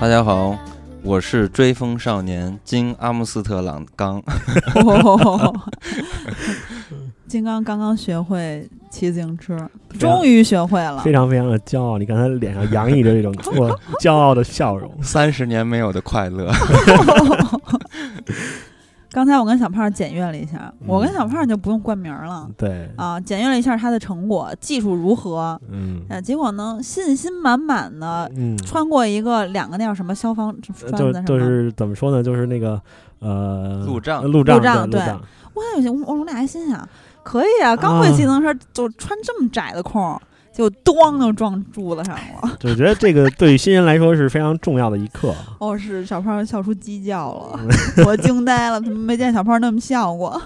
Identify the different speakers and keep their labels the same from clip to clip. Speaker 1: 大家好，我是追风少年金阿姆斯特朗刚。
Speaker 2: 哦 金刚刚刚学会骑自行车，终于学会了
Speaker 3: 啊非。常非常的骄傲。你看他脸上洋溢着 这种我骄傲的笑容。
Speaker 1: 三十年没有的快 乐，
Speaker 2: 刚才我跟小胖检阅了一下，
Speaker 3: 嗯
Speaker 2: 我跟小胖就不用冠名了
Speaker 3: 对，
Speaker 2: 啊，检阅了一下他的成果，技术如何？
Speaker 3: 嗯
Speaker 2: 呃、结果呢，信心满满的
Speaker 3: 嗯，
Speaker 2: 穿过一个两个那叫什么消防栓子
Speaker 3: 呃就
Speaker 2: 什么，
Speaker 3: 就是怎么说呢？就是那个呃，
Speaker 1: 路障
Speaker 3: 路障，
Speaker 2: 路障对
Speaker 3: 对，路障
Speaker 2: 我也有些，我我俩还心想，可以啊，刚会骑自行车就穿这么窄的空儿，结果咣就撞柱子上了。
Speaker 3: 就我觉得这个对于新人来说是非常重要的一课。
Speaker 2: 哦，是小胖笑出鸡叫了，
Speaker 1: 嗯
Speaker 2: 我惊呆了，怎么没见小胖那么笑过？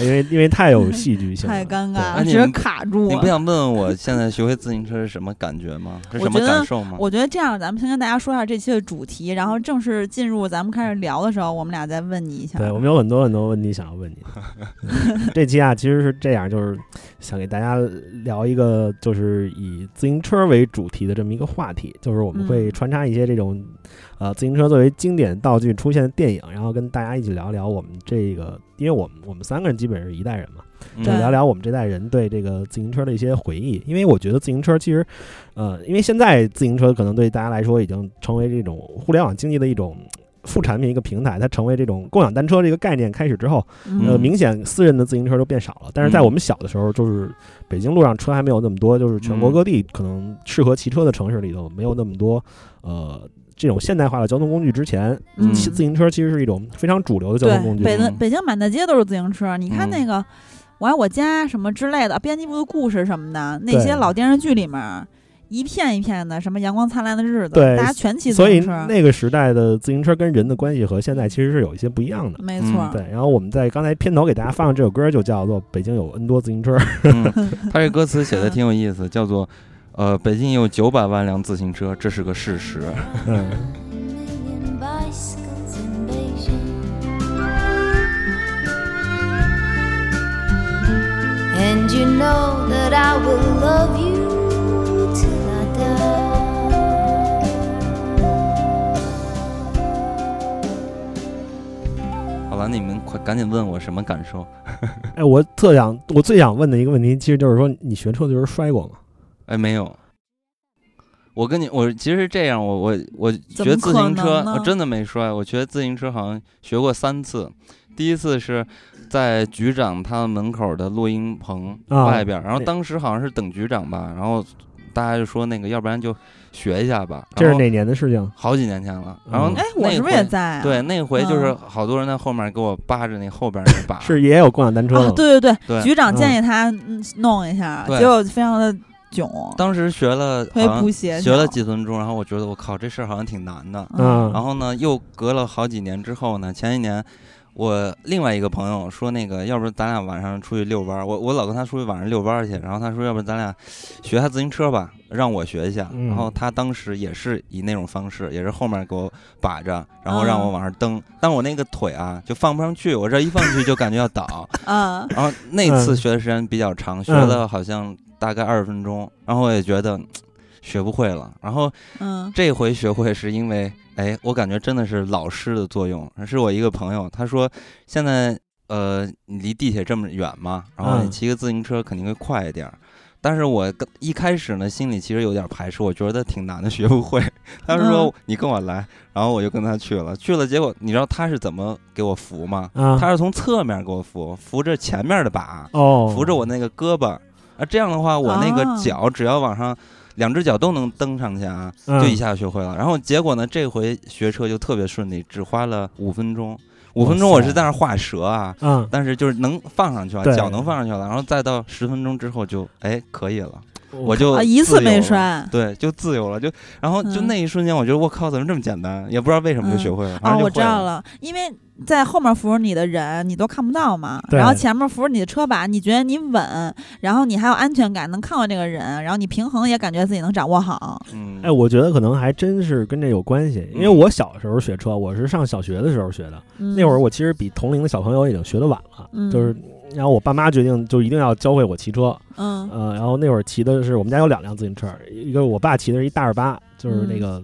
Speaker 3: 因为因为太有戏剧性了，
Speaker 2: 太尴
Speaker 3: 对
Speaker 2: 尬
Speaker 1: 哎
Speaker 2: 了，
Speaker 1: 你
Speaker 2: 直接
Speaker 1: 们
Speaker 2: 卡住
Speaker 1: 你不
Speaker 2: 了。
Speaker 1: 想问我现在学会自行车是什么感觉吗？是
Speaker 2: 我
Speaker 1: 什么
Speaker 2: 觉得
Speaker 1: 感受吗？
Speaker 2: 我觉得这样，咱们先跟大家说一下这期的主题，然后正式进入咱们开始聊的时候，我们俩再问你一下。
Speaker 3: 对，我们有很多很多问题想要问你。 这期啊，其实是这样，就是想给大家聊一个，就是以自行车为主题的这么一个话题，就是我们会
Speaker 2: 嗯
Speaker 3: 穿插一些这种，呃，自行车作为经典道具出现的电影，然后跟大家一起聊聊我们这个，因为我们我们三个人基本是一代人嘛，
Speaker 1: 嗯
Speaker 3: 就
Speaker 2: 对
Speaker 3: 聊聊我们这代人对这个自行车的一些回忆。因为我觉得自行车其实，呃，因为现在自行车可能对大家来说已经成为这种互联网经济的一种。副产品一个平台，它成为这种共享单车这个概念开始之后，呃，
Speaker 2: 嗯，
Speaker 3: 明显私人的自行车就变少了。但是在
Speaker 1: 嗯
Speaker 3: 我们小的时候，就是北京路上车还没有那么多，就是全国
Speaker 1: 嗯
Speaker 3: 各地可能适合骑车的城市里头没有那么多，呃，这种现代化的交通工具之前，
Speaker 2: 嗯
Speaker 3: 骑自行车其实是一种非常主流的交通工具
Speaker 2: 对，。北
Speaker 1: 嗯
Speaker 2: 京北京满大街都是自行车，你看
Speaker 1: 嗯
Speaker 2: 那个《我爱我家》什么之类的，编辑部的故事什么的，那
Speaker 3: 对
Speaker 2: 些老电视剧里面一片一片的，什么阳光灿烂的日子，
Speaker 3: 对
Speaker 2: 大家全骑自
Speaker 3: 所以
Speaker 2: 行车，
Speaker 3: 那个时代的自行车跟人的关系和现在其实是有一些不一样的。
Speaker 2: 没错，
Speaker 1: 嗯
Speaker 3: 对，然后我们在刚才片头给大家放的这首歌就叫做《北京有 N 多自行车》，
Speaker 1: 嗯， 他这歌词写的挺有意思，叫做“呃，北京有九百万辆自行车，这是个事实
Speaker 3: 嗯，
Speaker 4: million bicycles in Beijing. And you know that I will love you till I die. ”。
Speaker 1: 好了，你们快赶紧问我什么感受？
Speaker 3: 哎，我特想，我最想问的一个问题，其实就是说，你学车的时候摔过吗？
Speaker 1: 哎，没有。我跟你，我其实是这样，我我我觉
Speaker 2: 怎么
Speaker 1: 得自
Speaker 2: 可
Speaker 1: 行车
Speaker 2: 能呢
Speaker 1: 我真的没摔，我觉得自行车好像学过三次，第一次是在局长他门口的录音棚
Speaker 3: 啊
Speaker 1: 外边儿，然后
Speaker 3: 那
Speaker 1: 当时好像是等局长吧，然后大家就说那个，要不然就学一下吧。
Speaker 3: 这
Speaker 1: 然
Speaker 3: 是
Speaker 1: 后
Speaker 3: 哪年的事情？
Speaker 1: 好几年前了，然后
Speaker 3: 嗯，
Speaker 2: 哎，我
Speaker 1: 那
Speaker 2: 是不是也
Speaker 1: 回？
Speaker 2: 在啊？
Speaker 1: 对，那回就是
Speaker 2: 嗯
Speaker 1: 好多人在后面给我扒着那后边那把
Speaker 3: 是也有共享单车
Speaker 2: 啊，
Speaker 3: 吗？
Speaker 2: 对对
Speaker 1: 对
Speaker 2: 局长建议他嗯弄一下，
Speaker 1: 对
Speaker 2: 结果非常的囧，
Speaker 1: 当时学了
Speaker 2: 特
Speaker 1: 好
Speaker 2: 别
Speaker 1: 像
Speaker 2: 不啊协
Speaker 1: 学了
Speaker 2: 调
Speaker 1: 几分钟，然后我觉得我靠，这事儿好像挺难的。
Speaker 3: 嗯
Speaker 1: 然后呢，又隔了好几年之后呢，前一年我另外一个朋友说，那个要不咱俩晚上出去遛弯儿，我我老跟他出去晚上遛弯儿去，然后他说，要不咱俩学下自行车吧，让我学一下。
Speaker 3: 嗯
Speaker 1: 然后他当时也是以那种方式，也是后面给我把着，然后让我
Speaker 2: 嗯
Speaker 1: 往上蹬，但我那个腿啊就放不上去，我这一放去就感觉要倒。
Speaker 2: 嗯，
Speaker 1: 然后那次学的时间比较长，学了好像大概二十分钟，然后我也觉得嘖学不会了。然后
Speaker 2: 嗯
Speaker 1: 这回学会是因为，哎，我感觉真的是老师的作用。是我一个朋友，他说现在呃，你离地铁这么远嘛，然后你
Speaker 3: 嗯
Speaker 1: 骑个自行车肯定会快一点儿。但是我跟一开始呢，心里其实有点排斥，我觉得挺难的，学不会。 他说
Speaker 2: 嗯
Speaker 1: 你跟我来，然后我就跟他去了。去了，结果你知道他是怎么给我扶吗？
Speaker 3: 啊，
Speaker 1: 他是从侧面给我扶，扶着前面的把，
Speaker 3: 哦，
Speaker 1: 扶着我那个胳膊啊。这样的话，我那
Speaker 2: 啊
Speaker 1: 个脚只要往上，两只脚都能蹬上去啊，就一
Speaker 3: 下，
Speaker 1: 下学会了。然后结果呢，这回学车就特别顺利，只花了五分钟。五
Speaker 3: 哇
Speaker 1: 分钟我
Speaker 3: 塞
Speaker 1: 是在那儿画蛇啊，
Speaker 3: 嗯，
Speaker 1: 但是就是能放上去啊，
Speaker 3: 对
Speaker 1: 脚能放上去了。然后再到十分钟之后就哎可以了，我
Speaker 3: 我
Speaker 1: 就
Speaker 2: 啊，一次
Speaker 1: 自由
Speaker 2: 没
Speaker 1: 了。
Speaker 2: 摔。
Speaker 1: 对，就自由了，就然后就
Speaker 2: 嗯
Speaker 1: 那一瞬间，我觉得我靠，怎么这么简单？也不知道为什么就
Speaker 2: 嗯
Speaker 1: 学会了。反
Speaker 2: 啊，
Speaker 1: 正就
Speaker 2: 我知
Speaker 1: 会
Speaker 2: 道
Speaker 1: 了。
Speaker 2: 了，因为在后面扶着你的人，你都看不到嘛。
Speaker 3: 对
Speaker 2: 然后前面扶着你的车把，你觉得你稳，然后你还有安全感，能看到这个人，然后你平衡也感觉自己能掌握好。
Speaker 1: 嗯，
Speaker 3: 哎，我觉得可能还真是跟这有关系，因为
Speaker 1: 嗯
Speaker 3: 我小时候学车，我是上小学的时候学的，
Speaker 2: 嗯、
Speaker 3: 那会儿我其实比同龄的小朋友已经学的晚了，
Speaker 2: 嗯
Speaker 3: 就是然后我爸妈决定就一定要教会我骑车，
Speaker 2: 嗯
Speaker 3: 呃，然后那会儿骑的是我们家有两辆自行车，一个我爸骑的是一大二八，就是那
Speaker 2: 嗯
Speaker 3: 个。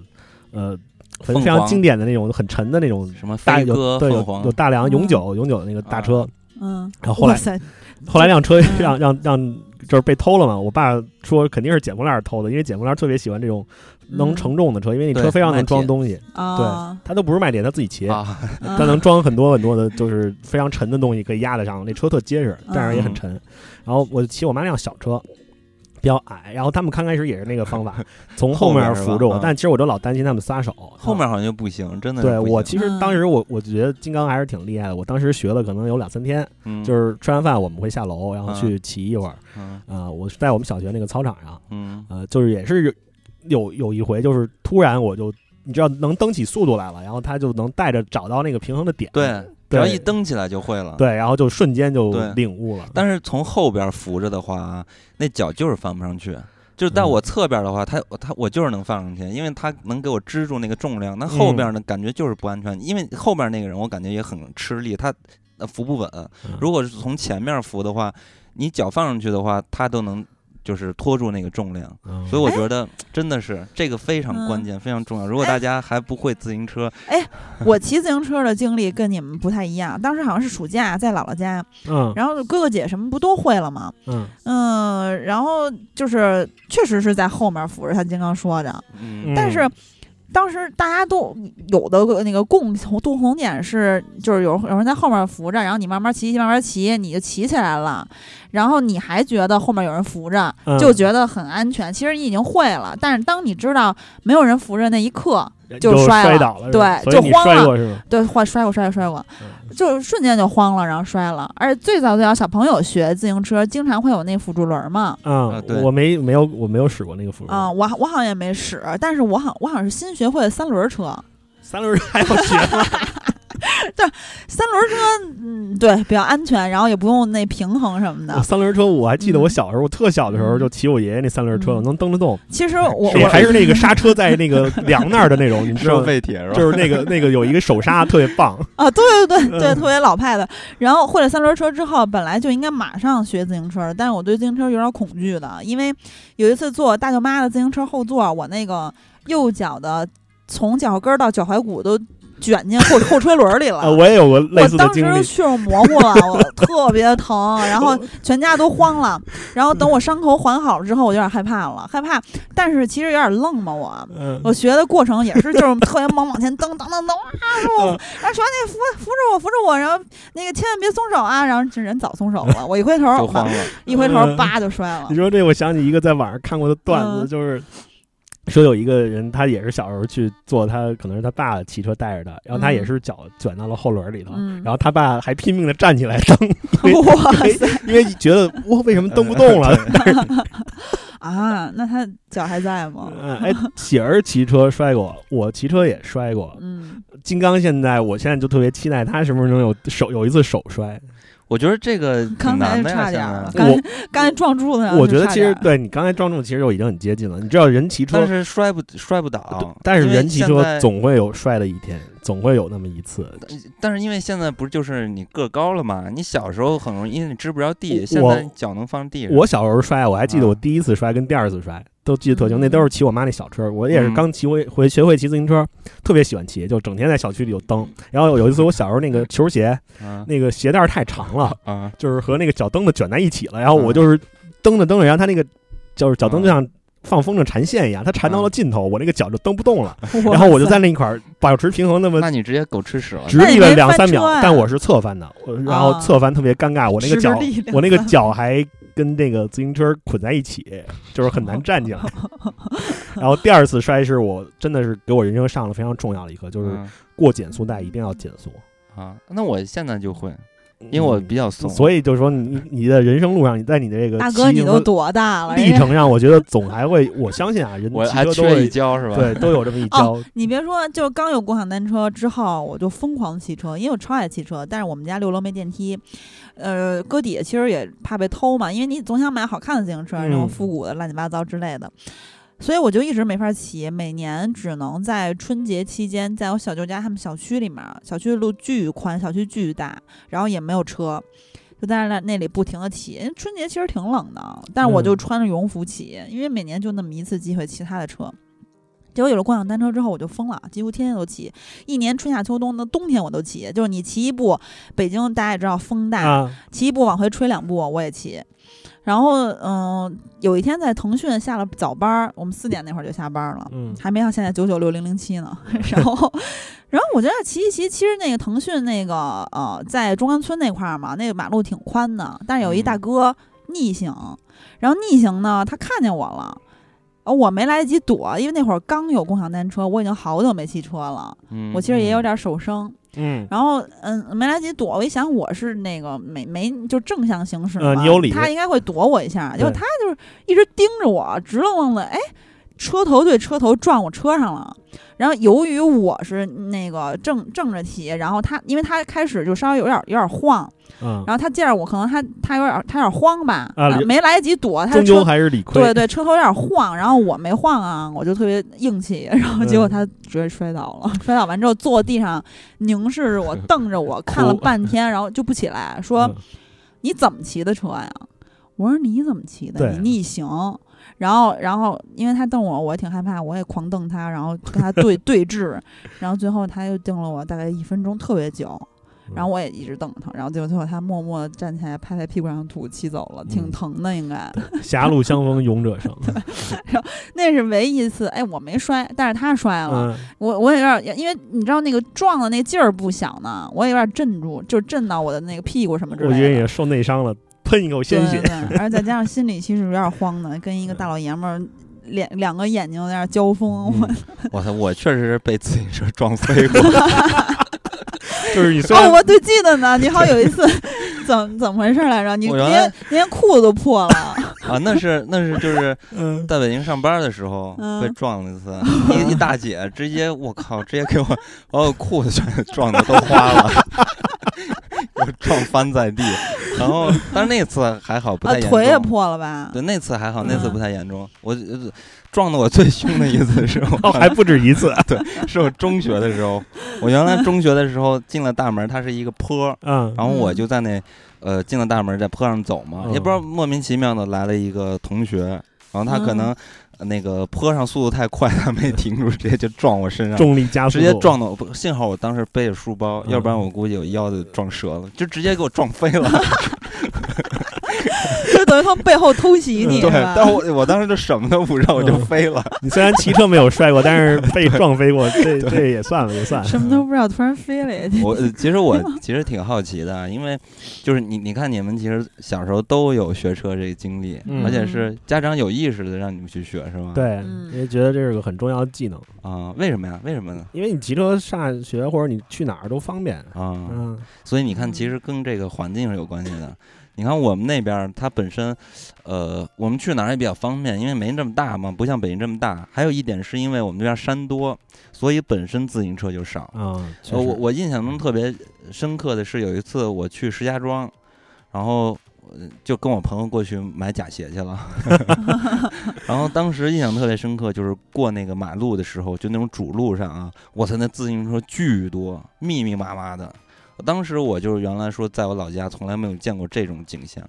Speaker 3: 呃非常经典的那种很沉的那种
Speaker 1: 什么
Speaker 3: 大
Speaker 1: 飞
Speaker 3: 有
Speaker 1: 鸽
Speaker 3: 对
Speaker 1: 凤
Speaker 3: 有有
Speaker 1: 凰，啊
Speaker 3: 大梁
Speaker 2: 嗯
Speaker 3: 永久永久的那个大车，
Speaker 2: 嗯，
Speaker 3: 然后后来
Speaker 2: 哇塞，
Speaker 3: 后来让车
Speaker 2: 嗯
Speaker 3: 让让让就是被偷了嘛。我爸说肯定是捡破烂儿偷的，因为捡破烂儿特别喜欢这种能
Speaker 2: 嗯
Speaker 3: 承重的车，因为你
Speaker 1: 对
Speaker 3: 车非常
Speaker 1: 卖
Speaker 3: 能
Speaker 1: 铁
Speaker 3: 装东西，
Speaker 2: 啊，
Speaker 3: 他都不是卖铁，他自己骑。
Speaker 1: 啊，
Speaker 2: 他
Speaker 3: 它能装很多很多的，就是非常沉的东西可以压得上。那车特结实，
Speaker 2: 嗯
Speaker 3: 但是也很沉。然后我骑我妈那辆小车，比较矮。然后他们刚开始也是那个方法， 从后面扶
Speaker 1: 后面
Speaker 3: 着
Speaker 1: 是吧嗯，
Speaker 3: 我但其实我都老担心他们撒手。嗯
Speaker 1: 后面好像就不行，真的是
Speaker 3: 对
Speaker 1: 不
Speaker 3: 我
Speaker 1: 行嗯
Speaker 3: 其实当时我我觉得金刚还是挺厉害的。我当时学了可能有两三天，
Speaker 1: 嗯
Speaker 3: 就是吃完饭我们会下楼，然后
Speaker 1: 嗯
Speaker 3: 去骑一会儿。
Speaker 1: 嗯
Speaker 3: 啊，我是在我们小学那个操场上，
Speaker 1: 嗯
Speaker 3: 呃，就是也是有有一回，就是突然我就你知道能蹬起速度来了，然后他就能带着找到那个平衡的点。
Speaker 1: 对，只
Speaker 3: 对
Speaker 1: 要一蹬起来就会了。，
Speaker 3: 对，然后就瞬间就
Speaker 1: 啊对
Speaker 3: 领悟了。
Speaker 1: 但是从后边扶着的话啊，那脚就是翻不上去。就是在
Speaker 3: 嗯
Speaker 1: 我侧边的话，它它我就是能翻上去，因为它能给我支住那个重量。那后边呢，感觉就是不安全，因为后边那个人我感觉也很吃力，他呃扶不稳。
Speaker 3: 嗯
Speaker 1: 如果是从前面扶的话，你脚放上去的话，它都能就是拖住那个重量。
Speaker 3: 嗯，
Speaker 1: 所以
Speaker 2: 哎
Speaker 1: 我觉得真的是这个非常
Speaker 2: 嗯
Speaker 1: 关键，非常重要。如果
Speaker 2: 哎
Speaker 1: 大家还不会自行车，
Speaker 2: 我骑自行车的经历跟你们不太一样，当时好像是暑假在姥姥家，
Speaker 3: 嗯
Speaker 2: 然后哥哥姐什么不都会了吗？
Speaker 3: 嗯
Speaker 2: 嗯，然后就是确实是在后面扶着，他金刚说的，
Speaker 1: 嗯
Speaker 2: 但是当时大家都有的个那个共同共同点是，就是有有人在后面扶着，然后你慢慢骑，慢慢骑，你就骑起来了，然后你还觉得后面有人扶着，
Speaker 3: 嗯
Speaker 2: 就觉得很安全。其实你已经会了，但是当你知道没有人扶着那一刻，就摔
Speaker 3: 摔
Speaker 2: 了
Speaker 3: 倒了，
Speaker 2: 对
Speaker 3: 是吧所以
Speaker 2: 就
Speaker 3: 你
Speaker 2: 慌
Speaker 3: 摔
Speaker 2: 了
Speaker 3: 过是吗？
Speaker 2: 对，坏摔过，摔过，摔过，
Speaker 3: 嗯
Speaker 2: 就是瞬间就慌了，然后摔了。而且最早最早小朋友学自行车，经常会有那辅助轮嘛。
Speaker 1: 啊
Speaker 3: 嗯
Speaker 1: 对，
Speaker 3: 我没没有我没有使过那个扶手
Speaker 2: 啊、我好我好像也没使，但是我好我好像是新学会的三轮车，
Speaker 3: 三轮儿还要学吗？
Speaker 2: 三轮车，嗯，对，比较安全，然后也不用那平衡什么
Speaker 3: 我
Speaker 2: 的。
Speaker 3: 三轮车我还记得
Speaker 2: 嗯
Speaker 3: 我小时候，我特小的时候
Speaker 2: 嗯
Speaker 3: 就骑我爷爷那三轮车，
Speaker 2: 嗯
Speaker 3: 我能蹬得动，
Speaker 2: 其实我
Speaker 3: 也
Speaker 2: 我
Speaker 3: 还是那个刹车在那个梁那儿的那种，你知道吗？
Speaker 1: 废 铁是
Speaker 3: 就是那个那个有一个手刹特别 棒，
Speaker 2: 啊，对对对对，
Speaker 3: 嗯
Speaker 2: 特别老派的。然后会了三轮车之后，本来就应该马上学自行车的，但是我对自行车有点恐惧的，因为有一次坐大舅妈的自行车后座，我那个右脚的从脚后跟儿到脚踝骨都卷进后后车轮里了。
Speaker 3: 呃，我也有过类
Speaker 2: 我
Speaker 3: 似的
Speaker 2: 当
Speaker 3: 经
Speaker 2: 时
Speaker 3: 历，
Speaker 2: 血肉模糊了， 我特别疼，然后全家都慌了。然后等我伤口缓好了之后，我有点害怕了，害怕，但是其实有点愣嘛，我。
Speaker 3: 嗯，
Speaker 2: 我学的过程也是，就是特别忙往前蹬，蹬蹬蹬啊！说
Speaker 3: 嗯
Speaker 2: 我，然后说那扶扶着我，扶着我，然后那个千万别松手啊！然后这人早松手了，我一回头
Speaker 1: 就，慌了。
Speaker 2: 一回头
Speaker 3: 嗯
Speaker 2: 叭就摔了
Speaker 3: 你。说这，我想起一个在网上看过的段子，
Speaker 2: 嗯
Speaker 3: 就是说有一个人，他也是小时候去坐他，可能是他爸骑车带着的，然后他
Speaker 2: 嗯
Speaker 3: 也是脚卷到了后轮里头，
Speaker 2: 嗯
Speaker 3: 然后他爸还拼命的站起来蹬，
Speaker 2: 哇塞嗯
Speaker 3: 因为觉得我为什么蹬不 动了？
Speaker 2: 啊！那他脚还在吗？
Speaker 3: 嗯哎，喜儿骑车摔过，我骑车也摔过。
Speaker 2: 嗯，
Speaker 3: 金刚现在，我现在就特别期待他什么时候能有手有一次手摔。
Speaker 1: 我觉得这个挺
Speaker 2: 刚才
Speaker 1: 难的呀，
Speaker 2: 差
Speaker 1: 现
Speaker 2: 点儿
Speaker 1: 在
Speaker 2: 了。刚才
Speaker 3: 我
Speaker 2: 刚才嗯撞柱子上，
Speaker 3: 我觉得其实
Speaker 2: 差点
Speaker 3: 对你刚才撞中，其实就已经很接近了。你知道人骑车
Speaker 1: 但是摔不摔不倒，
Speaker 3: 呃但是
Speaker 1: 啊因为
Speaker 3: 人骑
Speaker 1: 现
Speaker 3: 车
Speaker 1: 在，
Speaker 3: 总会有摔的一天，总会有那么一次。
Speaker 1: 但是因为现在不是就是你个高了嘛，你小时候很容易，因为你知不着地，
Speaker 3: 我
Speaker 1: 现在你脚能放地上。
Speaker 3: 我小时候摔，我还记得我
Speaker 1: 啊
Speaker 3: 第一次摔跟第二次摔都记得特清，
Speaker 2: 嗯
Speaker 3: 那都是骑我妈那小车。我也是
Speaker 1: 嗯
Speaker 3: 刚骑回回学会骑自行车，特别喜欢骑，就整天在小区里有
Speaker 1: 嗯
Speaker 3: 蹬。然后有一次我小时候那个球鞋
Speaker 1: 啊
Speaker 3: 那呃个鞋带太长了，
Speaker 1: 啊，
Speaker 3: 就是和那个脚蹬子卷在一起了，然后我
Speaker 1: 嗯
Speaker 3: 就是蹬着蹬着，然后它那个就是脚蹬
Speaker 1: 嗯
Speaker 3: 就像放风筝缠线一样，它缠到了尽头，我那个脚就蹬 不动了，
Speaker 2: 儿，
Speaker 3: 然后我 就
Speaker 2: 哇塞
Speaker 3: 在那一块儿保持平衡那么
Speaker 1: 那你直接狗吃屎了。
Speaker 3: 直
Speaker 2: 那
Speaker 3: 立
Speaker 2: 你
Speaker 3: 了
Speaker 2: 没
Speaker 3: 两
Speaker 2: 翻
Speaker 3: 三
Speaker 2: 车
Speaker 3: 秒
Speaker 2: 呀，
Speaker 3: 但我是侧翻的，我然后
Speaker 2: 啊
Speaker 3: 侧翻特别尴尬，我那个
Speaker 2: 吃
Speaker 3: 脚
Speaker 2: 力量
Speaker 3: 我那个
Speaker 2: 大
Speaker 3: 脚还跟那个自行车捆在一起，就是很难站起 来。然后第二次摔是我真的是给我人生上了非常重要的一课，就是
Speaker 1: 嗯
Speaker 3: 过减速带一定要减速，
Speaker 1: 啊，那我现在就会，因为我比较怂，
Speaker 3: 嗯所以就是说你你的人生路上，你在你的这个
Speaker 2: 大
Speaker 3: 骑
Speaker 2: 哥，你
Speaker 3: 行
Speaker 2: 都
Speaker 3: 的
Speaker 2: 多大了？
Speaker 3: 历
Speaker 2: 人家
Speaker 3: 程上，我觉得总还会，我相信啊， 人
Speaker 1: 我
Speaker 3: 骑
Speaker 1: 还
Speaker 3: 车都
Speaker 1: 缺一
Speaker 3: 会
Speaker 1: 跤是吧？
Speaker 3: 对都有这么一
Speaker 2: 哦
Speaker 3: 跤。
Speaker 2: 你别说，就是刚有共享单车之后，我就疯狂骑车，因为我超爱骑车。但是我们家六楼没电梯，呃，搁底下其实也怕被偷嘛，因为你总想买好看的自行车，
Speaker 3: 嗯
Speaker 2: 然后复古的、乱七八糟之类的，所以我就一直没法骑。每年只能在春节期间，在我小舅家他们小区里面，小区的路巨宽，小区巨大，然后也没有车。就在那那里不停的骑，因为春节其实挺冷的，但是我就
Speaker 3: 嗯
Speaker 2: 穿着羽绒服骑，因为每年就那么一次机会骑他的车。结果有了共享单车之后，我就疯了，几乎天天都骑，一年春夏秋冬的冬天我都骑。就是你骑一步，北京大家也知道风大，
Speaker 3: 啊，
Speaker 2: 骑一步往回吹两步，我也骑。然后，嗯，有一天在腾讯下了早班儿，我们四点那会儿就下班了，
Speaker 3: 嗯
Speaker 2: 还没到现在九九六零零七 呢。然后，然后我就在骑一骑，其实那个腾讯那个呃，在中关村那块儿嘛，那个马路挺宽的，但是有一
Speaker 1: 嗯
Speaker 2: 大哥逆行，然后逆行呢，他看见我了。呃我没来得及躲，因为那会儿刚有共享单车，我已经好久没骑车了，
Speaker 1: 嗯
Speaker 2: 我其实也有点手生，
Speaker 3: 嗯，
Speaker 2: 然后嗯，没来及躲，我一想我是那个没没就正向行驶嘛，
Speaker 3: 呃你有理
Speaker 2: 他应该会躲我一下，结果
Speaker 3: 对
Speaker 2: 他就是一直盯着我，直愣愣的，哎。车头对车头撞我车上了，然后由于我是那个正正着骑，然后他因为他开始就稍微有点有点晃，
Speaker 3: 嗯，
Speaker 2: 然后他见着我可能他他有点他有点慌吧，
Speaker 3: 啊
Speaker 2: 呃
Speaker 3: 理
Speaker 2: 没来得及躲，他
Speaker 3: 终
Speaker 2: 的
Speaker 3: 究
Speaker 2: 车
Speaker 3: 还是理亏，
Speaker 2: 对对车头有点晃，然后我没晃啊，我就特别硬 气，然后结果
Speaker 3: 嗯
Speaker 2: 他直接摔倒了，摔倒完之后坐地上凝视着我，瞪着我看了
Speaker 3: 哭
Speaker 2: 半天，然后就不起来，说
Speaker 3: 嗯
Speaker 2: 你怎么骑的车呀？我说你怎么骑的？
Speaker 3: 对
Speaker 2: 你逆行。然后，然后，因为他瞪我，我也挺害怕，我也狂瞪他，然后跟他对 对峙，然后最后他又瞪了我大概一分钟，特别久，
Speaker 3: 嗯
Speaker 2: 然后我也一直瞪着他，然后结果最后他默默地站起来，拍拍屁股上的土，骑走了，挺
Speaker 3: 嗯
Speaker 2: 疼的，应该。
Speaker 3: 狭路相逢勇 者胜，
Speaker 2: 那是唯一一次，哎，我没摔，但是他摔了，
Speaker 3: 嗯，
Speaker 2: 我我也有点，因为你知道那个撞的那劲儿不小呢，我也有点震住，就震到我的那个屁股什么之
Speaker 3: 我觉得
Speaker 2: 类的。
Speaker 3: 也受内伤了，喷一口鲜
Speaker 2: 对
Speaker 3: 血
Speaker 2: 对，
Speaker 3: 嗯
Speaker 2: 对，而且再加上心里其实有点慌的，跟一个大老爷们儿两两个眼睛有点交锋，我
Speaker 3: 嗯
Speaker 1: 我操，我确实是被自行车撞飞 过，
Speaker 3: 就是你虽然
Speaker 2: 哦，我对记得呢，你好有一次 怎么怎么回事来着？你
Speaker 1: 我原来
Speaker 2: 连连裤子都破了，
Speaker 1: 啊，那是那是就是
Speaker 3: 嗯
Speaker 1: 在北京上班的时候
Speaker 2: 嗯
Speaker 1: 被撞了一次，一一大姐直接我靠，直接给我把我裤子全撞的都花了， 我撞翻在地。然后，但是那次还好，不
Speaker 2: 啊
Speaker 1: 太，严重。
Speaker 2: 腿也破了吧？
Speaker 1: 对，那次还好，
Speaker 2: 嗯
Speaker 1: 那次不太严重。我呃撞的我最凶的一次是
Speaker 3: 哦
Speaker 1: 我
Speaker 3: 还不止一次，
Speaker 1: 是我中学的时候，我原来中学的时候进了大门，它是一个坡，
Speaker 3: 嗯
Speaker 1: 然后我
Speaker 2: 嗯
Speaker 1: 就在那呃进了大门，在坡上走嘛，
Speaker 3: 嗯
Speaker 1: 也不知道莫名其妙的来了一个同学，然后他可能、呃那个坡上速度太快，他没停住，直接就嗯撞我身上。
Speaker 3: 重力加速
Speaker 1: 直
Speaker 3: 度，
Speaker 1: 接撞到我，不幸好我当时背着书包，要不然
Speaker 3: 嗯
Speaker 1: 我估计我腰就撞折了，就直接给我撞飞了。
Speaker 2: 就等于从背后偷袭你，
Speaker 1: 对，
Speaker 2: 是吧
Speaker 1: 但我我当时就什么都不知道，我就
Speaker 3: 嗯
Speaker 1: 飞了。
Speaker 3: 你虽然骑车没有摔过，但是被撞飞过，这这也算了，也算了。
Speaker 2: 什么都不知道，突然飞了也。
Speaker 1: 我呃其实 我其实挺好奇的，因为就是你你看你们其实小时候都有学车这个经历，
Speaker 3: 嗯
Speaker 1: 而且是家长有意识的让你们去学，是吗？
Speaker 3: 对，
Speaker 2: 嗯
Speaker 3: 因为觉得这是个很重要的技能，
Speaker 1: 啊，为什么呀？为什么呢？
Speaker 3: 因为你骑车上学或者你去哪儿都方便。
Speaker 1: 啊，
Speaker 3: 嗯
Speaker 1: 所以你看，其
Speaker 2: 嗯
Speaker 1: 实跟这个环境是有关系的。你看我们那边儿，它本身，呃，我们去哪儿也比较方便，因为没那么大嘛，不像北京这么大。还有一点是因为我们这边儿山多，所以本身自行车就少。
Speaker 3: 啊，确实
Speaker 1: 呃，我我印象中特别深刻的是有一次我去石家庄，然后呃就跟我朋友过去买假鞋去了， 然后当时印象特别深刻，就是过那个马路的时候，就那种主路上啊，我操，那自行车巨多，密密麻麻的。当时我就是原来说，在我老家从来没有见过这种景象，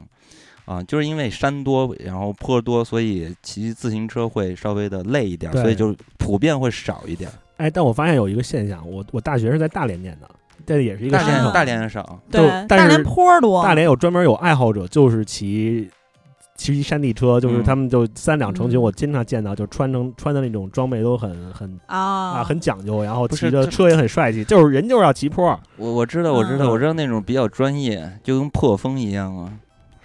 Speaker 1: 啊，就是因为山多，然后坡多，所以骑自行车会稍微的累一点儿，所以
Speaker 3: 对
Speaker 1: 就普遍会少一点儿。
Speaker 3: 哎，但我发现有一个现象，我我大学是在大连念的，这也是一
Speaker 1: 大
Speaker 3: 个现
Speaker 1: 连
Speaker 3: 象。
Speaker 1: 大连也少，
Speaker 3: 就
Speaker 2: 对，
Speaker 3: 但
Speaker 2: 大连
Speaker 3: 是
Speaker 2: 坡儿多，
Speaker 3: 大连有专门有爱好者，就是骑骑山地车，就是
Speaker 1: 嗯
Speaker 3: 他们就三两成群，
Speaker 2: 嗯
Speaker 3: 我经常见到，就穿成穿的那种装备都很很
Speaker 2: 啊
Speaker 3: 啊很讲究，然后
Speaker 1: 不
Speaker 3: 骑
Speaker 1: 是
Speaker 3: 着
Speaker 1: 这
Speaker 3: 车也很帅气，就是人就是要骑坡
Speaker 2: 哦
Speaker 3: 儿。
Speaker 1: 我我知道，我知道，
Speaker 2: 嗯
Speaker 1: 我知道那种比较专业，就跟破风一样啊，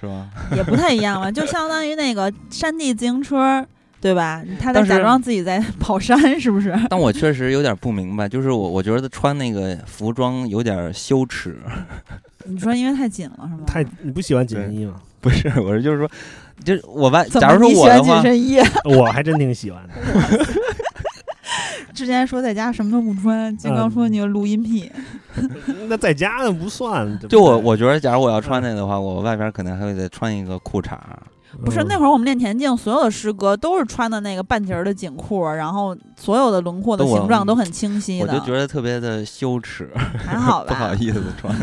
Speaker 1: 是吧？
Speaker 2: 也不太一样了，就相当于那个山地自行车，对吧？他在
Speaker 1: 当时
Speaker 2: 假装自己在跑山， 是不是？
Speaker 1: 但我确实有点不明白，就是我我觉得穿那个服装有点羞耻，
Speaker 2: 你说因为太紧了，是吗？
Speaker 3: 太你不喜欢紧身衣吗？
Speaker 1: 不是，我是就是说，就是我外，
Speaker 2: 怎
Speaker 1: 假
Speaker 2: 么
Speaker 1: 如说
Speaker 2: 你喜
Speaker 1: 我
Speaker 2: 欢
Speaker 1: 的
Speaker 2: 紧
Speaker 1: 话，
Speaker 2: 身衣？
Speaker 3: 我还真挺喜欢的。
Speaker 2: 之前说在家什么都不穿，金
Speaker 1: 嗯
Speaker 2: 刚说你有录音癖，
Speaker 3: 那在家那 不算，对不
Speaker 1: 就我
Speaker 3: 对
Speaker 1: 我觉得，假如我要穿那个的话，我外边可能还会再穿一个裤衩儿，
Speaker 2: 不是
Speaker 3: 嗯
Speaker 2: 那会儿我们练田径，所有的师哥都是穿的那个半截儿的紧裤，然后所有的轮廓的
Speaker 1: 都我
Speaker 2: 形状都很清晰
Speaker 1: 我就
Speaker 2: 的，
Speaker 1: 觉得特别的羞耻，
Speaker 2: 还好吧？
Speaker 1: 不好意思 穿。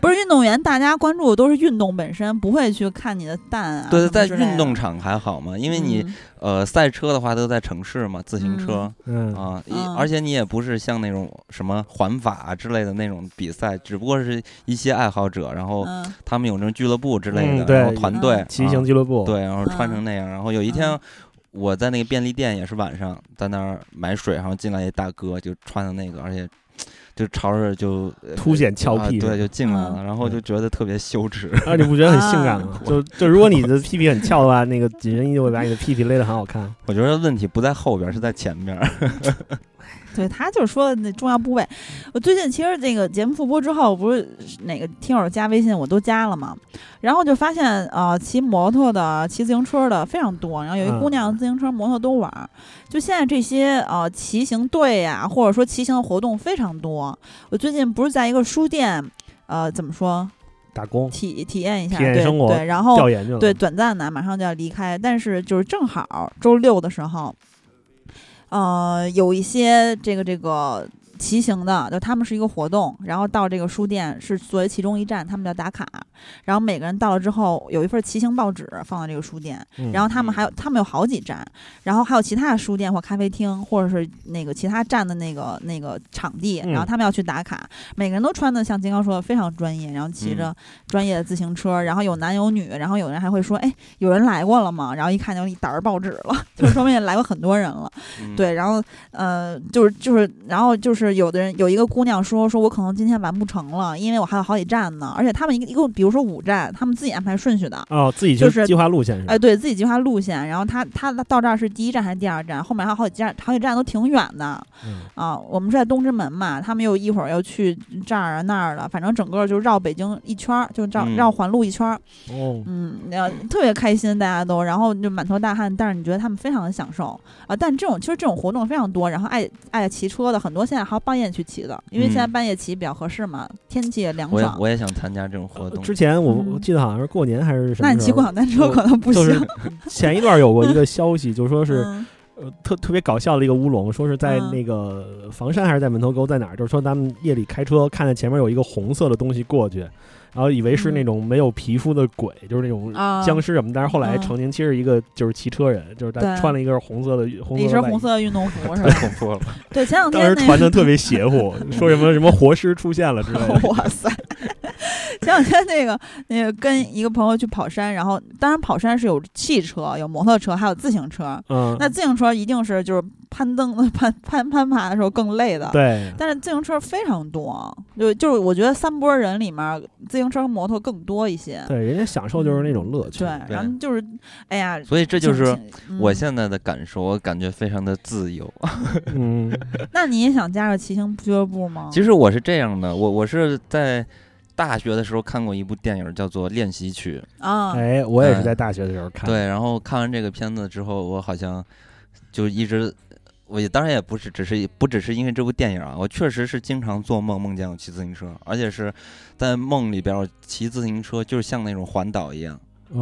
Speaker 2: 不是运动员，大家关注的都是运动本身，不会去看你的蛋啊什
Speaker 1: 对，
Speaker 2: 么
Speaker 1: 在
Speaker 2: 之类的。
Speaker 1: 运动场还好嘛，因为你
Speaker 2: 嗯
Speaker 1: 呃，赛车的话都在城市嘛，自行车、
Speaker 3: 嗯
Speaker 1: 啊，一
Speaker 2: 嗯
Speaker 1: 而且你也不是像那种什么环法啊之类的那种比赛，只不过是一些爱好者，然后
Speaker 2: 嗯
Speaker 1: 他们有那种俱乐部之类的，
Speaker 3: 嗯对
Speaker 1: 然后团队、
Speaker 2: 嗯
Speaker 3: 骑行俱乐部
Speaker 1: 啊，，对，然后穿成那样，然后有一天
Speaker 2: 嗯。
Speaker 1: 我在那个便利店也是晚上在那儿买水，然后进来一大哥就穿的那个，而且就朝着就呃
Speaker 3: 凸显峭
Speaker 1: 啊
Speaker 3: 壁，
Speaker 1: 对，就进来了，然后就
Speaker 3: 嗯
Speaker 1: 觉得特别羞耻。
Speaker 3: 啊，你不觉得很性感吗
Speaker 1: 啊？
Speaker 3: 就就如果你的屁屁很翘的话，那个紧身衣就会把你的屁屁勒得很好
Speaker 2: 哦
Speaker 3: 看。
Speaker 1: 我觉得问题不在后边，是在前面。
Speaker 2: 对他就是说那重要部位。我最近其实这个节目复播之后，不是哪个听友加微信我都加了嘛，然后就发现呃，骑摩托的、骑自行车的非常多。然后有一
Speaker 3: 嗯
Speaker 2: 姑娘自行车、摩托都玩儿。就现在这些呃骑行队呀、或者说骑行的活动非常多。我最近不是在一个书店，呃，怎么说
Speaker 3: 打工
Speaker 2: 体体验一下
Speaker 3: 体验
Speaker 2: 对
Speaker 3: 生活
Speaker 2: 对，然后
Speaker 3: 调研去了，
Speaker 2: 哦对，，短暂的，马上就要离开，但是就是正好周六的时候，呃，有一些这个这个骑行的，就他们是一个活动，然后到这个书店是作为其中一站，他们叫打卡，然后每个人到了之后有一份骑行报纸放到这个书店，
Speaker 3: 嗯
Speaker 2: 然后他们还有他们有好几站，然后还有其他的书店或咖啡厅，或者是那个其他站的那个那个场地，
Speaker 3: 嗯
Speaker 2: 然后他们要去打卡，每个人都穿的像金刚说的非常专业，然后骑着专业的自行车，然后有男有女，然后有人还会说，哎，有人来过了吗？然后一看就一沓儿报纸了， 就说明也来过很多人了。
Speaker 1: 嗯，
Speaker 2: 对，然后呃，就是就是，然后就是有的人有一个姑娘说，说我可能今天完不成了，因为我还有好几站呢，而且他们一个一共比如说五站，他们自己安排顺序的，
Speaker 3: 哦，自己
Speaker 2: 就
Speaker 3: 去
Speaker 2: 是
Speaker 3: 计划路线是吧
Speaker 2: 哎，？对自己计划路线，然后他他到这儿是第一站还是第二站？后面还有好几站，好几站都挺远的
Speaker 3: 嗯
Speaker 2: 啊。我们是在东直门嘛，他们又一会儿又去这儿啊那儿了，反正整个就绕北京一圈儿，就绕
Speaker 1: 嗯
Speaker 2: 绕环路一圈儿，
Speaker 3: 哦，
Speaker 2: 嗯，然后特别开心，大家都，然后就满头大汗，但是你觉得他们非常的享受啊。但这种其实这种活动非常多，然后爱爱骑车的很多，现在还有半夜去骑的，因为现在
Speaker 1: 嗯
Speaker 2: 半夜骑比较合适嘛，天气也凉
Speaker 1: 我也
Speaker 2: 爽。
Speaker 1: 我也想参加这种活动。
Speaker 3: 呃之前我
Speaker 2: 嗯
Speaker 3: 我记得好像是过年还是什么时候，
Speaker 2: 那你骑共享单车可能不
Speaker 3: 就
Speaker 2: 行，
Speaker 3: 是前一段有过一个消息，就说是
Speaker 2: 嗯
Speaker 3: 呃特特别搞笑的一个乌龙，说是在
Speaker 2: 嗯
Speaker 3: 那个房山还是在门头沟在哪儿，就是说他们夜里开车看见前面有一个红色的东西过去，然后以为是那
Speaker 2: 嗯
Speaker 3: 种没有皮肤的鬼，就是那种
Speaker 2: 啊，
Speaker 3: 僵尸什么，但是后来
Speaker 2: 嗯
Speaker 3: 澄清其实一个就是骑车人，就是他
Speaker 2: 对
Speaker 3: 穿了一个红色的红色
Speaker 2: 你
Speaker 3: 的
Speaker 2: 是
Speaker 3: 外衣
Speaker 2: 红，色的运动服是吧？
Speaker 1: 太恐怖了，
Speaker 2: 对，前两
Speaker 3: 当
Speaker 2: 天
Speaker 3: 时
Speaker 2: 那
Speaker 3: 传
Speaker 2: 个，。
Speaker 3: 的特别邪乎，说什么什么活尸出现了之类的
Speaker 2: 哇塞！前两天那个那个跟一个朋友去跑山，然后当然跑山是有汽车、有摩托车，还有自行车。
Speaker 3: 嗯，
Speaker 2: 那自行车一定是就是攀登、 攀攀攀爬的时候更累的。
Speaker 3: 对，
Speaker 2: 但是自行车非常多，就就是我觉得三波人里面，自行车和摩托更多一些。
Speaker 3: 对，人家享受就是那种乐趣。
Speaker 2: 对，然后就是，哎呀，
Speaker 1: 所以这就是
Speaker 2: 挺挺嗯
Speaker 1: 我现在的感受，我感觉非常的自由。
Speaker 3: 嗯，
Speaker 2: 那你也想加入骑行俱乐部吗？
Speaker 1: 其实我是这样的，我我是在大学的时候看过一部电影，叫做《练习曲》。
Speaker 2: 啊，
Speaker 3: 哎，我也是在大学的时候看。，
Speaker 1: 对，然后看完这个片子之后，我好像就一直，我也当然也不是只是不只是因为这部电影啊，我确实是经常做梦，梦见我骑自行车，而且是在梦里边我骑自行车，就是像那种环岛一样，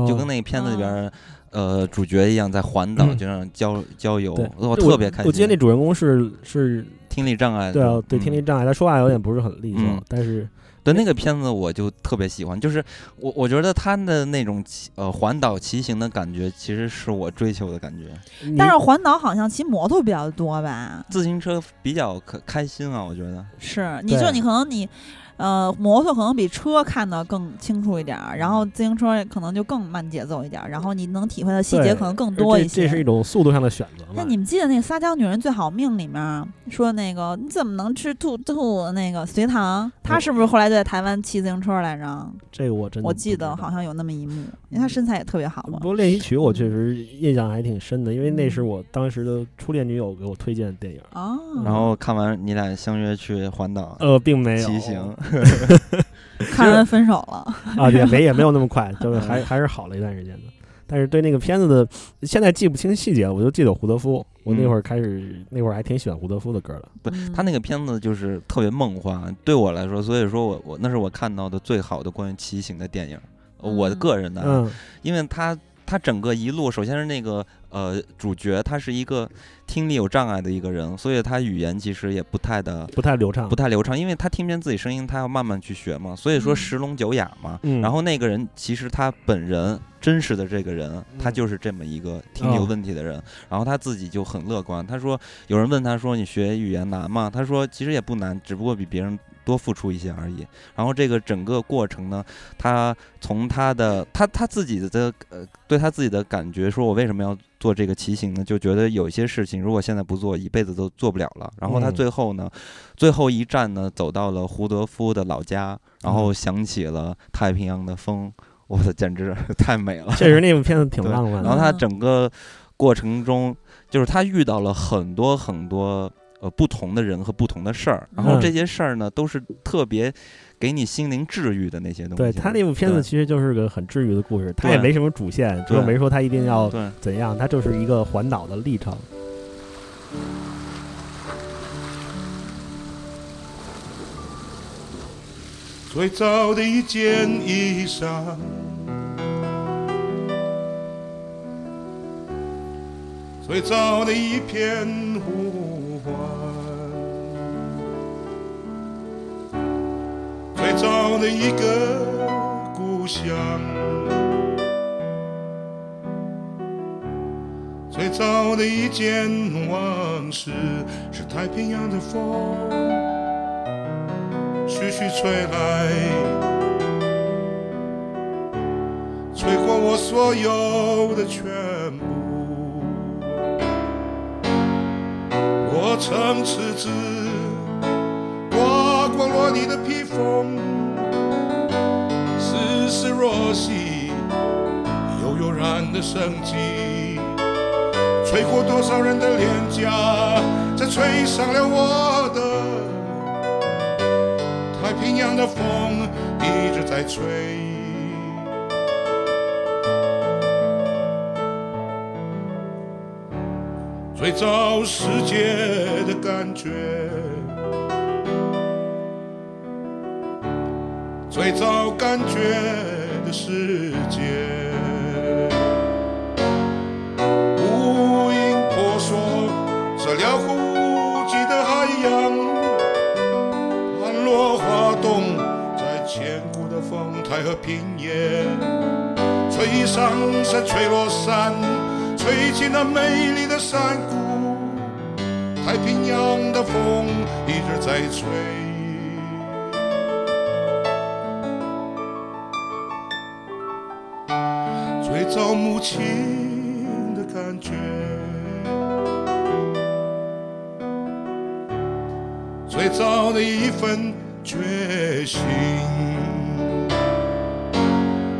Speaker 1: 就跟那个片子里边儿。呃，主角一样在环岛，
Speaker 3: 哦嗯
Speaker 1: 就让郊郊游
Speaker 3: 对，
Speaker 1: 我特别开心。
Speaker 3: 哦我记得那主人公是是，
Speaker 1: 听力障碍的，
Speaker 3: 对啊，对
Speaker 1: 嗯
Speaker 3: 听力障碍，他说话有点不是很利索
Speaker 1: 嗯，
Speaker 3: 但是
Speaker 1: 对那个片子我就特别喜欢，就是我我觉得他的那种骑呃环岛骑行的感觉，其实是我追求的感觉。
Speaker 3: 你
Speaker 2: 但是环岛好像骑摩托比较多吧？
Speaker 1: 自行车比较开开心啊，我觉得。
Speaker 2: 是，你
Speaker 3: 对
Speaker 2: 就你可能你，呃，摩托可能比车看得更清楚一点儿，然后
Speaker 3: 嗯
Speaker 2: 自行车可能就更慢节奏一点儿，然后你能体会的细节
Speaker 3: 对
Speaker 2: 可能更多
Speaker 3: 这
Speaker 2: 一些。
Speaker 3: 这是一种速度上的选择嘛
Speaker 2: 那。你们记得那个《撒娇女人最好命》里面儿说那个你怎么能吃兔兔那个隋唐？她
Speaker 3: 我
Speaker 2: 是不是后来就在台湾骑自行车来着？
Speaker 3: 这个嗯我真的
Speaker 2: 我记
Speaker 3: 不知
Speaker 2: 得
Speaker 3: 道嗯
Speaker 2: 好像有那么一幕，因为她身材也特别好嘛
Speaker 3: 不。过练习曲我确实印象还挺深的，因为那
Speaker 2: 嗯
Speaker 3: 是我当时的初恋女友给我推荐的电影。
Speaker 2: 哦，
Speaker 1: 然后看完你俩相约去环岛
Speaker 3: 嗯呃，并没有
Speaker 1: 骑行，
Speaker 2: 看完分手了，
Speaker 3: 啊，也没也没有那么 快，就是
Speaker 1: 嗯
Speaker 3: 还还是好了一段时间的。但是对那个片子的，现在记不清细节了，我就记得有胡德夫。我
Speaker 1: 嗯
Speaker 3: 那会儿开始，那会儿还挺喜欢胡德夫的歌的。
Speaker 1: 对
Speaker 2: 嗯
Speaker 1: 他那个片子就是特别梦幻，对我来说，所以说我我那是我看到的最好的关于骑行的电影，呃我
Speaker 2: 嗯
Speaker 1: 个人的啊，
Speaker 3: 嗯，
Speaker 1: 因为他他整个一路，首先是那个呃主角他是一个听力有障碍的一个人，所以他语言其实也不太的
Speaker 3: 不太流畅
Speaker 1: 不。太流畅，因为他听不见自己声音，他要慢慢去学嘛，所以说
Speaker 2: 嗯
Speaker 1: 十聋九哑嘛。
Speaker 3: 嗯
Speaker 1: 然后那个人其实他本人真实的这个人，他
Speaker 3: 嗯
Speaker 1: 就是这么一个听力有
Speaker 3: 哦
Speaker 1: 问题的人。然后他自己就很乐观，他说有人问他说你学语言难吗？他说其实也不难，只不过比别人多付出一些而已。然后这个整个过程呢，他从他的他他自己的呃对他自己的感觉，说我为什么要做这个骑行呢？就觉得有一些事情如果现在不做，一辈子都做不了了。然后他
Speaker 3: 嗯
Speaker 1: 最后呢，最后一站呢，走到了胡德夫的老家，然后
Speaker 3: 嗯
Speaker 1: 想起了太平洋的风，我的简直 太美了。
Speaker 3: 确实那部片子挺
Speaker 1: 对
Speaker 3: 浪漫
Speaker 1: 然后
Speaker 3: 的。
Speaker 1: 他
Speaker 2: 嗯
Speaker 1: 整个过程中，就是他遇到了很多很多呃不同的人和不同的事儿，然后
Speaker 3: 嗯
Speaker 1: 这些事儿呢都是特别给你心灵治愈的那些东西。
Speaker 3: 对他那部片子其实就是个很治愈的故事，他也
Speaker 1: 对
Speaker 3: 没什么主线，只有
Speaker 1: 对
Speaker 3: 没说他一定要
Speaker 1: 对对
Speaker 3: 怎样，他就是一个环岛的历程。
Speaker 5: 最早的一件衣裳，最早的一片呼唤，最早的一个故乡，最早的一件往事，是太平洋的风。徐徐吹来，吹过我所有的全部。我曾赤子，刮过落你的披风，丝丝若细，悠悠然的生机，吹过多少人的脸颊，这吹上了我的。太平洋的风一直在吹。最早世界的感觉，最早感觉的世界，无影婆娑这辽阔无际的海洋。寒落花动，在千古的风台和平原，吹上山，吹落山，吹起那美丽的山谷。太平洋的风一直在吹。最早母亲的感觉。最早的一份决心，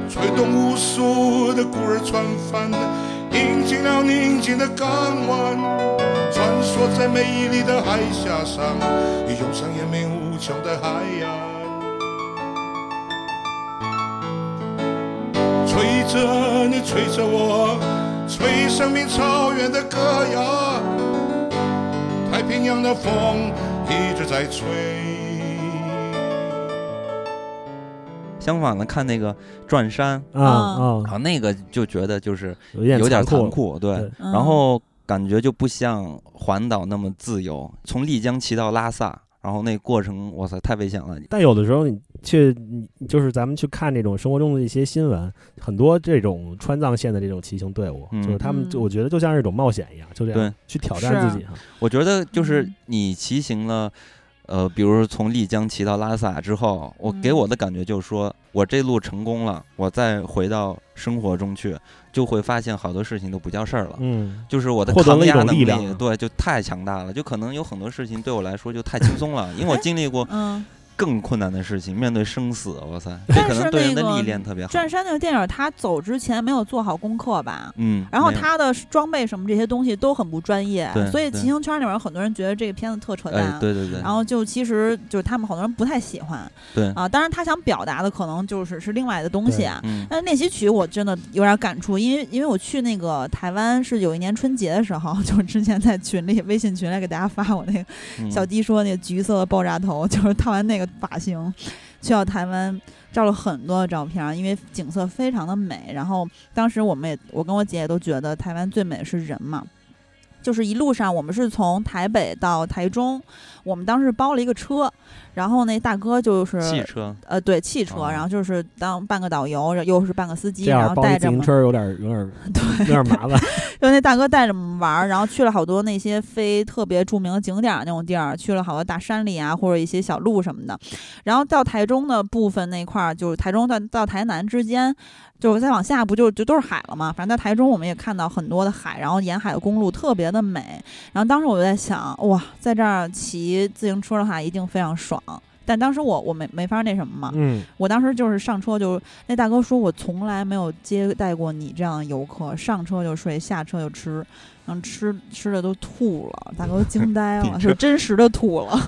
Speaker 5: 吹动无数的孤儿船帆，引进了宁静的港湾，穿梭在美丽的海峡上，涌上延绵无穷的海洋。吹着你，吹着我，吹生命草原的歌谣。太平洋的风一直在吹。
Speaker 1: 相反的，看那个《转山》，
Speaker 3: 啊
Speaker 2: 啊
Speaker 1: 然
Speaker 3: 啊，
Speaker 1: 后那个就觉得就是
Speaker 3: 有点
Speaker 1: 有点残
Speaker 3: 残，
Speaker 1: 酷，对。
Speaker 3: 对
Speaker 2: 嗯
Speaker 1: 然后感觉就不像环岛那么自由，从丽江骑到拉萨，然后那过程，哇塞，太危险了。
Speaker 3: 但有的时候你去，你就是咱们去看这种生活中的一些新闻，很多这种川藏线的这种骑行队伍，
Speaker 1: 嗯
Speaker 3: 就是他们，
Speaker 2: 嗯
Speaker 3: 就我觉得就像是一种冒险一样，就这
Speaker 1: 对
Speaker 3: 样去挑战
Speaker 2: 是啊
Speaker 3: 自己哈。
Speaker 1: 我觉得就是
Speaker 2: 嗯
Speaker 1: 你骑行了，呃，比如说从丽江骑到拉萨之后，我给
Speaker 2: 嗯
Speaker 1: 我的感觉就是说，我这路成功了，我再回到生活中去，就会发现好多事情都不叫事儿了。
Speaker 3: 嗯，
Speaker 1: 就是我的
Speaker 3: 获得
Speaker 1: 抗
Speaker 3: 了一
Speaker 1: 压
Speaker 3: 种
Speaker 1: 能
Speaker 3: 力量
Speaker 1: 力，对，就太强大了。就可能有很多事情对我来说就太轻松了，因为我经历过
Speaker 2: 嗯，
Speaker 1: 更困难的事情，面对生死，哇塞，这
Speaker 2: 但
Speaker 1: 可
Speaker 2: 是
Speaker 1: 能对人的
Speaker 2: 那个
Speaker 1: 历练特别好。
Speaker 2: 转山那个电影，他走之前没有做好功课吧？
Speaker 1: 嗯，
Speaker 2: 然后
Speaker 1: 没有
Speaker 2: 他的装备什么这些东西都很不专业
Speaker 1: 对，
Speaker 2: 所以
Speaker 1: 对
Speaker 2: 骑行圈里面有很多人觉得这个片子特扯淡。
Speaker 1: 哎，对对对，
Speaker 2: 然后就其实就是他们好多人不太喜欢
Speaker 1: 对，
Speaker 2: 啊，当然他想表达的可能就是是另外的东西啊。
Speaker 1: 嗯
Speaker 2: 但是练习曲我真的有点感触，因为因为我去那个台湾是有一年春节的时候， 就是之前在群里微信 群里给大家发我那个
Speaker 1: 嗯
Speaker 2: 小迪说那个橘色的爆炸头，就是烫完那个发型，去到台湾照了很多照片儿，因为景色非常的美。然后当时我们也，我跟我姐也都觉得台湾最美是人嘛。就是一路上，我们是从台北到台中，我们当时包了一个车，然后那大哥就是
Speaker 1: 汽 车
Speaker 2: 呃，对汽车，
Speaker 1: 哦
Speaker 2: 然后就是当半个导游，然后又是半个司机，
Speaker 3: 这
Speaker 2: 然
Speaker 3: 样
Speaker 2: 后
Speaker 3: 包
Speaker 2: 带
Speaker 3: 自
Speaker 2: 着我
Speaker 3: 行
Speaker 2: 们，
Speaker 3: 车有点有点有
Speaker 2: 对，
Speaker 3: 点 麻烦。
Speaker 2: 就那大哥带着我们玩儿，然后去了好多那些非特别著名的景点儿那种地儿，去了好多大山里啊，或者一些小路什么的。然后到台中的部分那块儿，就是台中到到台南之间，就是再往下不就就都是海了嘛。反正在台中我们也看到很多的海，然后沿海的公路特别的美。然后当时我就在想，哇，在这儿骑自行车的话一定非常爽。但当时我我没没法那什么嘛，
Speaker 3: 嗯，
Speaker 2: 我当时就是上车就那大哥说，我从来没有接待过你这样的游客，上车就睡，下车就吃，然后吃吃的都吐了，大哥都惊 呆
Speaker 1: 你
Speaker 2: 了，
Speaker 1: 这
Speaker 2: 是真实的吐了。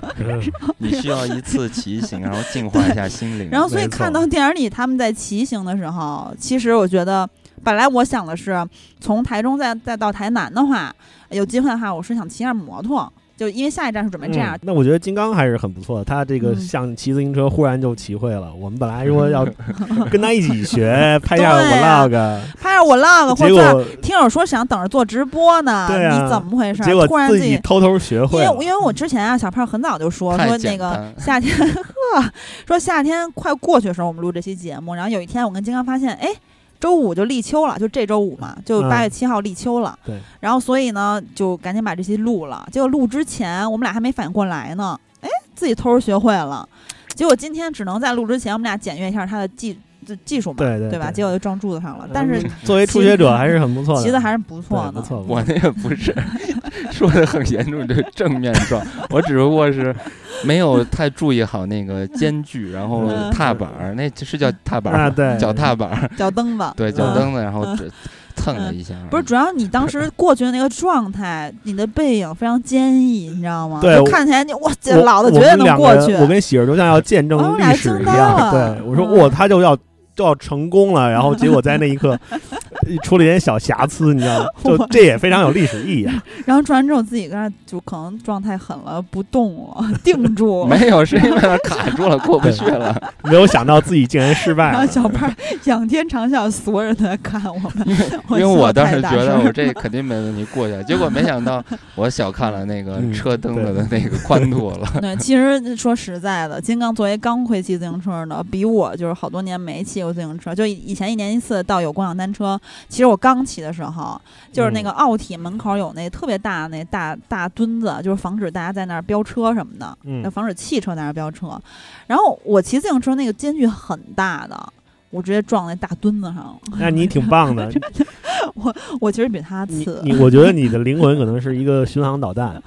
Speaker 1: 你需要一次骑行，然后净化一下心灵。
Speaker 2: 然后所以
Speaker 3: 没错
Speaker 2: 看到电影里他们在骑行的时候，其实我觉得，本来我想的是从台中再再到台南的话，有机会的话，我是想骑下摩托，就因为下一站是准备这样
Speaker 3: 嗯。那我觉得金刚还是很不错的，他这个
Speaker 2: 嗯
Speaker 3: 像骑自行车忽然就骑会了。我们本来说要跟他一起学，拍下 vlog，、
Speaker 2: 拍着我 log 啊或
Speaker 3: 结
Speaker 2: 者
Speaker 3: 果
Speaker 2: 听友说想等着做直播呢，
Speaker 3: 对啊
Speaker 2: 你怎么回事？
Speaker 3: 结果
Speaker 2: 突然
Speaker 3: 自己偷偷学
Speaker 2: 因
Speaker 3: 会
Speaker 2: 为
Speaker 3: 了
Speaker 2: 因。为我之前啊，小胖很早就说
Speaker 1: 太
Speaker 2: 说那
Speaker 1: 简
Speaker 2: 个
Speaker 1: 单
Speaker 2: 夏天， 呵，说夏天快过去的时候，我们录这期节目，然后有一天我跟金刚发现，哎。周五就立秋了，就这周五嘛，就
Speaker 3: 嗯
Speaker 2: 八月七号立秋了。
Speaker 3: 对。
Speaker 2: 然后所以呢，就赶紧把这期录了。结果录之前，我们俩还没反应过来呢，哎，自己偷偷学会了。结果今天只能在录之前，我们俩检阅一下他的技这技术嘛，
Speaker 3: 对对
Speaker 2: 吧？
Speaker 3: 对
Speaker 2: 结果就撞柱子上了。但是
Speaker 3: 嗯作为初学者还是很不错的，
Speaker 2: 骑的还是不错
Speaker 3: 对
Speaker 2: 的，
Speaker 3: 不错。
Speaker 1: 我那个不是 说的很严重，就正面撞，我只不过是没有太注意好那个间距，然后
Speaker 2: 嗯
Speaker 1: 踏板儿，那是叫踏板
Speaker 3: 啊，
Speaker 1: 儿，
Speaker 3: 对，
Speaker 1: 脚踏板儿，
Speaker 2: 脚蹬子。
Speaker 1: 对，脚
Speaker 2: 嗯
Speaker 1: 蹬子，然后只蹭了一下。
Speaker 2: 不是，主要你当时过去的那个状态，你的背影非常坚毅，你知道吗？
Speaker 3: 对
Speaker 2: 就
Speaker 3: 我
Speaker 2: 看起来你哇，这
Speaker 3: 我
Speaker 2: 老子绝
Speaker 3: 我
Speaker 2: 对
Speaker 3: 们
Speaker 2: 能
Speaker 3: 两
Speaker 2: 过
Speaker 3: 个
Speaker 2: 去。
Speaker 3: 我跟喜儿就像要见证
Speaker 2: 哦我们俩
Speaker 3: 历史一
Speaker 2: 惊呆
Speaker 3: 样。
Speaker 2: 了
Speaker 3: 对，我说
Speaker 2: 嗯
Speaker 3: 哇，他就要就要成功了，然后结果在那一 刻出了一点小瑕疵，你知道吗？就
Speaker 2: 我
Speaker 3: 这也非常有历史意义啊。
Speaker 2: 然后撞完之后自己跟那儿就可能状态狠了，不动了，定住 了。
Speaker 1: 没有，是因为它卡住了，过不去了。
Speaker 3: 没有想到自己竟然失败
Speaker 2: 然后
Speaker 3: 了。
Speaker 2: 小胖仰天长啸，所有人都在看 我们，
Speaker 1: 因为我当时
Speaker 2: 笑
Speaker 1: 觉
Speaker 2: 太大
Speaker 1: 得
Speaker 2: 声
Speaker 1: 我这肯定没问题过去了，结果没想 到我小看了那个
Speaker 3: 嗯
Speaker 1: 车蹬子的那个宽度了。
Speaker 2: 对，其实说实在的，金刚作为刚会骑自行车的，比我就是好多年没骑过自行车，就以以前一年一次到有共享单车。其实我刚骑的时候，就是那个
Speaker 3: 嗯
Speaker 2: 奥体门口有那特别大的那大大墩子，就是防止大家在那儿飙车什么的，
Speaker 3: 嗯
Speaker 2: 那，防止汽车在那儿飙车。然后我骑自行车那个间距很大的。我直接撞在大墩子上了，
Speaker 3: 那你挺棒的，
Speaker 2: 我其实比他
Speaker 3: 你
Speaker 2: 次，
Speaker 3: 你，我觉得你的灵魂可能是一个巡航 导弹，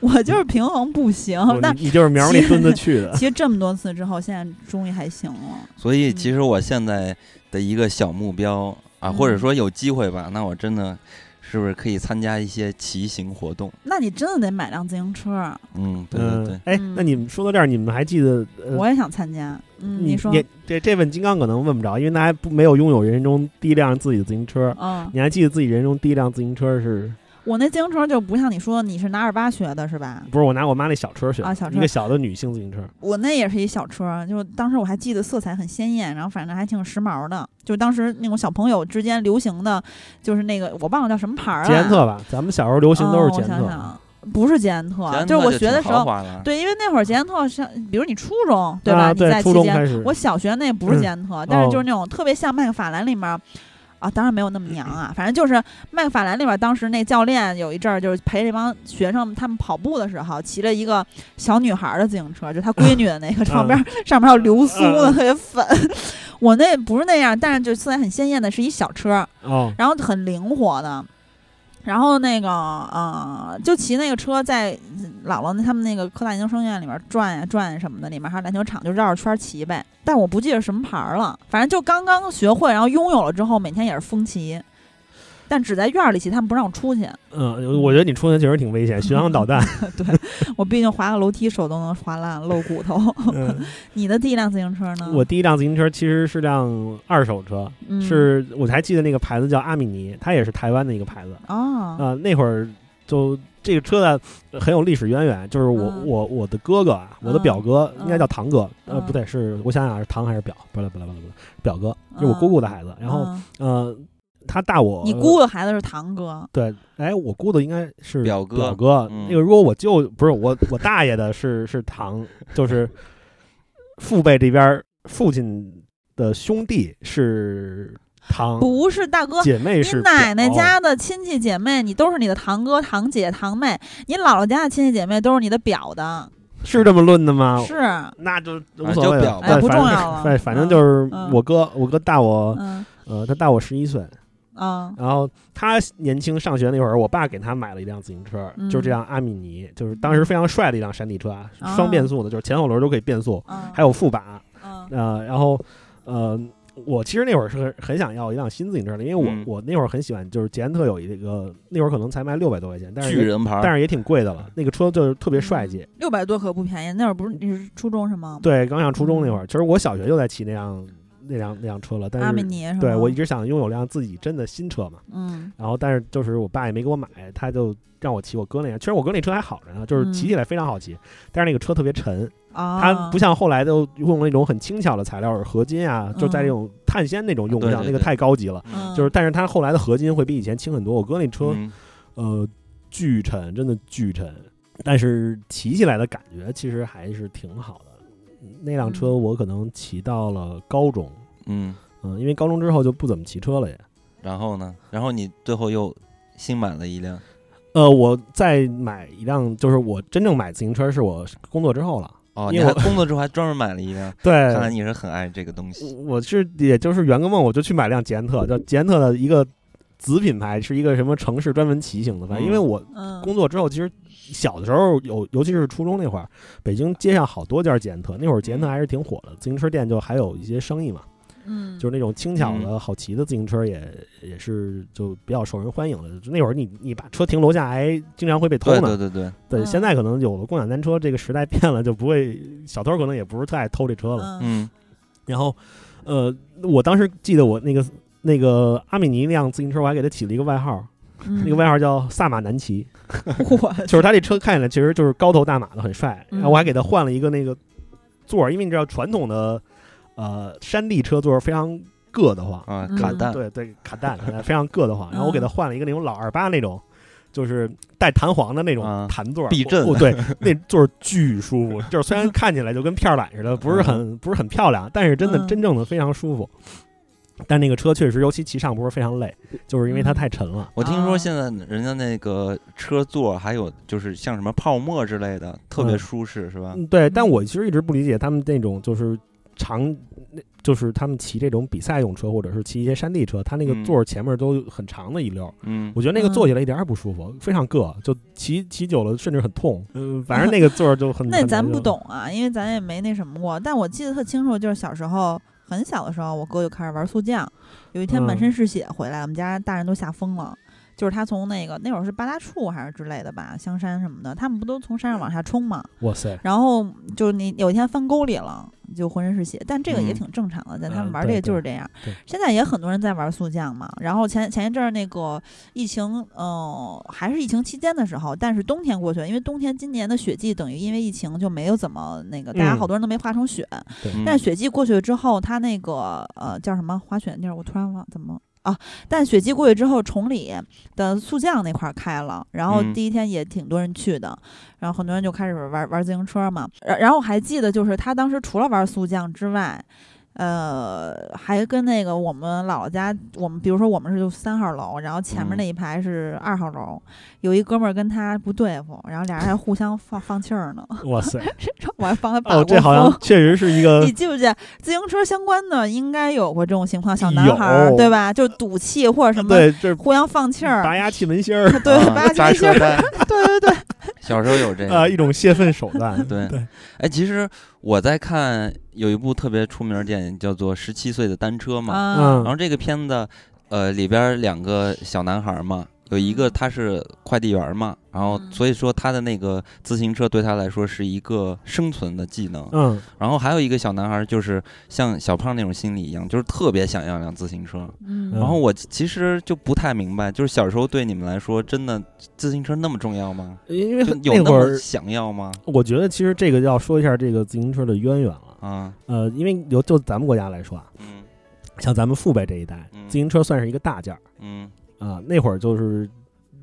Speaker 2: 我就是平衡不行。
Speaker 3: 不
Speaker 2: 但
Speaker 3: 你你就是瞄着那墩子去的。
Speaker 2: 骑了这么多次之后，现在终于还行了。
Speaker 1: 所以其实我现在的一个小目标啊，
Speaker 2: 嗯
Speaker 1: 或者说有机会吧，那我真的是不是可以参加一些骑行活动？
Speaker 2: 那你真的得买辆自行车啊，
Speaker 1: 嗯， 对对对
Speaker 3: 嗯，。哎，那你们说到这儿，你们还记得呃
Speaker 2: 我也想参加。嗯，
Speaker 3: 你
Speaker 2: 说，
Speaker 3: 你这这问金刚可能问不着，因为他还不没有拥有人生中第一辆自己的自行车。
Speaker 2: 嗯，
Speaker 3: 你还记得自己人生中第一辆自行车是？
Speaker 2: 我那自行车就不像你说你是拿二八学的是吧？
Speaker 3: 不是我拿我妈那小车学的
Speaker 2: 啊小车
Speaker 3: 一个小的女性自行车。
Speaker 2: 我那也是一小车，就是当时我还记得色彩很鲜艳，然后反正还挺时髦的，就是当时那种小朋友之间流行的，就是那个我忘了叫什么牌儿了。
Speaker 3: 捷安特吧，咱们小时候流行都是
Speaker 2: 嗯
Speaker 3: 捷
Speaker 2: 啊我
Speaker 3: 安特。
Speaker 2: 想想，不是捷安特，就是我学的时候，
Speaker 1: 候，
Speaker 2: 对，因为那会儿捷安特像，比如你初中对吧？
Speaker 3: 啊，
Speaker 2: 你在
Speaker 3: 对，初
Speaker 2: 期
Speaker 3: 中
Speaker 2: 间
Speaker 3: 开始。
Speaker 2: 我小学那不是捷安特，但是就是那种特别像麦克法兰里面儿。啊，当然没有那么娘啊，反正就是麦克法兰里面儿，当时那教练有一阵儿就是陪这帮学生他们跑步的时候，骑了一个小女孩儿的自行车，就她闺女的那个上边儿、 上面还有流苏的，
Speaker 3: 嗯嗯
Speaker 2: 特别粉。 我那不是那样，但是就色彩很鲜艳的，是一小车，
Speaker 3: 哦，
Speaker 2: 然后很灵活的。然后那个呃，就骑那个车在姥姥那他们那个科大研究生院里面转呀转呀什么的，里面还有篮球场，就绕着圈儿骑呗。但我不记得什么牌儿了，反正就刚刚学会，然后拥有了之后，每天也是疯骑，但只在院儿里骑，他们不让我出去。
Speaker 3: 嗯，我觉得你出门确实挺 危险，巡航导弹。
Speaker 2: 我毕竟滑个楼梯手都能滑烂，露骨头。
Speaker 3: 嗯，
Speaker 2: 你的第一辆自行车呢？
Speaker 3: 我第一辆自行车其实是辆二手车，
Speaker 2: 嗯
Speaker 3: 是我还记得那个牌子叫阿米尼，它也是台湾的一个牌子。
Speaker 2: 哦，
Speaker 3: 啊，那会儿就这个车呢很有历史渊源，就是我、
Speaker 2: 嗯
Speaker 3: 我我的哥哥啊，我的表哥、
Speaker 2: 嗯
Speaker 3: 应该叫堂哥，呃，
Speaker 2: 嗯
Speaker 3: 不对，是我想想啊，是堂还是表？不对不对不对不对，表哥，就是我姑姑的孩子。然后
Speaker 2: 嗯
Speaker 3: 呃，他大我
Speaker 2: 你姑的孩子是堂哥，
Speaker 3: 对，哎，我姑的应该是
Speaker 1: 表
Speaker 3: 哥，
Speaker 1: 哥
Speaker 3: 表哥。
Speaker 1: 嗯
Speaker 3: 那个如果我舅不是我我大爷的是是堂，就是父辈这边儿父亲的兄弟是堂，
Speaker 2: 不是大 哥。
Speaker 3: 姐妹
Speaker 2: 你
Speaker 3: 是
Speaker 2: 奶奶
Speaker 3: 表哦
Speaker 2: 家的亲戚姐妹，你都是你的堂哥、堂姐、堂妹；你姥姥家的亲戚姐妹都是你的表
Speaker 3: 啊
Speaker 2: 的，
Speaker 3: 是这么论的吗？
Speaker 2: 是，
Speaker 3: 那就无
Speaker 1: 啊
Speaker 3: 所谓
Speaker 1: 就
Speaker 3: 了
Speaker 1: 表，吧
Speaker 3: 对
Speaker 2: 哎不
Speaker 3: 反正
Speaker 2: 重要了
Speaker 3: 对，反
Speaker 2: 嗯
Speaker 3: 正就是
Speaker 2: 嗯
Speaker 3: 我哥，我哥大我，
Speaker 2: 嗯
Speaker 3: 呃，他大我十一岁。
Speaker 2: 啊，
Speaker 3: 然后他年轻上学那会儿，我爸给他买了一辆自行车，
Speaker 2: 嗯
Speaker 3: 就是这辆阿米尼，就是当时非常帅的一辆山地车啊，
Speaker 2: 啊
Speaker 3: 双变速的，就是前后轮都可以变速，
Speaker 2: 嗯
Speaker 3: 还有副把。
Speaker 2: 嗯
Speaker 3: 呃，然后呃，我其实那会儿是很很想要一辆新自行车的，因为我、
Speaker 1: 嗯
Speaker 3: 我那会儿很喜欢，就是捷安特有一个那会儿可能才卖六百多块钱，但
Speaker 1: 巨
Speaker 3: 是也
Speaker 1: 人牌
Speaker 3: 但
Speaker 1: 儿，
Speaker 3: 是也挺贵的了，那个车就是特别帅气。
Speaker 2: 六百多可不便宜，那会儿不是你是初中是吗？
Speaker 3: 对，刚上初中那会儿，其实我小学就在骑那辆那辆那辆车了，但
Speaker 2: 嗯
Speaker 3: 是
Speaker 2: 阿美尼是吗？
Speaker 3: 对我一直想拥有辆自己真的新车嘛，
Speaker 2: 嗯
Speaker 3: 然后但是就是我爸也没给我买，他就让我骑我哥那辆。其实我哥那车还好着呢，就是骑起
Speaker 2: 嗯
Speaker 3: 来非常好骑，但是那个车特别沉，
Speaker 2: 啊，
Speaker 3: 它不像后来都用那种很轻巧的材料，合金啊，就在这种碳纤那种用不
Speaker 1: 啊对
Speaker 3: 上，
Speaker 1: 对
Speaker 3: 那个
Speaker 1: 对
Speaker 3: 太高级了。
Speaker 2: 嗯
Speaker 3: 就是，但是它后来的合金会比以前轻很多。我哥那车，
Speaker 1: 嗯
Speaker 3: 呃，巨沉，真的巨沉，但是骑起来的感觉其实还是挺好的。那辆车
Speaker 2: 嗯
Speaker 3: 我可能骑到了高中，
Speaker 1: 嗯，
Speaker 3: 嗯，因为高中之后就不怎么骑车了也。
Speaker 1: 然后呢？然后你最后又新买了一辆，
Speaker 3: 呃，我再买一辆，就是我真正买自行车是我工作之后了。
Speaker 1: 哦，
Speaker 3: 因
Speaker 1: 你
Speaker 3: 为
Speaker 1: 还
Speaker 3: 我
Speaker 1: 工作之后还专门买了一辆，
Speaker 2: 哎
Speaker 1: 看来
Speaker 3: 对，
Speaker 1: 你是很爱这个东
Speaker 2: 嗯
Speaker 1: 西。
Speaker 3: 我是也就是圆个梦，我就去买辆捷安特，叫捷安特的一个子品牌，是一个什么城市专门骑行的。反正因为
Speaker 1: 嗯
Speaker 3: 我
Speaker 2: 嗯，
Speaker 3: 工作之后，其实小的时候有，尤其是初中那会儿，北京街上好多家捷安特，那会儿捷安特还是挺火的，自行车店就还有一些生意嘛，
Speaker 2: 嗯，
Speaker 3: 就是那种轻巧的
Speaker 1: 嗯
Speaker 3: 好骑的自行车也也是就比较受人欢迎的。就那会儿你你把车停楼下，还经常会被偷
Speaker 1: 对
Speaker 3: 呢。
Speaker 1: 对对对，
Speaker 3: 对，
Speaker 2: 嗯
Speaker 3: 现在可能有了共享单车，这个时代变了，就不会小偷可能也不是特爱偷这车了。
Speaker 2: 嗯
Speaker 1: 嗯
Speaker 3: 然后，呃，我当时记得我那个那个阿米尼那辆自行车，我还给它起了一个外号，
Speaker 2: 嗯
Speaker 3: 那个外号叫“萨马南骑
Speaker 2: 我”，
Speaker 3: 就是它这车看起来其实就是高头大马的，很帅。
Speaker 2: 嗯
Speaker 3: 然后我还给它换了一个那个座儿，因为你知道传统的呃山地车座儿非常硌得慌，
Speaker 1: 啊，
Speaker 2: 嗯
Speaker 1: 卡蛋，
Speaker 3: 对对，卡蛋非常硌得慌。然后我给它换了一个那种老二八那种，就是带弹簧的那种
Speaker 1: 啊
Speaker 3: 弹座儿，
Speaker 1: 避震
Speaker 3: 哦，对，那座儿巨舒服。就是虽然看起来就跟片儿懒
Speaker 1: 嗯
Speaker 3: 似的，不是很不是很漂亮，但是真的
Speaker 2: 嗯
Speaker 3: 真正的非常舒服。但那个车确实，尤其骑上坡非常累，就是因为它
Speaker 2: 嗯
Speaker 3: 太沉了。
Speaker 1: 我听说
Speaker 2: 啊
Speaker 1: 现在人家那个车座还有就是像什么泡沫之类的，特别
Speaker 3: 嗯
Speaker 1: 舒适，是吧？
Speaker 3: 嗯，对。但我其实一直不理解他们那种就是长，那就是他们骑这种比赛用车，或者是骑一些山地车，它那个
Speaker 1: 嗯
Speaker 3: 座儿前面都很长的一溜儿，
Speaker 1: 嗯，
Speaker 3: 我觉得那个坐起来一点儿也不舒服，非常硌，就骑骑久了甚至很痛。嗯、反正那个座儿就 很
Speaker 2: 那
Speaker 3: 很
Speaker 2: 咱
Speaker 3: 难
Speaker 2: 不
Speaker 3: 受
Speaker 2: 懂啊，因为咱也没那什么过。但我记得特清楚，就是小时候很小的时候，我哥就开始玩速降。有一天满
Speaker 3: 嗯
Speaker 2: 身是血回来，我们家大人都吓疯了。就是他从那个那会儿是八大处还是之类的吧，香山什么的，他们不都从山上往下冲嘛？
Speaker 3: 哇 塞，
Speaker 2: 然后就是你有一天翻沟里了，就浑身是血，但这个也
Speaker 1: 嗯
Speaker 2: 挺正常的，在他
Speaker 3: 嗯
Speaker 2: 们玩
Speaker 3: 对
Speaker 2: 这个就
Speaker 3: 对
Speaker 2: 是这样
Speaker 3: 对。
Speaker 2: 现在也很多人在玩速降嘛。然后前前一阵儿那个疫情，嗯、还是疫情期间的时候，但是冬天过去了，因为冬天今年的雪季等于因为疫情就没有怎么那个，大家
Speaker 3: 嗯
Speaker 2: 好多人都没滑成雪。
Speaker 1: 嗯
Speaker 2: 但雪季过去了之后，它那个呃叫什么滑雪那地儿，我突然忘怎么啊。但雪季过去之后，崇礼的速降那块儿开了，然后
Speaker 1: 嗯
Speaker 2: 第一天也挺多人去的，然后很多人就开始玩玩自行车嘛。然然后我还记得，就是他当时除了玩速降之外。呃，还跟那个我们姥姥家，我们比如说我们是就三号楼，然后前
Speaker 1: 嗯
Speaker 2: 面那一排是二号楼，有一哥们儿跟他不对付，然后俩人还互相放放气儿呢，
Speaker 3: 哇塞，
Speaker 2: 我还帮他把
Speaker 3: 哦，这好像确实是一个
Speaker 2: 你记不记得自行车相关的应该有过这种情况？小男孩儿
Speaker 3: 有
Speaker 2: 对吧？就是赌气或者什么，
Speaker 3: 对，这是
Speaker 2: 互相放气儿，
Speaker 3: 拔牙气门芯儿
Speaker 2: 对，
Speaker 1: 啊
Speaker 2: 拔
Speaker 1: 扎
Speaker 2: 气
Speaker 1: 车
Speaker 2: 儿，
Speaker 1: 带，
Speaker 2: 对对 对，
Speaker 1: 小时候有这个
Speaker 3: 啊，一种泄愤手 段。
Speaker 1: 对
Speaker 3: 对，
Speaker 1: 哎，其实我在看有一部特别出名的电影，叫做《十七岁的单车》嘛。
Speaker 2: 啊
Speaker 3: 嗯
Speaker 1: 然后这个片子，呃，里边儿两个小男孩儿嘛，有一个他是快递员嘛，然后
Speaker 2: 嗯
Speaker 1: 所以说他的那个自行车对他来说是一个生存的技能。
Speaker 3: 嗯，
Speaker 1: 然后还有一个小男孩，就是像小胖那种心理一样，就是特别想要辆自行车。
Speaker 2: 嗯，
Speaker 1: 然后我其实就不太明白，就是小时候对你们来说，真的自行车那么重要吗？
Speaker 3: 因为
Speaker 1: 就有
Speaker 3: 那
Speaker 1: 那
Speaker 3: 会
Speaker 1: 么
Speaker 3: 儿，
Speaker 1: 想要吗？
Speaker 3: 我觉得其实这个要说一下这个自行车的渊源了。
Speaker 1: 啊，
Speaker 3: 呃，因为有就咱们国家来说啊，
Speaker 1: 嗯
Speaker 3: 像咱们父辈这一代，
Speaker 1: 嗯
Speaker 3: 自行车算是一个大件儿
Speaker 1: 嗯
Speaker 3: 啊、那会儿就是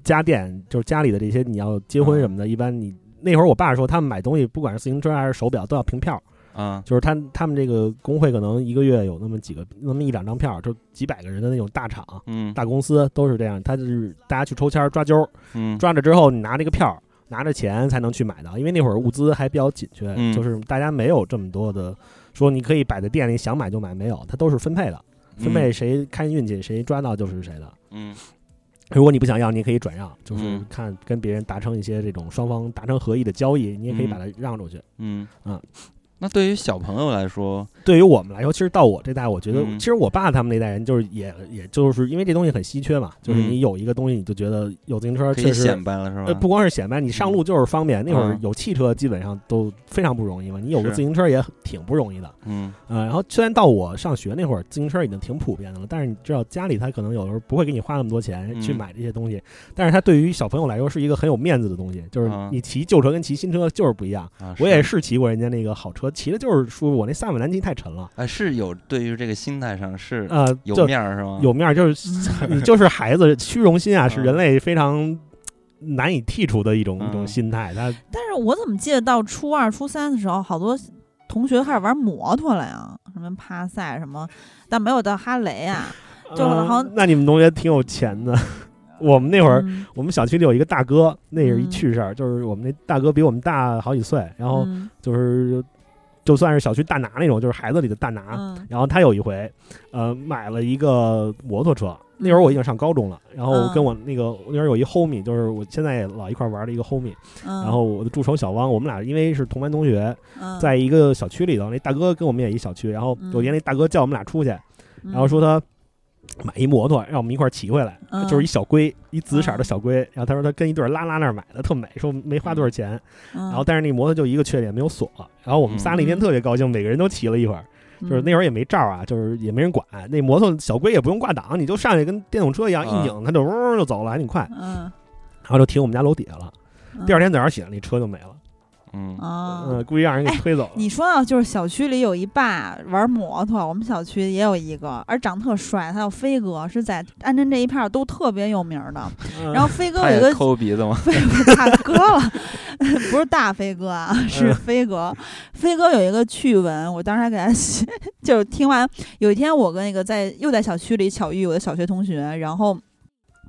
Speaker 3: 家电，就是家里的这些，你要结婚什
Speaker 1: 嗯
Speaker 3: 么的，一般你那会儿我爸说，他们买东西不管是自行车还是手表都要凭票，
Speaker 1: 啊
Speaker 3: 就是他他们这个工会可能一个月有那么几个那么一两张票，就几百个人的那种大厂。
Speaker 1: 嗯
Speaker 3: 大公司都是这样，他就是大家去抽签儿抓阄儿，
Speaker 1: 嗯
Speaker 3: 抓着之后你拿这个票儿，拿着钱才能去买到，因为那会儿物资还比较紧缺，
Speaker 1: 嗯
Speaker 3: 就是大家没有这么多的说你可以摆在店里想买就买，没有，它都是分配的，分配谁看运气谁抓到就是谁的。
Speaker 1: 嗯
Speaker 3: 如果你不想要，你也可以转让，就是
Speaker 1: 嗯
Speaker 3: 看跟别人达成一些这种双方达成合意的交易，你也可以
Speaker 1: 嗯
Speaker 3: 把它让出去。
Speaker 1: 嗯
Speaker 3: 啊
Speaker 1: 那对于小朋友来说，
Speaker 3: 对于我们来说，其实到我这代，我觉得、
Speaker 1: 嗯
Speaker 3: 其实我爸他们那代人就是也也就是因为这东西很稀缺嘛，就是
Speaker 1: 嗯
Speaker 3: 你有一个东西，你就觉得有自行车
Speaker 1: 可
Speaker 3: 确
Speaker 1: 以
Speaker 3: 实
Speaker 1: 显摆了是吧？
Speaker 3: 呃，不光是显摆，你上路就是方便。那会儿
Speaker 1: 嗯
Speaker 3: 有汽车，基本上都非常不容易嘛。你有个
Speaker 1: 是
Speaker 3: 自行车也挺不容易的。
Speaker 1: 嗯
Speaker 3: 呃，然后虽然到我上学那会儿，自行车已经挺普遍的了，但是你知道家里他可能有时候不会给你花那么多钱
Speaker 1: 嗯
Speaker 3: 去买这些东西，但是他对于小朋友来说是一个很有面子的东西，就是
Speaker 1: 嗯
Speaker 3: 你骑旧车跟骑新车就是不一样。
Speaker 1: 啊，
Speaker 3: 我也是骑过人家那个好车，骑的就是舒服。我那萨美兰骑太沉了，
Speaker 1: 啊，是有对于这个心态上是
Speaker 3: 呃，
Speaker 1: 有
Speaker 3: 就
Speaker 1: 面儿是吗？
Speaker 3: 有面儿，就是 你就是孩子虚荣心啊，是人类非常难以剔除的一种一种
Speaker 1: 嗯
Speaker 3: 心态。他
Speaker 2: 但是我怎么记得到初二、初三的时候，好多同学开始玩摩托了呀，什么帕赛啊什么，但没有到哈雷啊。就是
Speaker 3: 啊
Speaker 2: 好像
Speaker 3: 那你们同学挺有钱 的。我们那会儿，
Speaker 2: 嗯
Speaker 3: 我们小区里有一个大哥，那是一
Speaker 2: 嗯
Speaker 3: 趣事儿，就是我们那大哥比我们大好几岁，然后
Speaker 2: 嗯
Speaker 3: 就是就算是小区大拿那种，就是孩子里的大拿。
Speaker 2: 嗯
Speaker 3: 然后他有一回，呃，买了一个摩托车。那会儿我已经上高中了，然后
Speaker 2: 嗯
Speaker 3: 跟我那个我那会儿有一 homie，就是我现在也老一块儿玩的一个 homie，
Speaker 2: 嗯，
Speaker 3: 然后我的助手小汪，我们俩因为是同班同学，
Speaker 2: 嗯
Speaker 3: 在一个小区里头，那大哥跟我们也一小区，然后有一天那大哥叫我们俩出去，然后说他买一摩托，让我们一块儿骑回来，
Speaker 2: 嗯
Speaker 3: 就是一小龟，一紫色的小龟。然后他说他跟一对拉拉那儿买的，特美，说没花多少钱。
Speaker 2: 嗯，
Speaker 3: 然后但是那摩托就一个缺点，没有锁。然后我们仨那天
Speaker 2: 嗯
Speaker 3: 特别高兴，每个人都骑了一会儿。就是那会儿也没罩啊，就是也没人管。那摩托小龟也不用挂档，你就上去跟电动车一样一
Speaker 1: 啊
Speaker 3: 拧，它就嗡嗡就走了，还挺快。
Speaker 2: 嗯，
Speaker 3: 然后就停我们家楼底下了。
Speaker 2: 嗯，
Speaker 3: 第二天早上起来，那车就没了，
Speaker 1: 嗯
Speaker 2: 啊，
Speaker 3: 嗯，故意让人给
Speaker 2: 哎
Speaker 3: 推走了。
Speaker 2: 你说到就是小区里有一爸玩摩托，我们小区也有一个，而长得特帅，他叫飞哥，是在安贞这一片儿都特别有名儿的。然后飞
Speaker 1: 嗯
Speaker 2: 哥
Speaker 1: 他
Speaker 2: 有一
Speaker 1: 也
Speaker 2: 个
Speaker 1: 抠鼻子吗？
Speaker 2: 飞 哥大哥了，不是大飞哥啊，是飞哥。
Speaker 1: 嗯
Speaker 2: 飞哥有一个趣闻，我当时还给他写， 就是听完有一天我跟那个在又在小区里巧遇我的小学同学，然后。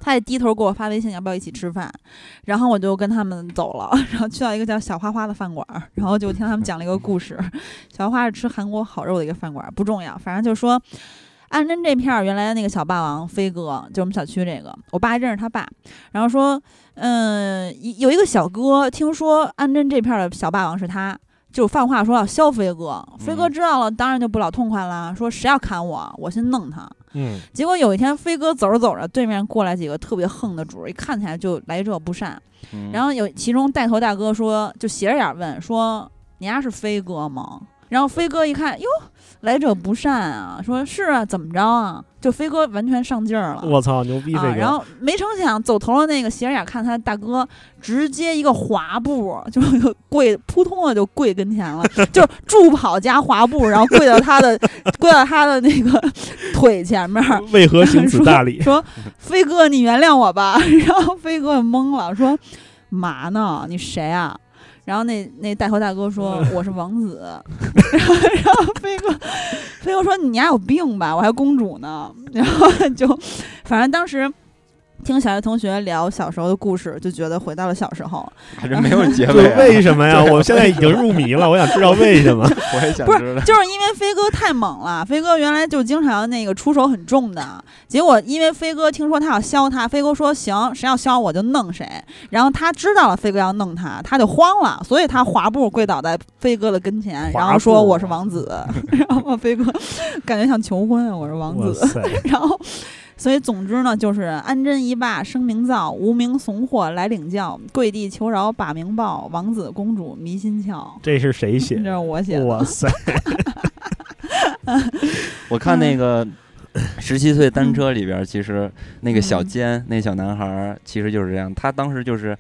Speaker 2: 他也低头给我发微信，要不要一起吃饭？然后我就跟他们走了， 然后去到一个叫小花花的饭馆儿，然后就听他们讲了一个故事。小花花是吃韩国好肉的一个饭馆儿，不重要，反正就是说，安贞这片儿原来的那个小霸王飞哥，就我们小区这个，我爸认识他爸，然后说嗯，一有一个小哥，听说安贞这片儿的小霸王是他，就放话说要削飞哥。飞哥
Speaker 1: 嗯
Speaker 2: 知道了，当然就不老痛快啦，说谁要砍我，我先弄他。
Speaker 3: 嗯
Speaker 2: 结果有一天，飞哥走着走着，对面过来几个特别横的主儿，一看起来就来者不善。
Speaker 1: 嗯
Speaker 2: 然后有其中带头大哥说，就斜着眼问说：“你丫是飞哥吗？”然后飞哥一看，哟，来者不善啊，说是啊，怎么着啊？就飞哥完全上劲 儿了。
Speaker 3: 我操，牛逼！这
Speaker 2: 啊，然
Speaker 3: 个
Speaker 2: 后没成想走头的那个斜着眼看他大哥，直接一个滑步就 就跪，扑通的就跪跟前了，就是助跑加滑步，然后跪到他的 跪到他的那个腿前面儿。
Speaker 3: 为何行此大 礼？
Speaker 2: 说飞哥，你原谅我吧。 然后飞哥懵了，说嘛呢？你谁啊？然后那那带头大哥说
Speaker 3: 嗯
Speaker 2: 我是王子， 然后然后飞哥飞哥说你家有病吧？我还公主呢。 然后就反正当时听小学同学聊小时候的故事，就觉得回到了小时候。
Speaker 1: 还是没有结
Speaker 3: 对
Speaker 1: 尾，啊，
Speaker 3: 为什么 呀？我现在已经入迷了，我想知道为什么。
Speaker 1: 我也想
Speaker 2: 不是
Speaker 1: 知道。
Speaker 2: 就是因为飞哥太猛了，飞哥原来就经常那个出手很重的，结果因为飞哥听说他要削他，飞哥说行，谁要削我就弄谁，然后他知道了飞哥要弄他，他就慌了，所以他滑步跪倒在飞哥的跟前，
Speaker 3: 滑步
Speaker 2: 然后说 我是王子，然后飞哥感觉像求婚啊，我是王
Speaker 3: 哇
Speaker 2: 子，
Speaker 3: 塞，
Speaker 2: 然后所以总之呢，就是安贞一霸声名噪，无名怂货来领教，跪地求饶把名报，王子公主迷心窍。
Speaker 3: 这是谁写
Speaker 2: 这
Speaker 3: 的？
Speaker 2: 是我写的，
Speaker 3: 哇塞！
Speaker 1: 我看
Speaker 2: 嗯
Speaker 1: 那个十七岁单车里边儿，其实那个小
Speaker 2: 嗯
Speaker 1: 坚、那小男孩儿其实就是这样，他当时就是。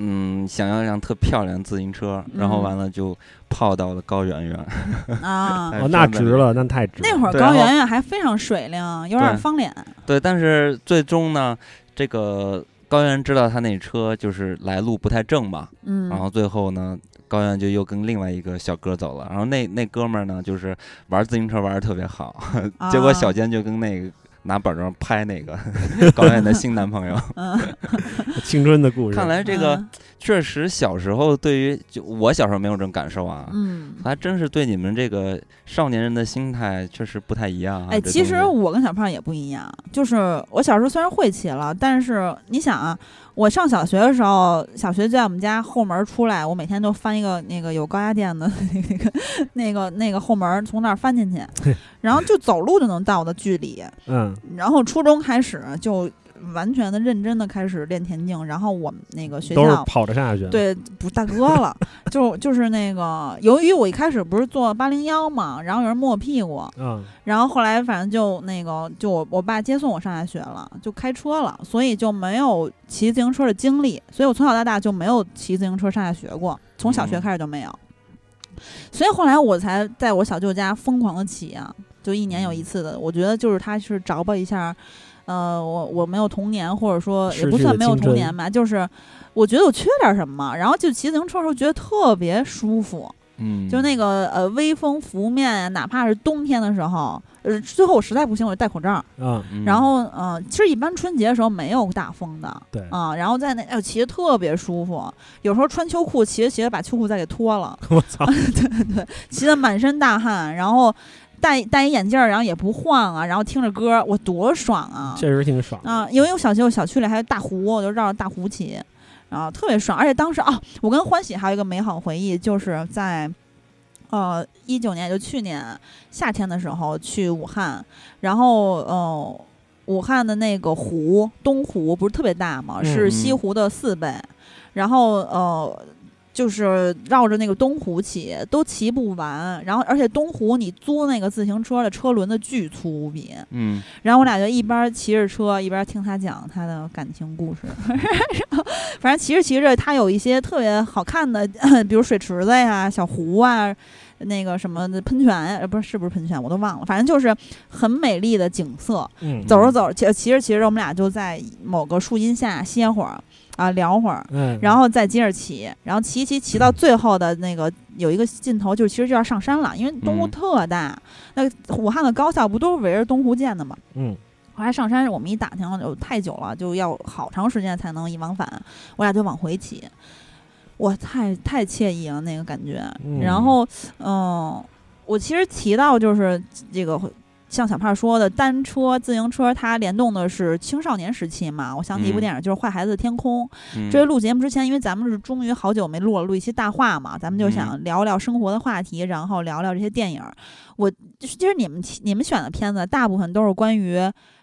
Speaker 1: 嗯，想要一辆特漂亮的自行车，然后
Speaker 2: 嗯
Speaker 1: 完了就泡到了高圆 圆。
Speaker 2: 啊。
Speaker 1: 哎
Speaker 3: 哦，那
Speaker 1: 真的
Speaker 3: 值了，那太值了。
Speaker 2: 那会儿
Speaker 1: 对
Speaker 2: 高
Speaker 1: 然后
Speaker 2: 圆圆还非常水灵，有点
Speaker 1: 对
Speaker 2: 方脸。
Speaker 1: 对，但是最终呢，这个高圆圆知道他那车就是来路不太正嘛，
Speaker 2: 嗯，
Speaker 1: 然后最后呢，高圆圆就又跟另外一个小哥走了。然后那那哥们儿呢，就是玩自行车玩的特别好，结果小
Speaker 2: 啊
Speaker 1: 坚就跟那个拿板砖拍那个 高圆圆的新男朋友。
Speaker 2: 嗯，
Speaker 3: 青春的故事，
Speaker 1: 看来 这
Speaker 2: 啊
Speaker 1: 个啊确实小时候对于就我小时候没有这种感受啊。
Speaker 2: 嗯，嗯
Speaker 1: 还真是对你们这个少年人的心态确实不太一样、啊。
Speaker 2: 哎，
Speaker 1: 这
Speaker 2: 其实
Speaker 1: 东西
Speaker 2: 我跟小胖也不一样，就是我小时候虽然会骑了，但是你想啊，我上小学的时候，小学就在我们家后门出来，我每天都翻一个那个有高压电的 那个那个那个后门，从那儿翻进去，然后就走路就能到的距离。
Speaker 3: 嗯，
Speaker 2: 然后初中开始就完全的认真的开始练田径，然后我们那个学
Speaker 3: 都是
Speaker 2: 校。
Speaker 3: 跑着上学。，
Speaker 2: 对，不大哥了， 就就是那个，由于我一开始不是做八零幺嘛，然后有人摸我屁股，
Speaker 3: 嗯，
Speaker 2: 然后后来反正就那个，就我我爸接送我上下学了，就开车了，所以就没有骑自行车的经历，所以我从小到大就没有骑自行车上下学过，从小学
Speaker 1: 嗯
Speaker 2: 开始就没有。所以后来我才在我小舅家疯狂的骑啊，就一年有
Speaker 3: 嗯
Speaker 2: 一次的，我觉得就是他是着吧一下。呃，我我没有童年，或者说也
Speaker 3: 逝
Speaker 2: 不
Speaker 3: 去
Speaker 2: 算
Speaker 3: 的
Speaker 2: 没有
Speaker 3: 青
Speaker 2: 童
Speaker 3: 春
Speaker 2: 年吧，就是我觉得我缺点什么，然后就骑自行车的时候觉得特别舒服，
Speaker 1: 嗯，
Speaker 2: 就那个呃微风拂面呀，哪怕是冬天的时候，呃，最后我实在不行我就戴口罩。
Speaker 3: 嗯，
Speaker 1: 嗯，
Speaker 2: 然后呃，其实一般春节的时候没有大风的
Speaker 3: 对，
Speaker 2: 啊、然后在那哎呦骑的特别舒服，有时候穿秋裤骑着骑着把秋裤再给脱了，
Speaker 3: 我操，
Speaker 2: 啊骑得满身大汗，然后戴戴一眼镜儿，然后也不晃啊，然后听着歌，我多爽啊！
Speaker 3: 确实挺爽的。
Speaker 2: 啊，因为我小学我小区里还有大湖，我就绕着大湖骑，然后特别爽。而且当时啊，我跟欢喜还有一个美好回忆，就是在呃一九年，也就去年夏天的时候去武汉，然后呃武汉的那个湖东湖不是特别大嘛，是西
Speaker 1: 嗯
Speaker 2: 湖的四倍，然后呃。就是绕着那个东湖骑，都骑不完。然后，而且东湖你租那个自行车的车轮子巨粗无比，
Speaker 1: 嗯，
Speaker 2: 然后我俩就一边骑着车，一边听他讲他的感情故事。 然后反正骑着骑着，他有一些特别好看的， 比如水池子呀、小湖啊、那个什么的喷泉呀，呃不是是不是喷泉，我都忘了。反正就是很美丽的景色。
Speaker 3: 嗯，
Speaker 2: 走着走着，骑骑着骑着，我们俩就在某个树荫下歇会儿啊，聊会儿。
Speaker 3: 嗯，
Speaker 2: 然后再接着骑，然后骑骑骑到最后的那个有一个尽头，就是其实就要上山了，因为东湖
Speaker 1: 嗯
Speaker 2: 特大，那武汉的高校不都是围着东湖建的吗？
Speaker 3: 嗯，
Speaker 2: 后来上山，我们一打听就太久了，就要好长时间才能一往返，我俩就往回骑，我太太惬意了那个感觉。
Speaker 3: 嗯
Speaker 2: 然后，嗯、我其实提到就是这个。像小胖说的，单车、自行车，它联动的是青少年时期嘛。我想起一部
Speaker 1: 嗯
Speaker 2: 电影，就是《坏孩子的天空》，
Speaker 1: 嗯
Speaker 2: 这回录节目之前，因为咱们是终于好久没录了，录一期大话嘛，咱们
Speaker 3: 嗯
Speaker 2: 就想聊聊生活的话题，然后聊聊这些电影儿。我就是其实你们提你们选的片子，大部分都是关于，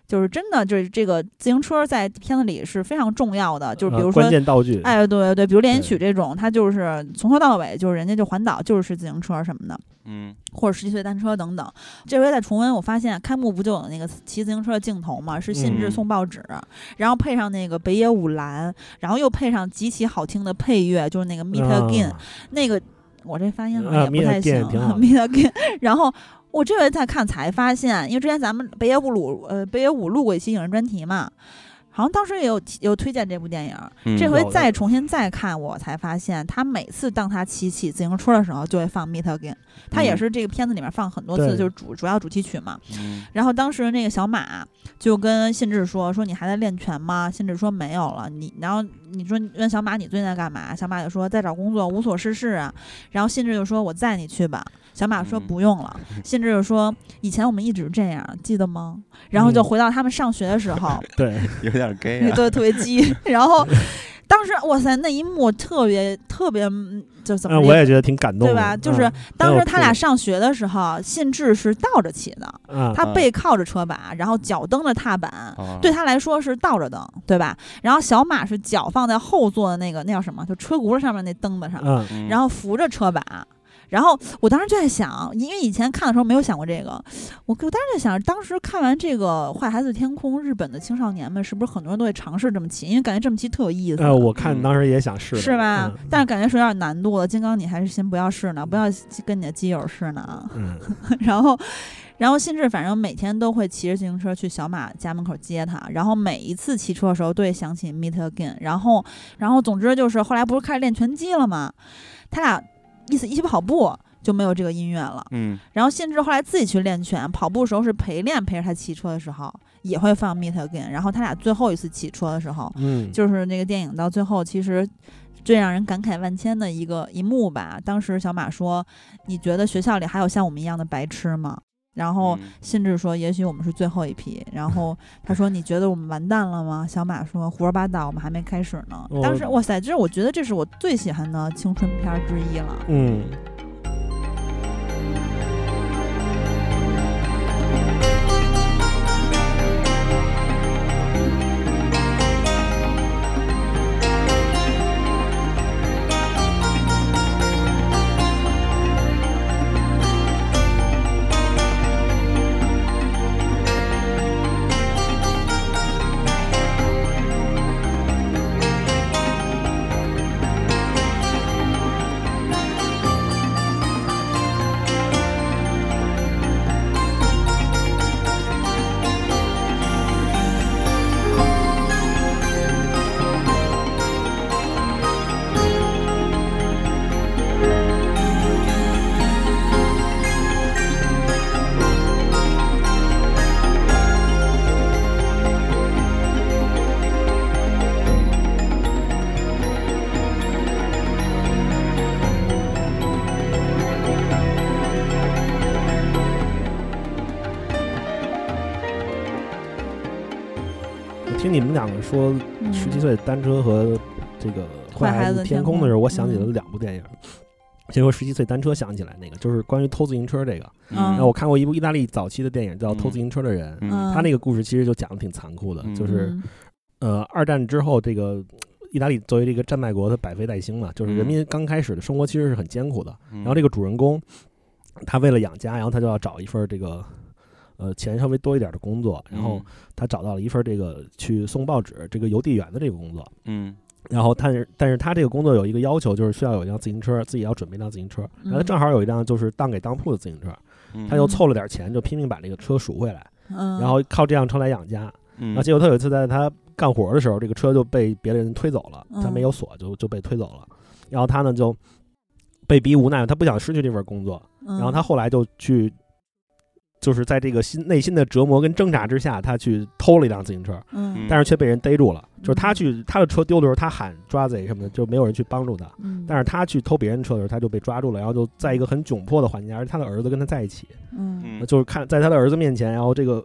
Speaker 2: 就是真的就是这个自行车在片子里是非常重要的，就是比
Speaker 3: 呃
Speaker 2: 如说
Speaker 3: 关。键道具，
Speaker 2: 哎，对对对，比如连音曲
Speaker 3: 对
Speaker 2: 这种，它就是从头到尾就是人家就环岛，就是自行车什么的，
Speaker 1: 嗯
Speaker 2: 或者十七岁单车等等。这回在重温，我发现开幕不就有那个骑自行车的镜头嘛，是信
Speaker 1: 嗯
Speaker 2: 志送报纸，然后配上那个北野武蓝，然后又配上极其好听的配乐，就是那个 Meet Again、
Speaker 3: 啊
Speaker 2: 那个，我这发音好
Speaker 3: 啊
Speaker 2: 像也不
Speaker 3: Meet
Speaker 2: 太
Speaker 3: Again
Speaker 2: 行、
Speaker 3: 挺好的
Speaker 2: Meet Again，然后。我这回再看才发现，因为之前咱们北野武鲁呃北野武录过一期影人专题嘛，好像当时也有提有推荐这部电影，
Speaker 1: 嗯，
Speaker 2: 这回
Speaker 3: 有的
Speaker 2: 再重新再看，我才发现他每次当他骑起自行车的时候，就会放《Meet Again》，他也
Speaker 1: 嗯
Speaker 2: 是这个片子里面放很多次，
Speaker 3: 对
Speaker 2: 就是主主要主题曲嘛。
Speaker 1: 嗯
Speaker 2: 然后当时那个小马就跟信志说：“说你还在练拳吗？”信志说：“没有了。你”然后你说问小马你最近在干嘛？小马就说在找工作，无所事事啊。然后信志就说：“我载你去吧。”小马说：“
Speaker 1: 嗯
Speaker 2: 不用 了。信志就说：“以前我们一直这样，记得吗？”然后就
Speaker 3: 嗯
Speaker 2: 回到他们上学的时候，
Speaker 3: 对，
Speaker 1: 有点 gay
Speaker 2: 对，
Speaker 1: 啊。
Speaker 2: 特别鸡。然后当时哇塞，那一幕特别特别，嗯就怎么
Speaker 3: 嗯，
Speaker 2: 也
Speaker 3: 我也觉得挺感动的，
Speaker 2: 对吧？就是
Speaker 3: 嗯
Speaker 2: 当
Speaker 3: 有
Speaker 2: 时他
Speaker 3: 趣
Speaker 2: 俩上学的时候，信志是倒着骑的，
Speaker 3: 啊，
Speaker 2: 他
Speaker 1: 嗯
Speaker 2: 背靠着车把，然后脚蹬着踏
Speaker 3: 嗯
Speaker 2: 板。
Speaker 1: 哦
Speaker 2: 对他来说是倒着蹬，对吧？然后小马是脚放在后座的那个那叫什么？就车轱辘上面那蹬子上，
Speaker 3: 嗯
Speaker 1: 嗯
Speaker 2: 然后扶着车把。然后我当时就在想，因为以前看的时候没有想过这个，我我当时在想，当时看完这个《坏孩子的天空》，日本的青少年们是不是很多人都会尝试这么骑？因为感觉这么骑特有意思。
Speaker 3: 呃，我看
Speaker 1: 嗯
Speaker 3: 当时也想试的，
Speaker 2: 是吧？
Speaker 3: 嗯
Speaker 2: 但是感觉是有点难度了。金刚，你还是先不要试呢，不要跟你的基友试呢啊。
Speaker 3: 嗯，
Speaker 2: 然后，然后新智反正每天都会骑着自行车去小马家门口接他，然后每一次骑车的时候都会想起 Meet Again。然后，然后总之就是后来不是开始练拳击了吗？他俩一起一起跑步。就没有这个音乐了。
Speaker 1: 嗯
Speaker 2: 然后信智后来自己去练拳，跑步的时候是陪练，陪着他骑车的时候也会放 Meet Again。然后他俩最后一次骑车的时候，
Speaker 3: 嗯，
Speaker 2: 就是那个电影到最后，其实最让人感慨万千的一个一幕吧。当时小马说：“你觉得学校里还有像我们一样的白痴吗？”然后
Speaker 1: 嗯
Speaker 2: 信志说：“也许我们是最后一批。”然后他说：“你觉得我们完蛋了吗？”小马说：“胡说八道，我们还没开始呢。”
Speaker 3: 哦
Speaker 2: 当时哇塞，这是我觉得这是我最喜欢的青春片儿之一了。
Speaker 3: 嗯。我听你们两个说
Speaker 2: 嗯
Speaker 3: 十七岁的单车和这个
Speaker 2: 坏孩
Speaker 3: 孩
Speaker 2: 子
Speaker 3: 子
Speaker 2: 的
Speaker 3: 天
Speaker 2: 天
Speaker 3: 空
Speaker 2: 空
Speaker 3: 的时候，我想起了
Speaker 2: 嗯
Speaker 3: 两部电影。先说十七岁单车，想起来那个就是关于偷自行车这个。
Speaker 2: 嗯
Speaker 3: 然后我看过一部意大利早期的电影叫《偷
Speaker 1: 嗯
Speaker 3: 自行车的人》，
Speaker 1: 嗯
Speaker 3: 他那个故事其实就讲的挺残酷的，
Speaker 1: 嗯
Speaker 3: 就是
Speaker 2: 嗯
Speaker 3: 呃，二战之后，这个意大利作为这个战败国，它百废待兴嘛，就是人民刚开始的生活其实是很艰苦的。
Speaker 1: 嗯
Speaker 3: 然后这个主人公，他为了养家，然后他就要找一份这个呃钱稍微多一点的工作，
Speaker 1: 嗯
Speaker 3: 然后他找到了一份这个去送报纸这个邮递员的这个工作。
Speaker 1: 嗯
Speaker 3: 然后，但是但是他这个工作有一个要求，就是需要有一辆自行车，自己要准备一辆自行车。然后他正好有一辆就是当给当铺的自行车，
Speaker 1: 嗯
Speaker 3: 他又凑了点钱，就拼命把这个车赎回来，
Speaker 2: 嗯，
Speaker 3: 然后靠这辆车来养家。
Speaker 1: 嗯
Speaker 3: 然后结果他有一次在他干活的时候，这个车就被别人推走了，他
Speaker 2: 嗯
Speaker 3: 没有锁就就被推走了。然后他呢就被逼无奈，他不想失去这份工作。
Speaker 2: 嗯，
Speaker 3: 然后他后来就去，就是在这个心内心的折磨跟挣扎之下，他去偷了一辆自行车，
Speaker 2: 嗯，
Speaker 3: 但是却被人逮住了。就是他
Speaker 2: 嗯
Speaker 3: 去他的车丢的时候，他喊抓贼什么的，就没有人去帮助他。
Speaker 2: 嗯，
Speaker 3: 但是他去偷别人车的时候，他就被抓住了，然后就在一个很窘迫的环境下，而且他的儿子跟他在一起，
Speaker 2: 嗯
Speaker 3: 就是看在他的儿子面前，然后这个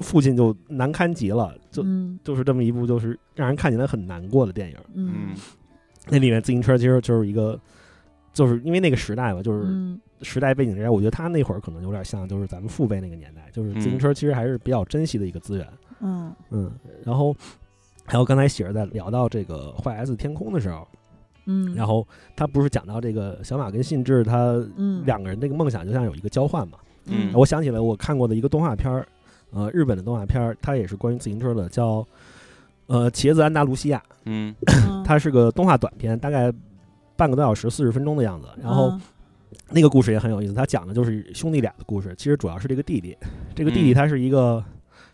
Speaker 3: 父亲就难堪极了，就
Speaker 2: 嗯
Speaker 3: 就是这么一部就是让人看起来很难过的电影。
Speaker 2: 嗯
Speaker 1: 嗯
Speaker 3: 那里面自行车其实就是一个，就是因为那个时代嘛，就是
Speaker 2: 嗯
Speaker 3: 时代背景之下，我觉得他那会儿可能有点像就是咱们父辈那个年代，就是自行车其实还是比较珍惜的一个资源。
Speaker 2: 嗯
Speaker 3: 嗯，然后还有刚才喜儿在聊到这个坏 S 天空的时候，
Speaker 2: 嗯，
Speaker 3: 然后他不是讲到这个小马跟信志他
Speaker 2: 嗯
Speaker 3: 两个人这个梦想就像有一个交换嘛。
Speaker 2: 嗯
Speaker 3: 呃我想起来我看过的一个动画片儿，呃，日本的动画片儿，它也是关于自行车的，叫呃《茄子安达卢西亚》。
Speaker 1: 嗯
Speaker 2: 嗯
Speaker 3: 它是个动画短片，大概半个多小时、四十分钟的样子。然后
Speaker 2: 嗯
Speaker 3: 那个故事也很有意思，它讲的就是兄弟俩的故事。其实主要是这个弟弟，这个弟弟
Speaker 1: 嗯
Speaker 3: 他是一个，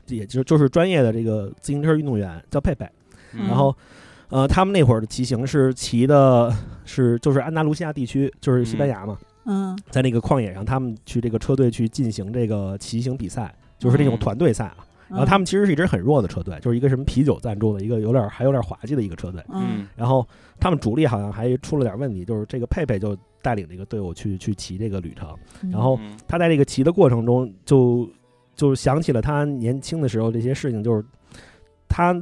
Speaker 3: 也就就是专业的这个自行车运动员，叫佩佩。
Speaker 1: 嗯
Speaker 3: 然后，呃，他们那会儿的骑行是骑的是就是安达卢西亚地区，就是西班牙嘛，
Speaker 2: 嗯
Speaker 3: 在那个旷野上，他们去这个车队去进行这个骑行比赛，就是那种
Speaker 1: 嗯
Speaker 3: 团队赛啊。然后
Speaker 2: 嗯
Speaker 3: 他们其实是一支很弱的车队，就是一个什么啤酒赞助的一个有点儿还有点儿滑稽的一个车队。
Speaker 2: 嗯
Speaker 3: 然后他们主力好像还出了点问题，就是这个佩佩就带领这个队伍去去骑这个旅程，
Speaker 2: 嗯
Speaker 3: 然后
Speaker 1: 嗯
Speaker 3: 他在这个骑的过程中就就想起了他年轻的时候这些事情，就是他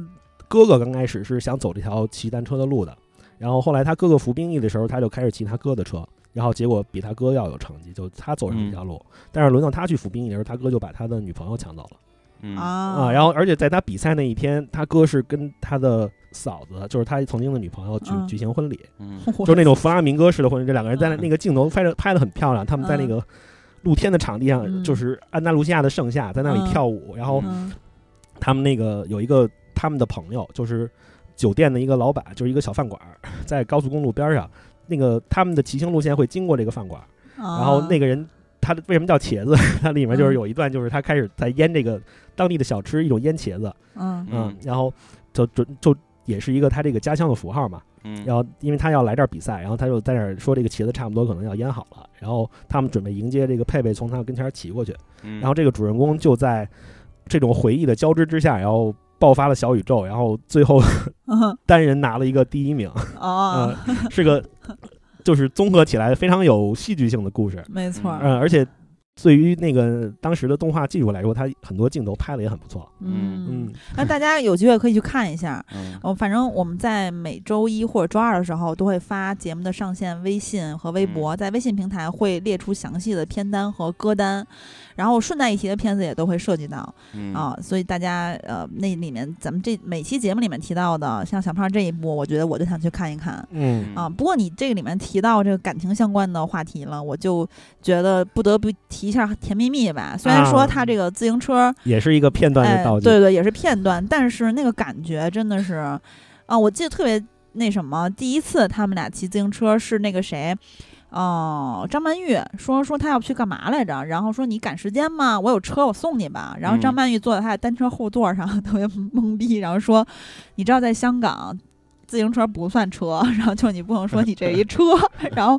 Speaker 3: 哥哥刚开始是想走这条骑单车的路的，然后后来他哥哥服兵役的时候，他就开始骑他哥的车，然后结果比他哥要有成绩，就他走上这条路。但是轮到他去服兵役的时候，他哥就把他的女朋友抢走了。
Speaker 1: 嗯
Speaker 2: 啊
Speaker 3: 啊，然后而且在他比赛那一天，他哥是跟他的嫂子，就是他曾经的女朋友举、
Speaker 2: 嗯
Speaker 3: 举行婚礼，
Speaker 1: 嗯
Speaker 2: 我
Speaker 3: 就是那种弗拉明戈式的婚礼。这两个人在那
Speaker 1: 嗯
Speaker 3: 那个镜头拍的拍的很漂亮，他们在那
Speaker 2: 嗯
Speaker 3: 个露天的场地上，
Speaker 2: 嗯
Speaker 3: 就是安达卢西亚的盛夏，在那里跳舞。然后
Speaker 2: 嗯
Speaker 3: 他们那个有一个他们的朋友，就是酒店的一个老板，就是一个小饭馆儿，在高速公路边上。那个他们的骑行路线会经过这个饭馆儿，
Speaker 2: 啊
Speaker 3: 然后那个人。他的为什么叫茄子？ 它里面就是
Speaker 2: 嗯
Speaker 3: 有一段，就是他开始在腌这个当地的小吃，一种腌茄子。
Speaker 2: 嗯
Speaker 3: 嗯
Speaker 1: 嗯，
Speaker 3: 然后就准就也是一个他这个家乡的符号嘛。
Speaker 1: 嗯，
Speaker 3: 然后因为他要来这儿比赛，然后他就在那儿说这个茄子差不多可能要腌好了，然后他们准备迎接这个佩佩从他跟前儿骑过去，
Speaker 1: 嗯
Speaker 3: 然后这个主人公就在这种回忆的交织之下，然后。爆发了小宇宙，然后最后
Speaker 2: 嗯
Speaker 3: 单人拿了一个第一名，
Speaker 2: 哦
Speaker 3: 呃，是个就是综合起来非常有戏剧性的故事，
Speaker 2: 没错儿，
Speaker 3: 嗯，而且对于那个当时的动画技术来说，它很多镜头拍的也很不错，
Speaker 2: 嗯
Speaker 3: 嗯，，
Speaker 2: 那大家有机会可以去看一下。
Speaker 1: 嗯
Speaker 2: 哦，反正我们在每周一或者周二的时候都会发节目的上线微信和微博，在微信平台会列出详细的片单和歌单，然后顺带一提的片子也都会涉及到
Speaker 1: 嗯
Speaker 2: 啊。所以大家呃，那里面咱们这每期节目里面提到的，像小胖这一部，我觉得我就想去看一看。
Speaker 3: 嗯
Speaker 2: 啊，不过你这个里面提到这个感情相关的话题了，我就觉得不得不提一下《甜蜜蜜》吧。虽然说
Speaker 3: 啊
Speaker 2: 它这个自行车，
Speaker 3: 也是一个片段
Speaker 2: 哎
Speaker 3: 的道，具，
Speaker 2: 对对，也是片段，但是那个感觉真的是，啊，我记得特别那什么，第一次他们俩骑自行车是那个谁。哦，张曼玉说说她要去干嘛来着？然后说你赶时间吗？我有车，我送你吧。然后张
Speaker 1: 嗯
Speaker 2: 曼玉坐在她的单车后座上， 特别懵逼，然后说，你知道在香港自行车不算车，然后就你不能说你这一车。然后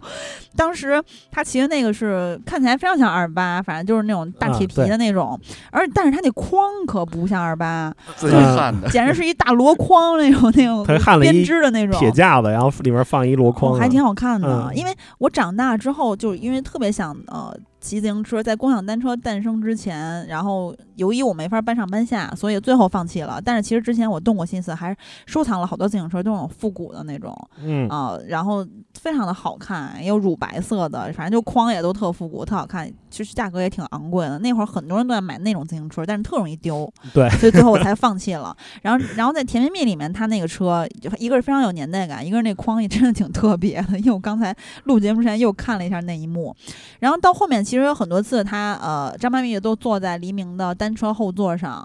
Speaker 2: 当时他骑的那个是看起来非常像二八，反正就是那种大
Speaker 3: 啊
Speaker 2: 铁皮
Speaker 3: 对
Speaker 2: 的那种，而但是他那筐可不像二 八，
Speaker 1: 自己焊的，
Speaker 2: 简直是一大箩筐那种那
Speaker 3: 他
Speaker 2: 种
Speaker 3: 焊了一
Speaker 2: 编织的那种
Speaker 3: 铁架子，然后里面放一箩筐、
Speaker 2: 哦
Speaker 3: 啊
Speaker 2: 还挺好看的。
Speaker 3: 嗯
Speaker 2: 因为我长大之后，就因为特别想呃骑自行车，在共享单车诞生之前，然后由于我没法搬上搬下，所以最后放弃了。但是其实之前我动过心思，还是收藏了好多自行车，都是那种复古的那种
Speaker 3: 嗯
Speaker 2: 啊、然后非常的好看，也有乳白色的，反正就框也都特复古，特好看。其实价格也挺昂贵的，那会儿很多人都在买那种自行车，但是特容易丢。
Speaker 3: 嗯对
Speaker 2: 所以最后 我才放弃了。然后，然后在《甜蜜蜜》里面，他那个车就一个是非常有年代感，一个是那框也真的挺特别的。因为我刚才录节目之前又看了一下那一幕，然后到后面其实有很多次他呃张曼玉都坐在黎明的单车后座上，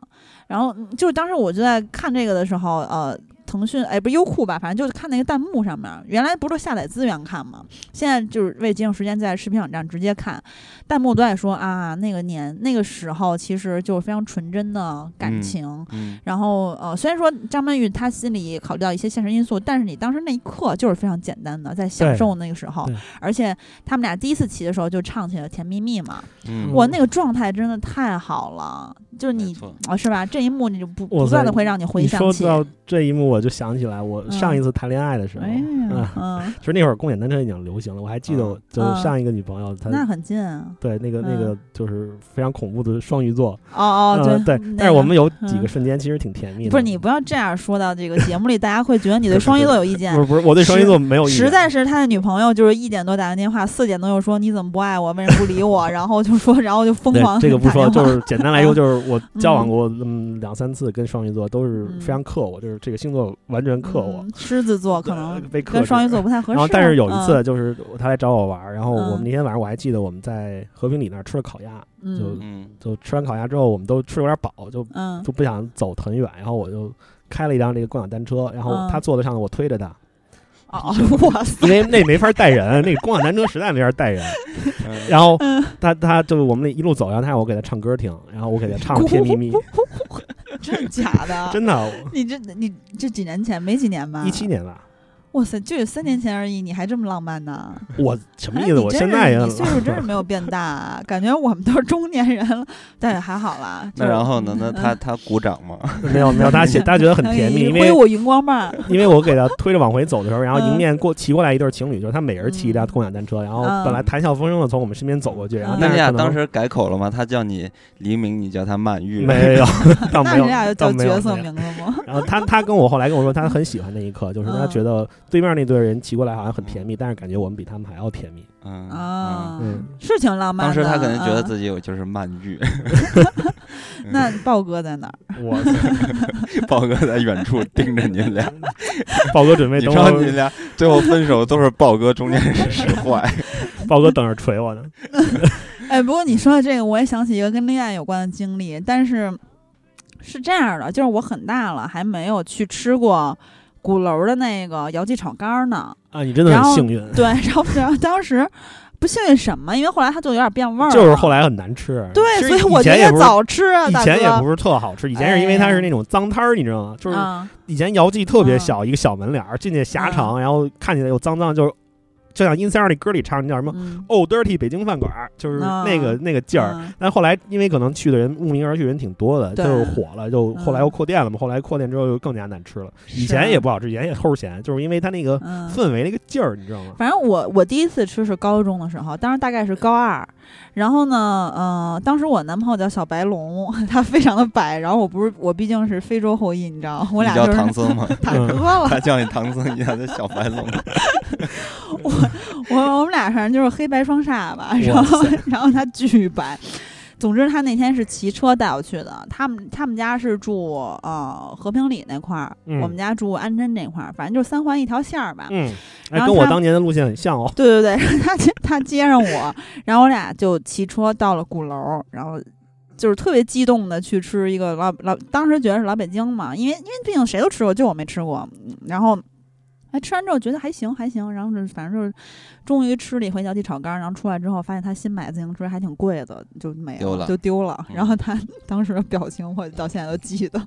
Speaker 2: 然后嗯就是当时我就在看这个的时候，呃。腾讯哎，不是优酷吧？反正就是看那个弹幕上面，原来不是都下载资源看吗？现在就是为节省时间，在视频网站直接看。弹幕都在说啊，那个年那个时候其实就是非常纯真的感
Speaker 1: 嗯
Speaker 2: 情，
Speaker 1: 嗯
Speaker 2: 然后呃，虽然说张曼玉她心里考虑到一些现实因素，但是你当时那一刻就是非常简单的，在享
Speaker 3: 对
Speaker 2: 受那个时候
Speaker 3: 对，
Speaker 2: 而且他们俩第一次骑的时候就唱起了《甜蜜蜜》嘛，
Speaker 1: 嗯，
Speaker 2: 哇，那个状态真的太好了，就是
Speaker 1: 没
Speaker 2: 你
Speaker 1: 错
Speaker 2: 啊、是吧？这一幕你就不
Speaker 3: 哇
Speaker 2: 不
Speaker 3: 塞
Speaker 2: 断的会让你回
Speaker 3: 你
Speaker 2: 想
Speaker 3: 说
Speaker 2: 起，
Speaker 3: 到这一幕，我就想起来我
Speaker 2: 嗯
Speaker 3: 上一次谈恋爱的时候，
Speaker 2: 哎
Speaker 3: 啊
Speaker 2: 呀，嗯，
Speaker 3: 其实那会儿共享单车已经流行了。我还记得，我就
Speaker 2: 嗯
Speaker 3: 是上一个女朋友，她
Speaker 2: 那很近啊，
Speaker 3: 对那个那个
Speaker 2: 嗯
Speaker 3: 就是非常恐怖的双鱼座，
Speaker 2: 哦哦，
Speaker 3: 嗯
Speaker 2: 对
Speaker 3: 对
Speaker 2: 那。
Speaker 3: 但是我们有几
Speaker 2: 嗯
Speaker 3: 个瞬间其实挺甜蜜的。
Speaker 2: 不是你不要这样说到这个节目里，大家会觉得你对双鱼座有意见
Speaker 3: 不。是不是，我对双鱼座没有意
Speaker 2: 实
Speaker 3: 见。
Speaker 2: 在是他的女朋友就是一点多打完电话，四点多又说你怎么不爱我，为什么不理 我？然后就说，然后就疯
Speaker 3: 对
Speaker 2: 狂
Speaker 3: 这个不
Speaker 2: 打电
Speaker 3: 说，
Speaker 2: 话
Speaker 3: 就是简单来
Speaker 2: 嗯
Speaker 3: 说，就是我交往过嗯两三次跟双鱼座都是非常克我，就是这个星座完全克我。
Speaker 2: 嗯狮子座可能
Speaker 3: 呃被克
Speaker 2: 跟
Speaker 3: 制
Speaker 2: 双鱼座不太合适。
Speaker 3: 然后，但是有一次
Speaker 2: 嗯，
Speaker 3: 就是他来找我玩儿，然后我
Speaker 2: 嗯
Speaker 3: 们那天晚上我还记得我们在和平里那儿吃了烤鸭，就
Speaker 2: 嗯
Speaker 1: 嗯
Speaker 3: 就吃完烤鸭之后，我们都吃得有点饱，就
Speaker 2: 嗯
Speaker 3: 就不想走很远，然后我就开了一辆这个共享单车，然后
Speaker 2: 嗯
Speaker 3: 他坐在上头，我推着他，
Speaker 2: 哦，哇塞，
Speaker 3: 因为那没法带人，那个共享单车实在没法带人。
Speaker 1: 嗯
Speaker 3: 然后
Speaker 2: 嗯
Speaker 3: 他他就我们那一路走，然后他让我给他唱歌听，然后我给他唱《甜蜜蜜》，
Speaker 2: 真的假的？
Speaker 3: 真的，
Speaker 2: 你这你这几年前没几年吧？
Speaker 3: 一七年吧，
Speaker 2: 哇塞，就有三年前而已，你还这么浪漫呢？
Speaker 3: 我什么
Speaker 2: 哎
Speaker 3: 意思？
Speaker 2: 你
Speaker 3: 我
Speaker 2: 真
Speaker 3: 现
Speaker 2: 是
Speaker 3: 在也
Speaker 2: 你岁数真是没有变大、啊，感觉我们都是中年人了，但也还好啦。
Speaker 1: 那
Speaker 2: 就
Speaker 1: 然后呢？
Speaker 2: 嗯
Speaker 1: 那他他鼓掌吗？
Speaker 3: 没有没有，他写他觉得很甜蜜，因
Speaker 2: 挥
Speaker 3: 为
Speaker 2: 舞荧光棒，
Speaker 3: 因为我给他推着往回走的时候，然后
Speaker 2: 嗯
Speaker 3: 迎面过骑过来一对情侣，就是他们每人骑一辆
Speaker 2: 嗯
Speaker 3: 共享单车，然后
Speaker 2: 嗯
Speaker 3: 本来谈笑风生的从我们身边走过去，然后
Speaker 2: 嗯
Speaker 3: 但
Speaker 1: 那
Speaker 3: 是
Speaker 1: 你
Speaker 3: 可
Speaker 1: 俩
Speaker 3: 能
Speaker 1: 当时改口了吗？他叫你黎明，你叫他曼玉，
Speaker 3: 没 有，倒
Speaker 2: 那
Speaker 3: 没
Speaker 2: 你
Speaker 3: 有，
Speaker 2: 俩就
Speaker 3: 倒
Speaker 2: 叫
Speaker 3: 没有
Speaker 2: 角色
Speaker 3: 没有
Speaker 2: 名字吗？
Speaker 3: 然后他他跟我后来跟我说，他很喜欢那一刻，就是他
Speaker 2: 嗯
Speaker 3: 觉得对面那对人骑过来好像很甜蜜，但是感觉我们比他们还要甜蜜。
Speaker 1: 嗯
Speaker 2: 啊
Speaker 1: 嗯，
Speaker 3: 嗯，
Speaker 2: 是挺浪漫
Speaker 1: 当
Speaker 2: 的。
Speaker 1: 时他可能觉得
Speaker 2: 己、
Speaker 1: 自己有就是曼玉，
Speaker 2: 嗯那豹哥在哪 儿？
Speaker 3: 我
Speaker 1: 豹哥在远处盯着你们 俩，
Speaker 3: 豹哥准备
Speaker 1: 你
Speaker 3: 等
Speaker 1: 说你
Speaker 3: 我，
Speaker 1: 们俩最后分手都是豹哥中间人 使坏，
Speaker 3: 豹哥等着锤我呢。
Speaker 2: 哎，不过你说的这个，我也想起一个跟恋爱有关的经历，但是是这样的，就是我很大了，还没有去吃过鼓楼的那个姚记炒肝儿 呢。
Speaker 3: 啊，你真的
Speaker 2: 然
Speaker 3: 很
Speaker 2: 后
Speaker 3: 幸运，
Speaker 2: 对，然后然后当时不幸运什么，因为后来它就有点变味儿了，
Speaker 3: 就是后来很难吃。其
Speaker 2: 对，
Speaker 3: 实
Speaker 2: 所以我
Speaker 3: 以
Speaker 2: 宁
Speaker 3: 前也
Speaker 2: 愿
Speaker 3: 不是。
Speaker 2: 早吃啊，
Speaker 3: 以
Speaker 2: 大哥。哎
Speaker 3: 前也不是特好吃，以前是因为它是那种脏摊儿，你知道吗？就是
Speaker 2: 啊，
Speaker 3: 以前姚记
Speaker 2: 嗯
Speaker 3: 特别小，一个小门脸儿，进去狭长，然后看起来又脏脏，就是就像 Inside 那歌里唱的叫什么
Speaker 2: 嗯，
Speaker 3: “Oh Dirty 北京饭馆儿”，就是
Speaker 2: 啊
Speaker 3: 那个那个劲儿。
Speaker 2: 嗯
Speaker 3: 但后来因为可能去的人慕名而去人挺多的，
Speaker 2: 对
Speaker 3: 就是火了，就后来
Speaker 2: 嗯
Speaker 3: 又扩店了嘛。后来扩店之后就更加难吃了，以
Speaker 2: 是啊
Speaker 3: 前也不好吃，以前也齁咸，就是因为它那个
Speaker 2: 嗯
Speaker 3: 氛围那个劲儿，你知道吗？
Speaker 2: 反正我我第一次吃是高中的时候，当时大概是高二。然后呢，呃，当时我男朋友叫小白龙， 他非常的白。然后我不是我毕竟是非洲后裔，你知道吗，我
Speaker 1: 你
Speaker 2: 俩
Speaker 1: 叫
Speaker 2: 就是
Speaker 1: 唐僧 吗？
Speaker 2: 大哥了。
Speaker 1: 他叫你唐僧，你叫他小白龙，
Speaker 2: 我我们俩反正就是黑白双煞吧。然
Speaker 3: 哇
Speaker 2: 后
Speaker 3: 塞
Speaker 2: 然后他巨白。总之，他那天是骑车带我去的。他们他们家是住呃和平里那块儿，
Speaker 3: 嗯
Speaker 2: 我们家住安贞那块儿，反正就是三环一条线儿吧。
Speaker 3: 嗯，哎，
Speaker 2: 然后
Speaker 3: 跟我
Speaker 2: 它
Speaker 3: 当年的路线很像哦。
Speaker 2: 对对对， 然后他接他接上我，然后我俩就骑车到了鼓楼，然后就是特别激动的去吃一个老老，当时觉得是老北京嘛，因为因为毕竟谁都吃过，就我没吃过。嗯然后哎，吃完之后觉得还行还行，然后就是反正就是终于吃了一回小鸡炒肝，然后出来之后发现他新买的自行车还挺贵的，就没
Speaker 1: 丢了
Speaker 2: 就丢了。
Speaker 1: 嗯
Speaker 2: 然后他当时的表情我到现在都记得，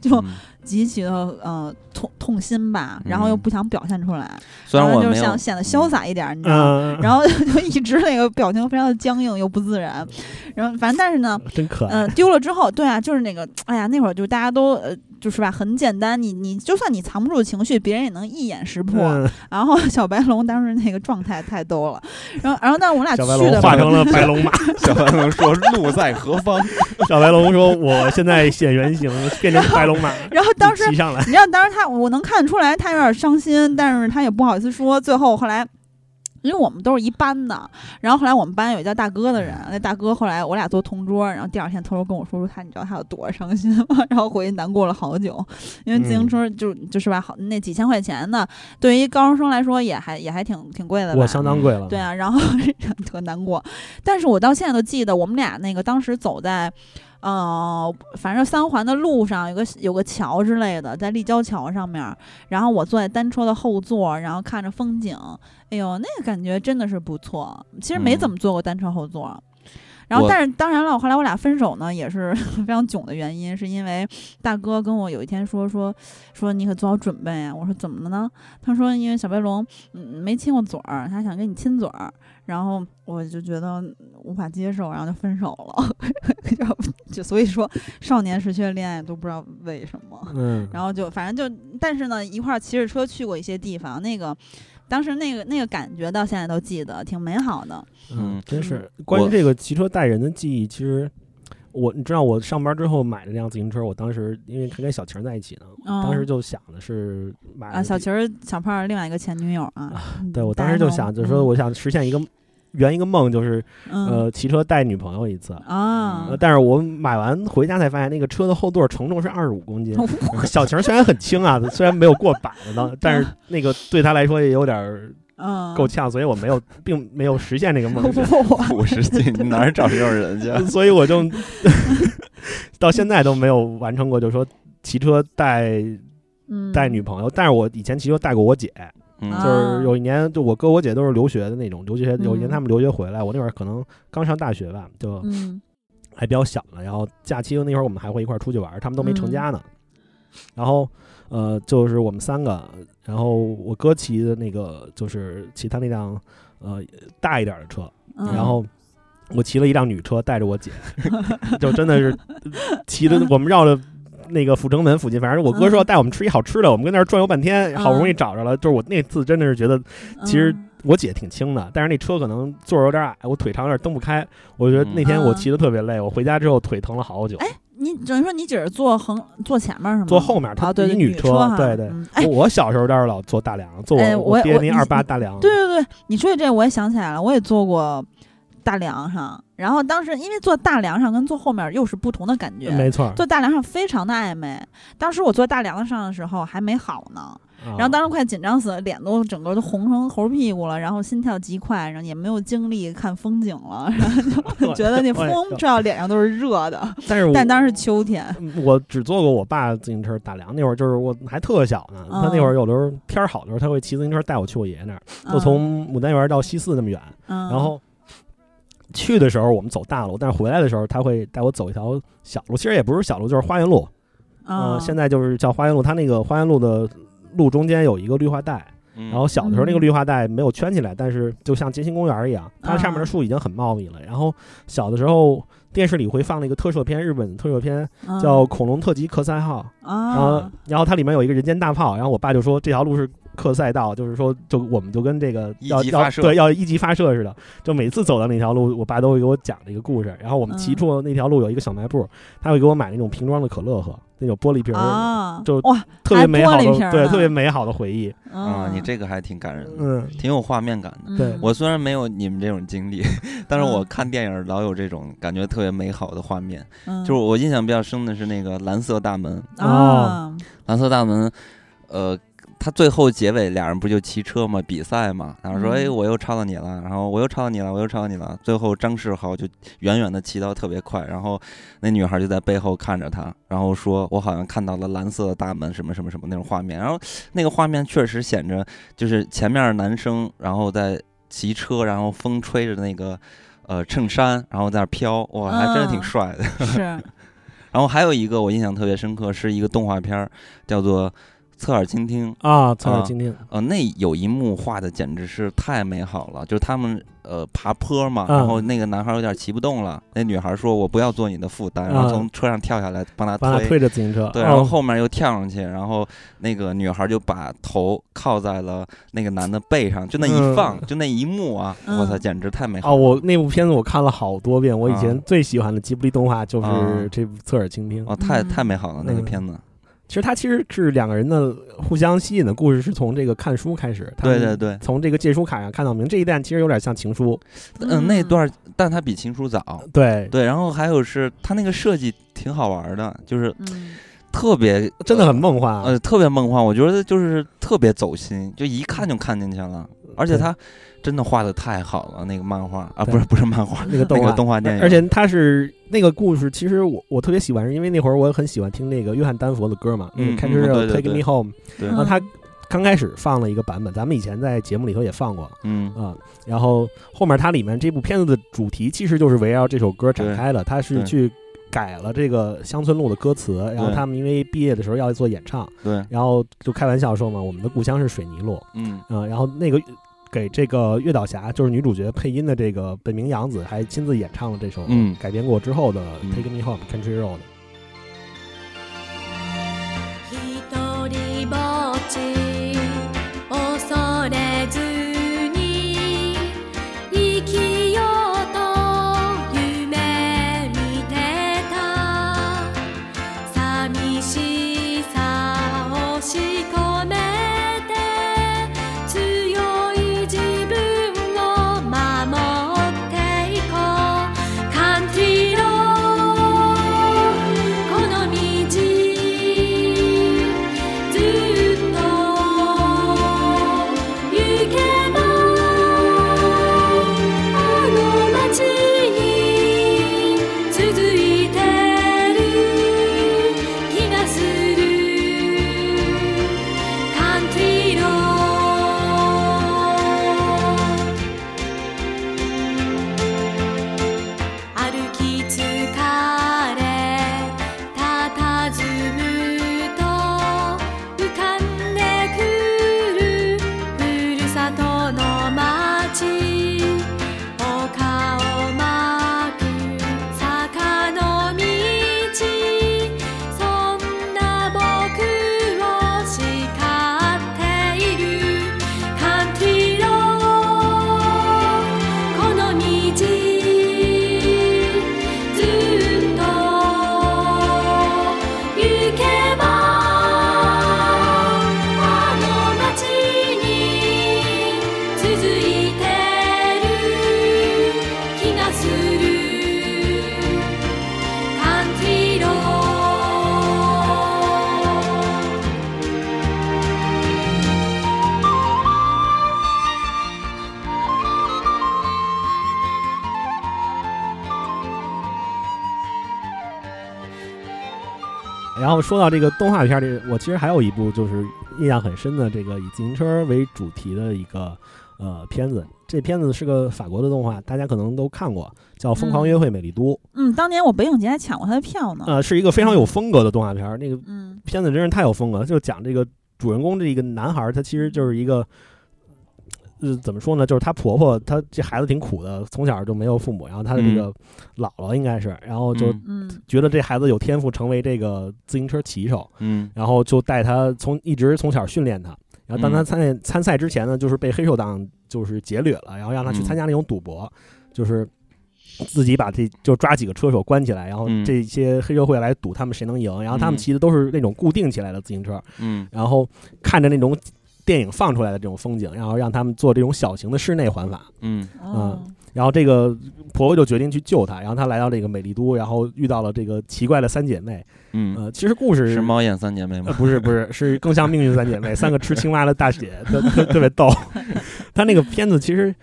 Speaker 2: 就
Speaker 1: 嗯
Speaker 2: 极其的呃痛痛心吧，然后又
Speaker 1: 嗯
Speaker 2: 不想表现出来，
Speaker 1: 虽然我
Speaker 2: 就
Speaker 1: 没
Speaker 2: 是
Speaker 1: 有
Speaker 2: 想，显得潇洒一点，你知道吗？
Speaker 3: 嗯，
Speaker 2: 然后就一直那个表情非常的僵硬又不自然，然后反正但是呢，
Speaker 3: 真可爱。
Speaker 2: 嗯、丢了之后，对啊，就是那个，哎呀，那会儿就大家都呃，就是吧，很简单，你你就算你藏不住情绪，别人也能一眼识破。
Speaker 3: 嗯
Speaker 2: 然后小白龙当时那个状态太逗了，然后然后但是我们俩
Speaker 3: 小白
Speaker 2: 去
Speaker 3: 龙
Speaker 2: 的
Speaker 3: 化
Speaker 2: 时候
Speaker 3: 成了白 龙马。
Speaker 1: 小白龙说路在何方，
Speaker 3: 小白龙说：“我现在显原形，变成白龙马，
Speaker 2: 然后当时
Speaker 3: 骑上来。
Speaker 2: 你知道，当时他我能看出来他有点伤心，但是他也不好意思说。最后后来。因为我们都是一班的，然后后来我们班有一叫大哥的人，那大哥后来我俩做同桌，然后第二天偷偷跟我说说他，你知道他有多伤心吗？ 然后回去难过了好久，因为自
Speaker 3: 嗯
Speaker 2: 行车就、就是吧，好那几千块钱的，对于高中生来说也还也还挺挺贵的吧。
Speaker 3: 我相当贵了。
Speaker 2: 对啊，然后 特难过。但是我到现在都记得，我们俩那个当时走在，呃，反正三环的路上有个有个桥之类的，在立交桥上面儿，然后我坐在单车的后座，然后看着风景，哎呦，那个感觉真的是不错。其实没怎
Speaker 1: 嗯
Speaker 2: 么坐过单车后座。然后，
Speaker 1: 我
Speaker 2: 但是当然了，后来我俩分手呢，也是 非常囧的原因，是因为大哥跟我有一天说说说你可做好准备啊。我说怎么了呢？他说因为小白龙嗯没亲过嘴儿，他想跟你亲嘴儿，然后我就觉得无法接受，然后就分手了。 就就所以说，少年时期的恋爱都不知道为什么。
Speaker 3: 嗯，
Speaker 2: 然后就反正就，但是呢，一块儿骑着车去过一些地方，那个当时那个那个感觉到现在都记得，挺美好的。
Speaker 3: 嗯
Speaker 1: 嗯，
Speaker 3: 真是关于
Speaker 1: 我
Speaker 3: 这个骑车带人的记忆，其实我你知道，我上班之后买了辆自行车，我当时因为跟小晴在一起呢，
Speaker 2: 嗯
Speaker 3: 当时就想的是买了
Speaker 2: 啊，小晴儿、小胖儿另外一个前女友啊，
Speaker 3: 对我
Speaker 2: 大
Speaker 3: 当
Speaker 2: 家
Speaker 3: 时就
Speaker 2: 都
Speaker 3: 想，就说我想实现一个圆一个梦，就是
Speaker 2: 嗯
Speaker 3: 呃骑车带女朋友一次。
Speaker 2: 啊。
Speaker 3: 呃， 但是我买完回家才发现，那个车的后座承重是二十五公斤小晴虽然很轻啊，虽然没有过百的呢， 但是那个对她来说也有点儿
Speaker 2: 嗯，
Speaker 3: 够呛，所以我没有，并没有实现这个梦想。
Speaker 1: 五十斤，你哪儿找这种人去？
Speaker 3: 所以我就 到现在都没有完成过，就是说骑车带
Speaker 2: 嗯
Speaker 3: 带女朋友。但是我以前骑车带过我姐，
Speaker 1: 嗯
Speaker 2: 啊
Speaker 3: 就是有一年，就我哥我姐都是留学的那种留学，有一年
Speaker 2: 嗯
Speaker 3: 他们留学回来，我那会儿可能刚上大学吧，就
Speaker 2: 嗯嗯
Speaker 3: 还比较小呢。然后假期那会儿我们还会一块儿出去玩儿，他们都没成家呢。然后呃，就是我们三个，然后我哥骑的那个就是骑他那辆呃大一点的车，
Speaker 2: 嗯
Speaker 3: 然后。我骑了一辆女车，带着我姐， 就真的是 骑
Speaker 2: 嗯
Speaker 3: 着我们绕着那个阜成门附近，反正我哥说要带我们吃一好吃的，我们跟那儿转悠半天，好不容易找着了。就是我那次真的是觉得其实
Speaker 2: 嗯
Speaker 3: 我姐挺轻的，但是那车可能座儿有点矮，我腿长有点蹬不开。我觉得那天我骑的特别累，我回家之后腿疼了好久。
Speaker 2: 哎，你等于说你姐是坐横坐前面是吗？
Speaker 3: 坐后面她
Speaker 2: 啊，对，
Speaker 3: 一
Speaker 2: 对
Speaker 3: 女
Speaker 2: 女
Speaker 3: 车
Speaker 2: 哈
Speaker 3: 对对
Speaker 2: 嗯
Speaker 3: 我
Speaker 2: 哎，
Speaker 3: 我小时候倒是老坐大梁，坐
Speaker 2: 哎我
Speaker 3: 我爹
Speaker 2: 我
Speaker 3: 那
Speaker 2: 你
Speaker 3: 二八大梁。
Speaker 2: 对对对，你说起这我也想起来了，我也坐过大梁上，然后当时因为坐大梁上跟坐后面又是不同的感觉，
Speaker 3: 没错儿。
Speaker 2: 坐大梁上非常的暧昧。当时我坐大梁上的时候还没好呢，
Speaker 3: 啊
Speaker 2: 然后当时快紧张死了，脸都整个都红成猴屁股了，然后心跳极快，然后也没有精力看风景了，然后就 觉得那
Speaker 3: 我
Speaker 2: 风
Speaker 3: 也
Speaker 2: 吹到脸上都是热的。
Speaker 3: 啊 但是我
Speaker 2: 但当时秋天，
Speaker 3: 我只坐过我爸自行车大梁，那会儿就是我还特小呢。
Speaker 2: 嗯
Speaker 3: 他那会儿有的时候天儿好的时候，他会骑自行车带我去我爷爷那儿，就从牡丹园到西四那么远。
Speaker 2: 嗯，
Speaker 3: 然后去的时候我们走大路，但是回来的时候他会带我走一条小路，其实也不是小路，就是花园路。呃
Speaker 2: 嗯，
Speaker 3: 现在就是叫花园路，它那个花园路的路中间有一个绿化带，
Speaker 1: 然
Speaker 3: 然后小的时候那个
Speaker 2: 嗯
Speaker 3: 绿化带没有圈起来，但是就像街心公园一样，它上面
Speaker 2: 啊
Speaker 3: 的树已经很茂密了。然后小的时候电视里会放那个特摄片，日本的特摄片
Speaker 2: 嗯
Speaker 3: 叫《恐龙特级克赛号》，然后
Speaker 2: 啊，
Speaker 3: 然后它里面有一个人间大炮，然后我爸就说这条路是克赛道，就是说就我们就跟这个
Speaker 1: 一
Speaker 3: 要
Speaker 1: 级
Speaker 3: 要
Speaker 1: 发射
Speaker 3: 对要一级发射似的，就每次走到那条路，我爸都会给我讲这个故事。然后我们骑
Speaker 2: 嗯
Speaker 3: 出那条路有一个小卖部，他会给我买那种瓶装的可乐喝，那种玻璃瓶儿，
Speaker 2: 啊，
Speaker 3: 就
Speaker 2: 哇，
Speaker 3: 特
Speaker 2: 还
Speaker 3: 别美
Speaker 2: 玻
Speaker 3: 好
Speaker 2: 璃瓶
Speaker 3: 的
Speaker 2: 儿
Speaker 3: 对
Speaker 2: 呢
Speaker 3: 特别美好的回忆。
Speaker 1: 啊，
Speaker 2: 嗯
Speaker 1: 你这个还挺感人的，
Speaker 3: 嗯，
Speaker 1: 挺有画面感的。
Speaker 3: 对
Speaker 2: 嗯
Speaker 1: 我虽然没有你们这种经历， 但是我
Speaker 2: 嗯
Speaker 1: 看电影老有这种感觉特别美好的画面。
Speaker 2: 嗯
Speaker 1: 就是我印象比较深的是那个《蓝色大门》，
Speaker 3: 哦
Speaker 2: 啊，
Speaker 1: 蓝色大门，呃，他最后结尾俩人不就骑车嘛，比赛嘛，然后说，
Speaker 2: 嗯
Speaker 1: 哎，我又超到你了，然后我又超到你了，我又超到你了。最后张世豪就远远的骑到特别快，然后那女孩就在背后看着他，然后说，我好像看到了蓝色的大门什么什么什么那种画面。然后那个画面确实显着，就是前面男生然后在骑车，然后风吹着那个。呃，衬衫，然后在那儿飘，哇，还真的挺
Speaker 2: 嗯
Speaker 1: 帅的。
Speaker 2: 是，
Speaker 1: 然后还有一个我印象特别深刻，是一个动画片儿，叫做《侧耳倾听》。
Speaker 3: 啊，曹
Speaker 1: 啊
Speaker 3: 雪今天
Speaker 1: 呃，那有一幕画的简直是太美好了，就是他们呃爬坡嘛，
Speaker 3: 嗯
Speaker 1: 然后那个男孩有点骑不动了，那女孩说：“我不要做你的负担。”然后
Speaker 3: 嗯
Speaker 1: 从车上跳下来帮他
Speaker 3: 把他推着自行车，
Speaker 1: 对，然后
Speaker 3: 哦
Speaker 1: 后面又跳上去，然后那个女孩就把头靠在了那个男的背上，就那一放，就那一幕啊，我操，
Speaker 2: 嗯
Speaker 1: 简直太美好
Speaker 3: 哦，
Speaker 1: 了！
Speaker 3: 我那部片子我看了好多遍，我以前
Speaker 1: 啊
Speaker 3: 最喜欢的吉卜力动画就是
Speaker 1: 啊
Speaker 3: 这部《侧耳倾听》。
Speaker 1: 哦，太
Speaker 2: 嗯
Speaker 1: 太美好了那个
Speaker 3: 嗯
Speaker 1: 片子，
Speaker 3: 其实它其实是两个人的互相吸引的故事，是从这个看书开始。他
Speaker 1: 对
Speaker 3: 们
Speaker 1: 对对，
Speaker 3: 从这个借书卡上看到明这一段，其实有点像情书。
Speaker 1: 嗯，那段儿，但它比情书早，
Speaker 3: 对，
Speaker 1: 对，然后还有是它那个设计挺好玩儿的，就是
Speaker 2: 嗯
Speaker 1: 特别
Speaker 3: 真的很梦幻啊。
Speaker 1: 呃特别梦幻，我觉得就是特别走心，就一看就看进去了，而且
Speaker 3: 嗯对
Speaker 1: 它真的画的太好了，那个漫画啊，
Speaker 3: 对
Speaker 1: 不是不是漫画，
Speaker 3: 那个动
Speaker 1: 那
Speaker 3: 画，
Speaker 1: 个动画电影，
Speaker 3: 而且它是那个故事，其实我我特别喜欢，是因为那会儿我很喜欢听那个约翰丹佛的歌嘛，那个
Speaker 1: 嗯
Speaker 3: c
Speaker 1: 嗯
Speaker 3: a n t r e
Speaker 1: 对
Speaker 3: l
Speaker 1: 对
Speaker 3: Take
Speaker 1: 对
Speaker 3: Me Home，
Speaker 1: 对
Speaker 3: 然后
Speaker 2: 嗯
Speaker 3: 他刚开始放了一个版本，咱们以前在节目里头也放过啊、
Speaker 1: 嗯
Speaker 3: 然后后面它里面这部片子的主题其实就是围绕这首歌展
Speaker 1: 对
Speaker 3: 开的，它是
Speaker 1: 对
Speaker 3: 去改了这个乡村路的歌词，然后
Speaker 1: 对
Speaker 3: 他们因为毕业的时候要做演唱，
Speaker 1: 对，
Speaker 3: 然后就开玩笑说嘛，我们的故乡是水泥路，
Speaker 1: 嗯
Speaker 3: 嗯，然后那个给这个月岛霞，就是女主角配音的这个本名洋子，还亲自演唱了这首
Speaker 1: 嗯
Speaker 3: 改编过之后的
Speaker 1: 嗯
Speaker 3: 《Take Me Home Country Road》。
Speaker 4: 一人ぼっち恐れずに生きようと夢見てた寂しさを押し込めて強い自分を守っていこう Country Road
Speaker 3: 然后说到这个动画片里，我其实还有一部就是印象很深的这个以自行车为主题的一个呃片子。这片子是个法国的动画，大家可能都看过，叫《疯狂约会美丽都》，
Speaker 2: 嗯，当年我北影节还抢过他的票呢。
Speaker 3: 呃，是一个非常有风格的动画片儿。那个
Speaker 2: 嗯
Speaker 3: 片子真是太有风格了，就讲这个主人公这一个男孩儿，他其实就是一个，呃，怎么说呢？就是他婆婆，他这孩子挺苦的，从小就没有父母，然后他的这个姥姥应该是，然后就
Speaker 1: 嗯
Speaker 2: 嗯
Speaker 3: 觉得这孩子有天赋，成为这个自行车骑手，
Speaker 1: 嗯
Speaker 3: 然后就带他从一直从小训练他。然后当他
Speaker 1: 嗯
Speaker 3: 参赛参赛之前呢，就是被黑手党就是劫掠了，然后让他
Speaker 1: 嗯
Speaker 3: 去参加那种赌博，就是自己把这就抓几个车手关起来，然后
Speaker 1: 嗯
Speaker 3: 这些黑社会来赌他们谁能赢。然后他们
Speaker 1: 嗯
Speaker 3: 骑的都是那种固定起来的自行车，
Speaker 1: 嗯
Speaker 3: 然后看着那种电影放出来的这种风景，然后让他们做这种小型的室内环法。
Speaker 1: 嗯
Speaker 2: 哦
Speaker 3: 然后这个婆婆就决定去救他，然后她来到这个美丽都，然后遇到了这个奇怪的三姐妹。
Speaker 1: 嗯，
Speaker 3: 呃，其实故事
Speaker 1: 是猫眼三姐妹吗
Speaker 3: 呃，？不是不是，是更像命运三姐妹，三个吃青蛙的大姐，特特特别逗。 他那个片子其实、嗯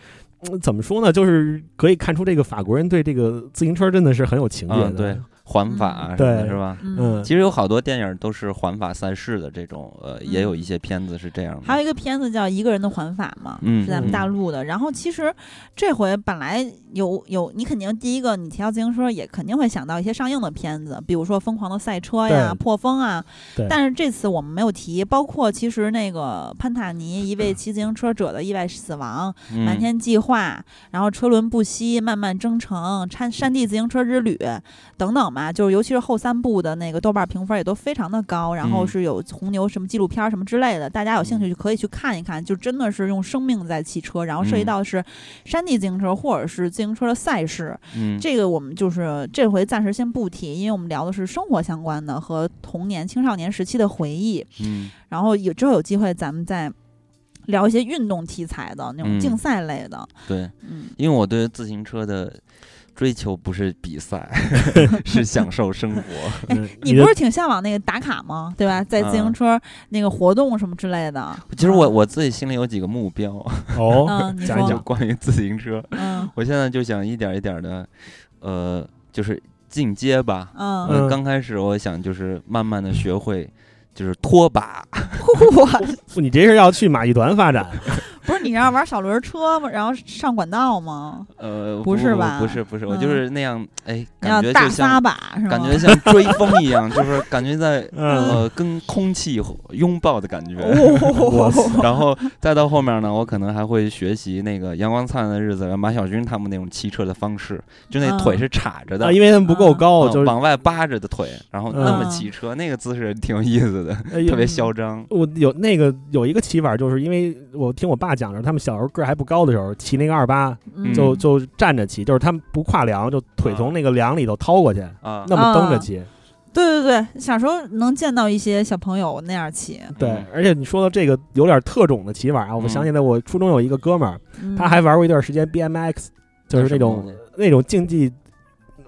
Speaker 3: 怎么说呢，就是可以看出这个法国人对这个自行车真的是很有情呃节的。
Speaker 1: 嗯，对，环法啊
Speaker 3: 嗯
Speaker 1: 什么的
Speaker 3: 对
Speaker 1: 是吧？
Speaker 2: 嗯，
Speaker 3: 嗯，
Speaker 1: 其实有好多电影都是环法赛事的这种，呃，也有一些片子是这样
Speaker 2: 嗯还
Speaker 1: 的。
Speaker 2: 有一个片子叫《一个人的环法》嘛，
Speaker 1: 嗯
Speaker 2: 是咱们大陆的。然后其实这回本来有有，你肯定第一个你提到自行车，也肯定会想到一些上映的片子，比如说《疯狂的赛车》呀、《
Speaker 3: 对
Speaker 2: 破风》啊
Speaker 3: 对。
Speaker 2: 但是这次我们没有提，包括其实那个潘塔尼一位骑自行车者的意外死亡，
Speaker 1: 嗯
Speaker 2: 满天计划，然后车轮不息、漫漫征程、山山地自行车之旅等等吧，就是尤其是后三部的那个豆瓣评分也都非常的高，然后
Speaker 1: 嗯
Speaker 2: 是有红牛什么纪录片儿什么之类的，大家有兴趣就可以去看一看，就真的是用生命在骑车，然后涉及
Speaker 1: 嗯
Speaker 2: 到是山地自行车或者是自行车的赛事，
Speaker 1: 嗯
Speaker 2: 这个我们就是这回暂时先不提，因为我们聊的是生活相关的和童年、青少年时期的回忆，
Speaker 1: 嗯
Speaker 2: 然后有之后有机会咱们再。聊一些运动题材的那种
Speaker 1: 嗯
Speaker 2: 竞赛类的，
Speaker 1: 对，
Speaker 2: 嗯，
Speaker 1: 因为我对自行车的追求不是比 赛，是享受生 活。
Speaker 3: 嗯
Speaker 2: 你
Speaker 3: 的嗯
Speaker 2: 不是挺向往那个打卡吗？对吧？在自行车那个活动什么之 类的。
Speaker 1: 其实我
Speaker 2: 嗯
Speaker 1: 我自己心里有几个目标，
Speaker 3: 哦
Speaker 2: 嗯，你
Speaker 3: 讲一
Speaker 1: 就
Speaker 3: 讲
Speaker 2: 说，
Speaker 1: 关于自行车，
Speaker 2: 嗯
Speaker 1: 我现在就想一点一点的，呃，就是进阶吧。
Speaker 2: 嗯，
Speaker 1: 呃，
Speaker 3: 嗯
Speaker 1: 刚开始我想就是慢慢的学会，就是拖把，
Speaker 2: 嚯，
Speaker 3: 你这是要去马戏团发展？
Speaker 2: 不是你让玩小轮车吗？然后上管道吗？
Speaker 1: 呃，
Speaker 2: 不是吧
Speaker 1: 不是不是，我
Speaker 2: 嗯
Speaker 1: 就是那样，哎，
Speaker 2: 你要
Speaker 1: 感觉
Speaker 2: 大
Speaker 1: 就
Speaker 2: 撒
Speaker 1: 像
Speaker 2: 把是吗？
Speaker 1: 感觉像追风一样，就是感觉在
Speaker 3: 嗯，
Speaker 1: 呃跟空气拥抱的感觉。
Speaker 3: 我
Speaker 2: 哦，
Speaker 1: 然后再到后面呢，我可能还会学习那个《阳光灿烂的日子》然后马小军他们那种骑车的方式，就那腿
Speaker 2: 嗯
Speaker 1: 是叉着的，
Speaker 3: 啊，因为他们不够高，
Speaker 1: 嗯
Speaker 3: 就是
Speaker 1: 往外扒着的腿，然后那么
Speaker 2: 嗯
Speaker 1: 骑车，那个姿势挺有意思的，
Speaker 3: 哎呦
Speaker 1: 特别嚣张。
Speaker 3: 我有那个有一个骑法，就是因为我听我爸讲着，他们小时候个儿还不高的时候，骑那个二八
Speaker 2: 嗯
Speaker 3: 就就站着骑，就是他们不跨梁，就腿从那个梁里头掏过去，
Speaker 1: 啊，
Speaker 3: 那么蹬着骑。
Speaker 2: 对对对，小时候能见到一些小朋友那样骑，
Speaker 3: 对
Speaker 1: 嗯，
Speaker 3: 而且你说到这个有点特种的骑法啊，我
Speaker 1: 嗯
Speaker 3: 想起来我初中有一个哥们儿，
Speaker 2: 嗯
Speaker 3: 他还玩过一段时间 BMX，就是
Speaker 1: 嗯
Speaker 3: 那种那种竞技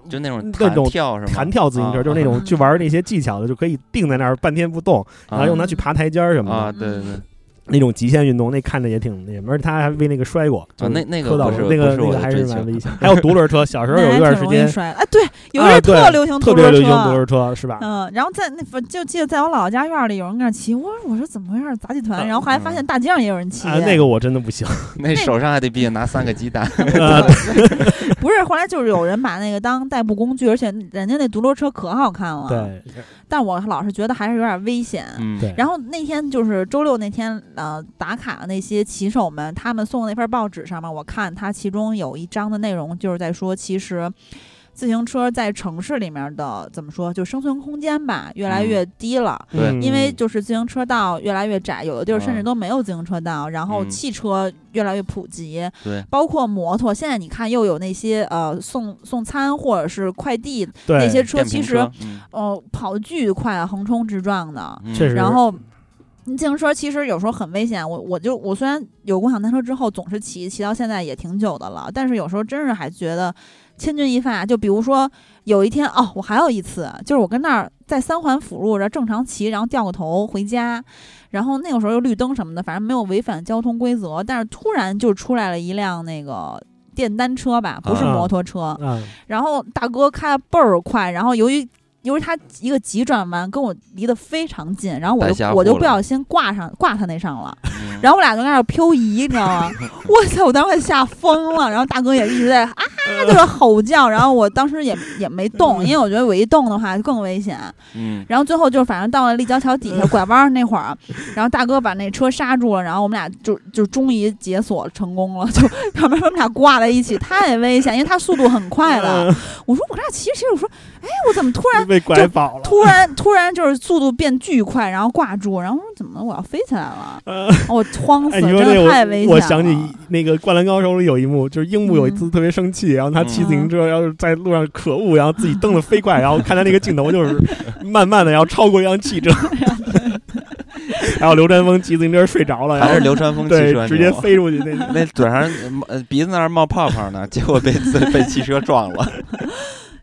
Speaker 1: 就那种
Speaker 3: 那种
Speaker 1: 弹跳是吗？
Speaker 3: 弹跳自行车，
Speaker 1: 啊
Speaker 3: 就是那种去玩那些技巧的，就可以定在那儿半天不动，然后用它去爬台阶儿什么
Speaker 1: 啊，
Speaker 3: 的，
Speaker 1: 对对对，
Speaker 2: 嗯
Speaker 3: 那种极限运动，那看着也挺那什么，而且他还为那个摔过，就
Speaker 1: 啊那
Speaker 3: 是
Speaker 1: 那个
Speaker 3: 磕到
Speaker 1: 不是
Speaker 3: 过那
Speaker 1: 不
Speaker 3: 个
Speaker 1: 是
Speaker 3: 那
Speaker 1: 我
Speaker 3: 个
Speaker 1: 的啊
Speaker 3: 还
Speaker 1: 追
Speaker 3: 是
Speaker 1: 求
Speaker 3: 蛮危险。还有独轮车，小时候
Speaker 2: 那
Speaker 3: 有
Speaker 2: 还
Speaker 3: 一段
Speaker 2: 挺
Speaker 3: 时
Speaker 2: 容易
Speaker 3: 间
Speaker 2: 摔的。哎，对，有一
Speaker 3: 啊
Speaker 2: 阵
Speaker 3: 对
Speaker 2: 特流行
Speaker 3: 特
Speaker 2: 独
Speaker 3: 别
Speaker 2: 轮
Speaker 3: 流
Speaker 2: 车，
Speaker 3: 行独轮车是吧？
Speaker 2: 嗯，然后在那不就记得在我姥姥家院儿里有人跟那儿骑，我说我说怎么回事儿杂技团，
Speaker 3: 嗯
Speaker 2: 然后后来发现大街上也有人骑，
Speaker 3: 啊，那个我真的 不行，
Speaker 1: 那手上还得必须拿三个鸡蛋。
Speaker 2: 不是后来就是有人把那个当代步工具，而且人家那独轮车可好看了，，
Speaker 3: 啊对
Speaker 2: 但我老是觉得还是有点危险。
Speaker 1: 嗯，
Speaker 3: 对。
Speaker 2: 然后那天就是周六那天，呃，打卡的那些骑手们，他们送的那份报纸上面，我看它其中有一章的内容就是在说，其实自行车在城市里面的怎么说，就生存空间吧，越来越低了。
Speaker 1: 对
Speaker 3: 嗯
Speaker 2: 因为就是自行车道越来越窄，有的地儿甚至
Speaker 1: 嗯
Speaker 2: 都没有自行车道，然后
Speaker 1: 嗯
Speaker 2: 汽车越来越普及，
Speaker 1: 对
Speaker 2: 包括摩托。现在你看，又有那些呃送送餐或者是快递
Speaker 3: 对
Speaker 2: 那些车，
Speaker 1: 电
Speaker 2: 其
Speaker 1: 瓶
Speaker 2: 实
Speaker 1: 车，嗯
Speaker 2: 哦跑得巨快，横冲直撞的。
Speaker 1: 嗯
Speaker 3: 确实
Speaker 2: 然后自行车其实有时候很危险，我我就我虽然有共享单车之后总是骑，骑到现在也挺久的了，但是有时候真是还觉得千钧一发。就比如说有一天哦，我还有一次，就是我跟那儿在三环辅路这正常骑，然后掉个头回家，然后那个时候又绿灯什么的，反正没有违反交通规则，但是突然就出来了一辆那个。电单车吧，不是
Speaker 1: 啊
Speaker 2: 摩托车，
Speaker 3: 啊，
Speaker 2: 然后大哥开的倍儿快，然后由于由于它一个急转弯跟我离得非常近，然后我
Speaker 1: 白
Speaker 2: 就
Speaker 1: 瞎
Speaker 2: 我就
Speaker 1: 户
Speaker 2: 不
Speaker 1: 了
Speaker 2: 小心挂上挂他那上了，
Speaker 1: 嗯
Speaker 2: 然后我俩就开始漂移，你知道吗？我操！我当时快吓疯了，然后大哥也一直在啊，就是吼叫，然后我当时也也没动，因为我觉得我一动的话更危险。
Speaker 1: 嗯，
Speaker 2: 然后最后就是反正到了立交桥
Speaker 3: 嗯
Speaker 2: 底下拐弯儿那会儿，然后大哥把那车刹住了，然后我们俩就就终于解锁成功了，就 旁边我们俩挂在一起，太危险，因为他速度很快
Speaker 3: 嗯
Speaker 2: 的。我说我这俩骑着骑着，我说哎，我怎么突 然
Speaker 3: 被拐跑了。
Speaker 2: 突然突然就是速度变巨快，然后挂住，然后我说怎么了我要飞起来了？
Speaker 3: 呃
Speaker 2: 我慌 死
Speaker 3: 哎，
Speaker 2: 了，
Speaker 3: 你
Speaker 2: 真
Speaker 3: 说这
Speaker 2: 的太危险
Speaker 3: 我，
Speaker 2: 了。嗯
Speaker 3: 我想起那个《灌篮高手》里有一幕，就是樱木有一次特别生气，然后他骑自行车，然后在路上可恶，然后自己蹬的飞快，然后看他那个镜头就是 慢慢的，然后超过一辆 汽车，还有刘占峰骑自行车睡着了，然
Speaker 1: 还
Speaker 3: 后
Speaker 1: 是流川枫汽
Speaker 3: 对
Speaker 1: 车
Speaker 3: 直接
Speaker 1: 牛
Speaker 3: 飞出去 那。
Speaker 1: 那嘴上呃鼻子那儿冒泡泡呢，结果被自被汽车撞了。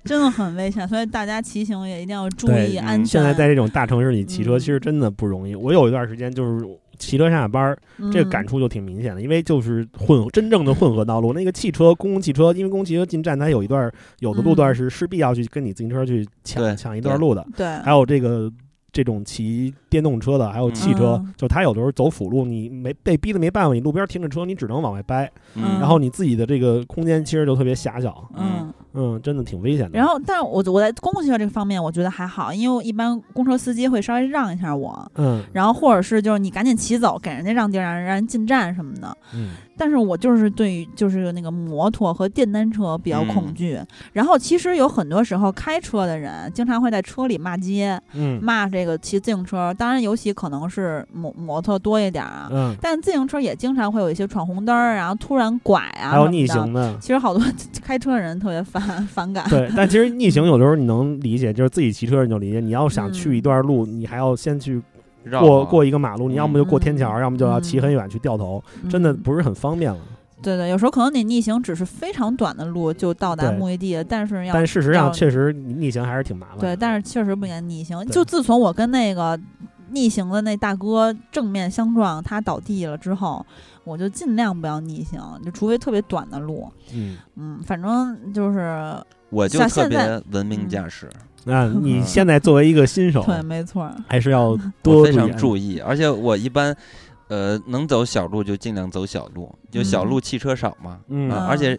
Speaker 2: 真的很危险，所以大家骑行也一定要注
Speaker 3: 对
Speaker 2: 意
Speaker 1: 嗯
Speaker 2: 安全。
Speaker 3: 现在在这种大城市里骑车，
Speaker 2: 嗯
Speaker 3: 其实真的不容易。我有一段时间就是骑车下班儿，这个
Speaker 2: 嗯
Speaker 3: 感触就挺明显的，因为就是混真正的混合道路，那个汽车公共汽车，因为公共汽车进站，它有一段有的路
Speaker 2: 嗯
Speaker 3: 段是势必要去跟你自行车去
Speaker 1: 对
Speaker 3: 抢抢一段路的，
Speaker 2: 对，
Speaker 3: 还有这个。这种骑电动车的，还有汽车，
Speaker 2: 嗯
Speaker 3: 就它有的时候走辅路，你没被逼的没办法，你路边停着车，你只能往外掰，
Speaker 2: 嗯
Speaker 3: 然后你自己的这个空间其实就特别狭小，
Speaker 2: 嗯。
Speaker 3: 嗯，真的挺危险的。
Speaker 2: 然后，但是我我在公共汽车这个方面，我觉得还好，因为我一般公车司机会稍微让一下我，
Speaker 3: 嗯
Speaker 2: 然后或者是就是你赶紧骑走，给人家让地儿，让人让人进站什么的。
Speaker 3: 嗯，
Speaker 2: 但是我就是对于就是那个摩托和电单车比较恐惧。
Speaker 3: 嗯
Speaker 2: 然后其实有很多时候开车的人经常会在车里骂街，
Speaker 3: 嗯
Speaker 2: 骂这个骑自行车，当然尤其可能是摩摩托多一点儿啊。
Speaker 3: 嗯，
Speaker 2: 但自行车也经常会有一些闯红灯儿，然后突然拐啊，
Speaker 3: 还有逆行。的，
Speaker 2: 其实好多 开车的人特别反反 感。
Speaker 3: 对，但其实逆行有的时候你能理解，就是自己骑车你就理解。你要想
Speaker 2: 嗯
Speaker 3: 去一段路，你还要先去
Speaker 1: 绕
Speaker 3: 过
Speaker 1: 啊
Speaker 3: 过一个马路，你要么就过天桥，
Speaker 2: 嗯
Speaker 3: 要么就要骑很远去掉头，真的
Speaker 2: 嗯
Speaker 3: 不是很方便了。
Speaker 2: 对对，有时候可能你逆行只是非常短的路就到达
Speaker 3: 对
Speaker 2: 目的地了，但是要
Speaker 3: 但事实
Speaker 2: 要
Speaker 3: 上，确实你逆行还是挺麻烦的。
Speaker 2: 对，但是确实不应该逆行。
Speaker 3: 对
Speaker 2: 就自从我跟那个逆行的那大哥正面相撞，他倒地了之后，我就尽量不要逆行，就除非特别短的路。
Speaker 3: 嗯，
Speaker 2: 嗯，反正就是
Speaker 3: 哦
Speaker 1: 我就
Speaker 2: 像
Speaker 1: 特
Speaker 2: 现在
Speaker 1: 别文明驾驶，
Speaker 3: 那 你现在作为一个新手，
Speaker 2: 对，没错儿。
Speaker 3: 还是 要
Speaker 1: 我
Speaker 3: 多
Speaker 1: 非常
Speaker 3: 意
Speaker 1: 注意，而且我一般。呃，能走小路就尽量走小路，就小
Speaker 2: 嗯
Speaker 1: 路汽车少嘛。
Speaker 3: 嗯
Speaker 1: 啊而且，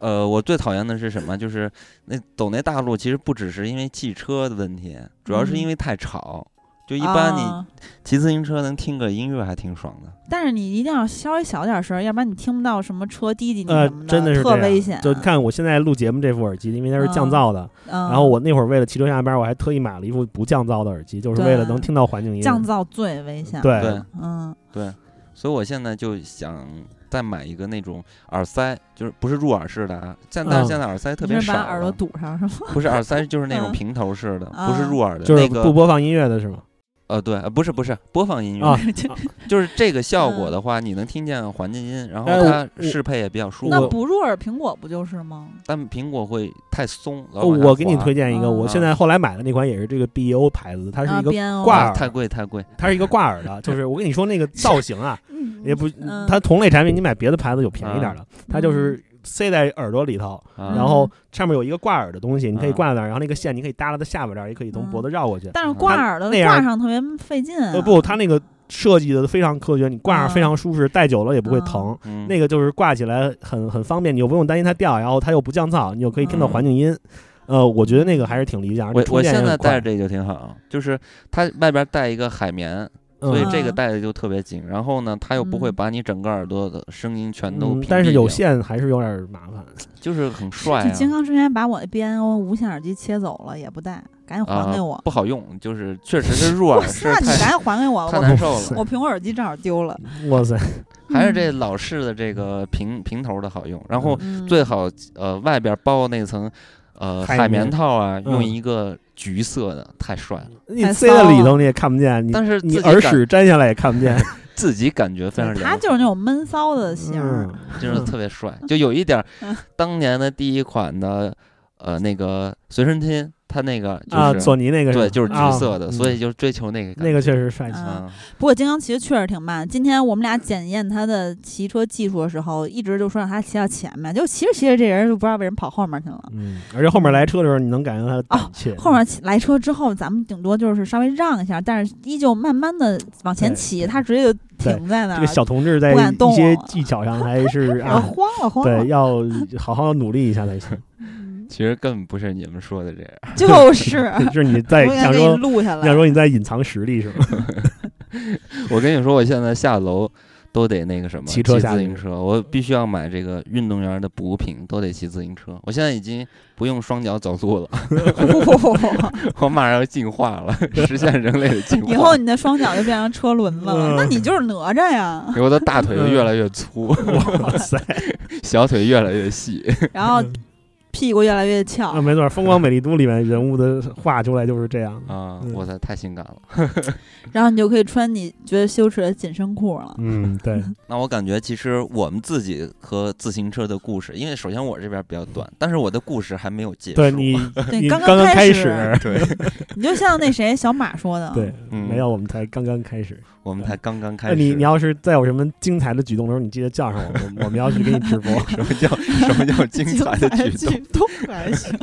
Speaker 1: 呃，我最讨厌的是什么？就是那走那大路，其实不只是因为汽车的问题，主要是因
Speaker 2: 嗯
Speaker 1: 为太吵。就一般你
Speaker 2: 啊
Speaker 1: 骑自行车能听个音乐还挺爽的。
Speaker 2: 但是你一定要稍微小点声，要不然你听不到什么车滴滴你
Speaker 3: 呃
Speaker 2: 什么，
Speaker 3: 真的是
Speaker 2: 特
Speaker 3: 这样
Speaker 2: 危险。啊
Speaker 3: 就看我现在录节目这副耳机，因为它是降噪的。
Speaker 2: 嗯，
Speaker 3: 然后我那会儿为了骑车下班，我还特意买了一副不降噪的耳机，就是为了能听到环境音。
Speaker 2: 降噪最危险。，
Speaker 3: 对
Speaker 1: 对，
Speaker 2: 嗯
Speaker 1: 对，所以我现在就想再买一个那种耳塞，就是不是入耳式的啊。现但
Speaker 3: 嗯
Speaker 1: 是现在耳塞特
Speaker 2: 你
Speaker 1: 别
Speaker 2: 是
Speaker 1: 少
Speaker 2: 把
Speaker 1: 了，
Speaker 2: 耳朵堵上是 吗？
Speaker 1: 不是耳 塞，就是那种
Speaker 2: 嗯
Speaker 1: 平头式的，不是
Speaker 2: 啊
Speaker 1: 入耳的。
Speaker 3: 就是
Speaker 1: 那
Speaker 3: 不
Speaker 1: 个
Speaker 3: 播放音乐的是吗？
Speaker 1: 呃，对，呃不是不是播放音乐，
Speaker 3: 啊，
Speaker 1: 就是这个效果
Speaker 2: 嗯
Speaker 1: 的话，你能听见环境音，然后
Speaker 3: 哎我
Speaker 1: 它
Speaker 3: 我
Speaker 1: 适配也比较舒
Speaker 2: 那
Speaker 1: 服。
Speaker 3: 我
Speaker 2: 不入耳苹果不就是吗？
Speaker 1: 但苹果会太松，老往下
Speaker 3: 哦我给你
Speaker 1: 滑
Speaker 3: 推荐一个，
Speaker 2: 嗯
Speaker 3: 我现在后来买的那款也是这个 B E O 牌子的，它是
Speaker 2: 啊
Speaker 3: 一个
Speaker 2: 边哦
Speaker 3: 挂耳
Speaker 1: 太贵太贵，
Speaker 3: 它是一个挂 耳的，就是我跟你说那个造型啊，
Speaker 2: 嗯
Speaker 3: 也不
Speaker 2: 嗯，
Speaker 3: 它同类产品你买别的牌子有便宜点儿的，它就是塞在耳朵里头，
Speaker 1: 啊、
Speaker 3: 然后上面有一个挂耳的东西，你可以
Speaker 1: 嗯
Speaker 3: 挂在那儿，然后那个线你可以耷拉到下巴这儿，也可以从脖子绕过去。
Speaker 2: 嗯但是挂耳的
Speaker 3: 那样
Speaker 2: 挂上特别费劲啊。
Speaker 3: 呃不，它那个设计的非常科学，你挂
Speaker 2: 嗯
Speaker 3: 上非常舒适，戴久了也不会疼。
Speaker 1: 嗯
Speaker 3: 那个就是挂起来很很方便，你又不用担心它掉，然后它又不降噪，你又可以听到
Speaker 2: 嗯
Speaker 3: 环境音。呃，我觉得那个还是挺理想。
Speaker 1: 我
Speaker 3: 充
Speaker 1: 我
Speaker 3: 电也
Speaker 1: 现在
Speaker 3: 很快
Speaker 1: 戴这就挺好，就是它外边带一个海绵，所以
Speaker 3: 嗯
Speaker 1: 这个戴的就特别紧。然后呢，它又不会
Speaker 2: 嗯
Speaker 1: 把你整个耳朵的声音全都屏蔽
Speaker 3: 嗯
Speaker 1: 掉，
Speaker 3: 但是有线还是有点麻烦。
Speaker 1: 就是很帅、
Speaker 2: 这
Speaker 1: 啊，
Speaker 2: 金刚之前把我的 BNO 无线耳机切走了，也不带，赶紧还给我。
Speaker 1: 啊、不好用，就是确实是入耳是
Speaker 2: 那你赶
Speaker 1: 太
Speaker 2: 紧还给我，
Speaker 1: 太
Speaker 2: 我
Speaker 1: 难受了，
Speaker 2: 我苹果耳机正好丢了。
Speaker 3: 哇塞，
Speaker 1: 还是这老式的这个平平头的好用。然后
Speaker 2: 嗯
Speaker 1: 最好呃外边包那层呃
Speaker 3: 海
Speaker 1: 海绵
Speaker 3: 绵
Speaker 1: 套啊，用
Speaker 3: 嗯
Speaker 1: 一个橘色的，太帅了。
Speaker 3: 你
Speaker 2: 太
Speaker 3: 塞
Speaker 2: 骚
Speaker 3: 在里
Speaker 2: 了
Speaker 3: 头你也看不见，你
Speaker 1: 但是
Speaker 3: 你
Speaker 1: 自己
Speaker 3: 耳
Speaker 1: 感
Speaker 3: 屎粘下来也看 不见。
Speaker 1: 自己感觉非常
Speaker 2: 对它
Speaker 1: 凉
Speaker 2: 就是那种闷骚的型儿，
Speaker 3: 嗯，
Speaker 1: 就是特别帅，就有一点儿
Speaker 2: 嗯
Speaker 1: 当年的第一款的呃那个随身听，
Speaker 6: 他那个就
Speaker 3: 啊，
Speaker 6: 是
Speaker 3: 索尼那个
Speaker 6: 对，
Speaker 3: 吧
Speaker 6: 就是
Speaker 3: 啊
Speaker 6: 橘色的，所以
Speaker 3: 嗯
Speaker 6: 就追求那个感
Speaker 3: 那个确实帅气
Speaker 2: 嗯。
Speaker 6: 嗯，
Speaker 2: 不过金刚骑的确实挺慢。今天我们俩检验他的骑车技术的时候，一直就说让他骑到前面，就骑着骑着，这人就不知道为什么跑后面去了。
Speaker 3: 嗯，而且后面来车的时候，你能感觉到他的胆怯。
Speaker 2: 哦后面起来车之后，咱们顶多就是稍微让一下，但是依旧慢慢的往前
Speaker 3: 对
Speaker 2: 骑，
Speaker 3: 对
Speaker 2: 他直接就停在那
Speaker 3: 这
Speaker 2: 儿，
Speaker 3: 个小同志在
Speaker 2: 不敢动
Speaker 3: 一些
Speaker 2: 了
Speaker 3: 技巧上还 是
Speaker 2: 然后
Speaker 3: 啊，
Speaker 2: 慌了慌了
Speaker 3: 对，，要好好努力一 下才行。
Speaker 1: 嗯
Speaker 6: 其实根本不是你们说的这样。
Speaker 2: 就是。
Speaker 3: 就是你
Speaker 2: 我
Speaker 3: 在
Speaker 2: 应该
Speaker 3: 想
Speaker 2: 给你
Speaker 3: 说，
Speaker 2: 录下来。
Speaker 3: 你想说你在隐藏实力是吗？
Speaker 6: 我跟你说，我现在下楼都得那个什么，
Speaker 3: 骑车下
Speaker 6: 自
Speaker 3: 去
Speaker 6: 行车，我必须要买这个运动员的补品，都得骑自行车。我现在已经不用双脚走路了， 我马上要进化了，实现人类的进化。
Speaker 2: 以后你的双脚就变成车轮子了，
Speaker 3: 嗯
Speaker 2: 那你就是哪吒 呀。
Speaker 6: 我的大腿就越来越粗，
Speaker 3: 哇塞，
Speaker 6: 小腿越来越细。
Speaker 2: 然后
Speaker 3: 嗯
Speaker 2: 屁股越来越翘
Speaker 3: 啊，。没错，《风光美丽都》里面人物的画出来就是这样。
Speaker 6: 啊！
Speaker 3: 嗯
Speaker 6: 我操，太性感了。
Speaker 2: 然后你就可以穿你觉得羞耻的紧身裤了。
Speaker 3: 嗯，对，
Speaker 1: 那我感觉其实我们自己和自行车的故事，因为首先我这边比较短，但是我的故事还没有结束。
Speaker 3: 对你
Speaker 2: 对，
Speaker 3: 你
Speaker 2: 刚
Speaker 3: 刚
Speaker 2: 开
Speaker 3: 开始，
Speaker 1: 对，
Speaker 2: 你就像那谁小马说的，
Speaker 3: 对，
Speaker 6: 嗯
Speaker 3: 没有，我们才刚刚开始。
Speaker 1: 我们才刚刚开
Speaker 3: 那
Speaker 1: 始。
Speaker 3: 呃你你要是再有什么精彩的举动的时候，你记得叫上我，我我们要去给你 直播。
Speaker 1: 什么叫 什么叫精彩的举动？
Speaker 2: 举动还行。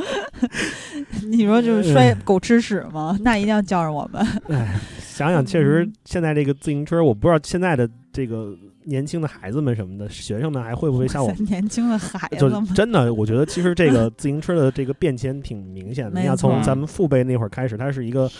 Speaker 2: 你说就是摔狗吃屎
Speaker 3: 嗯
Speaker 2: 吗？那一定要叫上我们。
Speaker 3: 哎，想想确
Speaker 2: 嗯
Speaker 3: 实，现在这个自行车，我不知道现在的这个年轻的孩子们什么的，学生们还会不会像我 们？
Speaker 2: 年轻的孩子
Speaker 3: 就
Speaker 2: 们，
Speaker 3: 真的，我觉得其实这个自行车的这个变迁挺明显的。
Speaker 2: 没
Speaker 3: 你看，从
Speaker 6: 错
Speaker 3: 咱们父辈那会儿开始，它是一个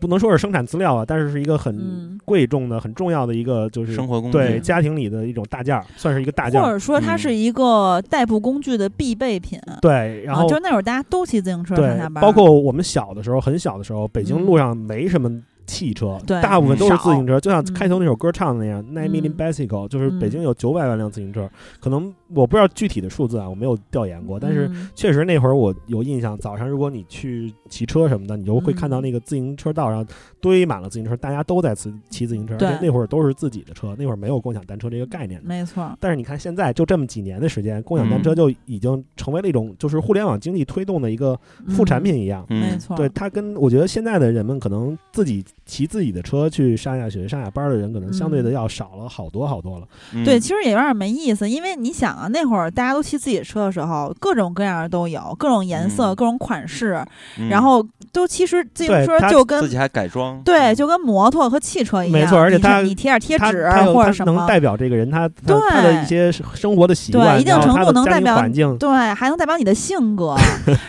Speaker 3: 不能说是生产资料啊，但是是一个
Speaker 2: 嗯
Speaker 3: 很贵重的、很重要的一个就是
Speaker 1: 生活工具，
Speaker 3: 对
Speaker 2: 嗯
Speaker 3: 家庭里的一种大件儿，算是一个大件
Speaker 2: 或
Speaker 3: 儿。
Speaker 2: 者说它是一个代步工具的必备品。
Speaker 3: 嗯对，然
Speaker 2: 啊
Speaker 3: 后
Speaker 2: 就是那会儿大家都骑自行车上
Speaker 3: 对
Speaker 2: 下，班，嗯
Speaker 3: 包括我们小的时候，很小的时候，北京路上没什么汽车，
Speaker 2: 对
Speaker 3: 大部分都是
Speaker 2: 嗯
Speaker 3: 自行车。就像
Speaker 2: 嗯
Speaker 3: 开头那首歌唱的那样，Nine
Speaker 2: 嗯
Speaker 3: million bicycle”，就是北
Speaker 2: 嗯
Speaker 3: 京有九百万辆自行车。可能我不知道具体的数字啊，我没有调研过，但是
Speaker 2: 嗯
Speaker 3: 确实那会儿我有印象，早上如果你去骑车什么的，你就会
Speaker 2: 嗯
Speaker 3: 看到那个自行车道上堆满了自行车，大家都在骑骑自行车，而
Speaker 2: 对
Speaker 3: 且那会儿都是自己的车，那会儿没有共享单车这个概念的。
Speaker 2: 没错，
Speaker 3: 但是你看，现在就这么几年的时间，共享单车
Speaker 2: 嗯
Speaker 3: 就已经成为了一种就是互联网经济推动的一个副产品一样。
Speaker 2: 嗯，没
Speaker 1: 嗯，
Speaker 2: 错，
Speaker 3: 对它跟我觉得现在的人们可能自己骑自己的车去上下学、上下班的人，可能相对的
Speaker 2: 嗯
Speaker 3: 要少了好多好多了。
Speaker 1: 嗯
Speaker 2: 对，其实也有点没意思，因为你想啊，那会儿大家都骑自己车的时候，各种各样的都有，各种颜色、
Speaker 1: 嗯
Speaker 2: 各种款式，
Speaker 1: 嗯
Speaker 2: 然后都其实自行
Speaker 3: 对
Speaker 2: 车
Speaker 3: 它
Speaker 2: 就跟
Speaker 1: 自己还改装，嗯
Speaker 2: 对，就跟摩托和汽车一样，
Speaker 3: 嗯没错而且
Speaker 2: 你是
Speaker 3: 它
Speaker 2: 你贴点贴
Speaker 3: 它
Speaker 2: 纸
Speaker 3: 它有
Speaker 2: 或者
Speaker 3: 它
Speaker 2: 什
Speaker 3: 能
Speaker 2: 么，
Speaker 3: 代表这个人他他他的一些生活的习
Speaker 2: 对
Speaker 3: 惯，
Speaker 2: 一定
Speaker 3: 然后
Speaker 2: 程
Speaker 3: 他
Speaker 2: 度
Speaker 3: 的
Speaker 2: 能
Speaker 3: 家
Speaker 2: 代
Speaker 3: 庭
Speaker 2: 表
Speaker 3: 环境。
Speaker 2: 对，还能代表你的性 格。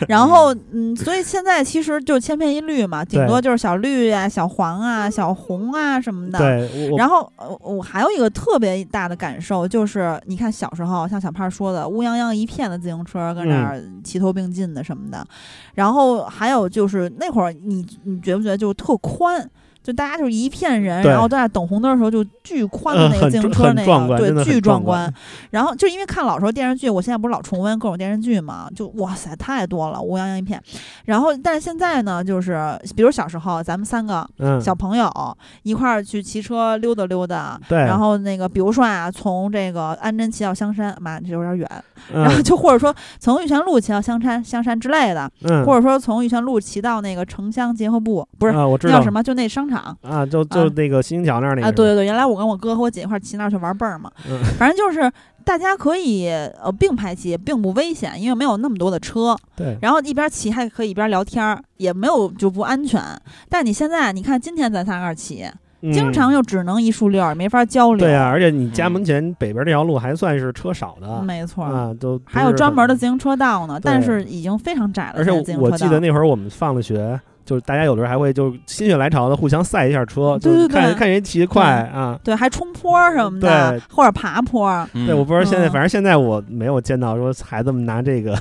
Speaker 2: 然后，嗯，所以现在其实就千篇一律嘛，顶
Speaker 3: 对
Speaker 2: 多就是小绿啊、小黄啊、小红啊什么的。
Speaker 3: 对，我
Speaker 2: 然后，呃我还有一个特别大的感受，就是你看小时候，像小胖说的，乌泱泱一片的自行车跟
Speaker 3: 嗯
Speaker 2: 那儿齐头并进的什么的。然后还有就是那会儿你，你觉不觉得就特宽？就大家就是一片人，
Speaker 3: 对
Speaker 2: 然后在那等红灯的时候就巨宽的
Speaker 3: 嗯
Speaker 2: 那个
Speaker 3: 很
Speaker 2: 自行
Speaker 3: 壮
Speaker 2: 车
Speaker 3: 很
Speaker 2: 那
Speaker 3: 壮
Speaker 2: 个，
Speaker 3: 观真
Speaker 2: 对，
Speaker 3: 的
Speaker 2: 巨
Speaker 3: 很
Speaker 2: 壮
Speaker 3: 壮观
Speaker 2: 观。 然后就因为看老时候电视剧，我现在不是老重温各种电视剧嘛，就哇塞太多了，乌泱泱一片。然后但是现在呢，就是比如小时候咱们三个
Speaker 3: 嗯，
Speaker 2: 小朋友一块儿去骑车溜达溜达，
Speaker 3: 对，
Speaker 2: 然后那个比如说啊，从这个安贞骑到香山，妈这有点远， 然后
Speaker 3: 嗯
Speaker 2: 就或者说从玉泉路骑到香山、香山之类的，
Speaker 3: 嗯，
Speaker 2: 或者说从玉泉路骑到那个城乡结合部，不是、
Speaker 3: 啊，我知
Speaker 2: 那
Speaker 3: 道
Speaker 2: 叫什么，就那商场。
Speaker 3: 啊，就就
Speaker 2: 啊
Speaker 3: 那个新兴桥那儿那个
Speaker 2: 啊，
Speaker 3: 是吧
Speaker 2: 对对对，原来我跟我哥和我姐一块儿骑那儿去玩蹦儿嘛，
Speaker 3: 嗯
Speaker 2: 反正就是大家可以呃并排骑，并不危险，因为没有那么多的车，
Speaker 3: 对，
Speaker 2: 然后一边骑还可以一边聊天儿，也没有就不安全。但你现在你看今天咱仨个儿骑，经
Speaker 3: 嗯
Speaker 2: 常又只能一树溜儿，没法交流。
Speaker 3: 对啊，而且你家
Speaker 1: 嗯
Speaker 3: 门前北边这条路还算是车少的，
Speaker 2: 没错儿。
Speaker 3: 啊，都不
Speaker 2: 还有
Speaker 3: 是
Speaker 2: 专
Speaker 3: 很
Speaker 2: 门的自，行车道呢，但
Speaker 3: 对
Speaker 2: 是已经非常窄了。
Speaker 3: 而且
Speaker 2: 现在自行
Speaker 3: 我
Speaker 2: 车
Speaker 3: 记
Speaker 2: 道
Speaker 3: 得那会儿我们放了学，就是大家有的时候还会就心血来潮的互相赛一下车，
Speaker 2: 嗯对
Speaker 3: 就是
Speaker 2: 对
Speaker 3: 看
Speaker 2: 对
Speaker 3: 看谁骑得快啊。
Speaker 2: 对，还冲坡儿什么的
Speaker 3: 对，
Speaker 2: 或者爬坡儿。
Speaker 1: 嗯
Speaker 3: 对，我不知道现在，
Speaker 2: 嗯
Speaker 3: 反正现在我没有见到说孩子们拿这个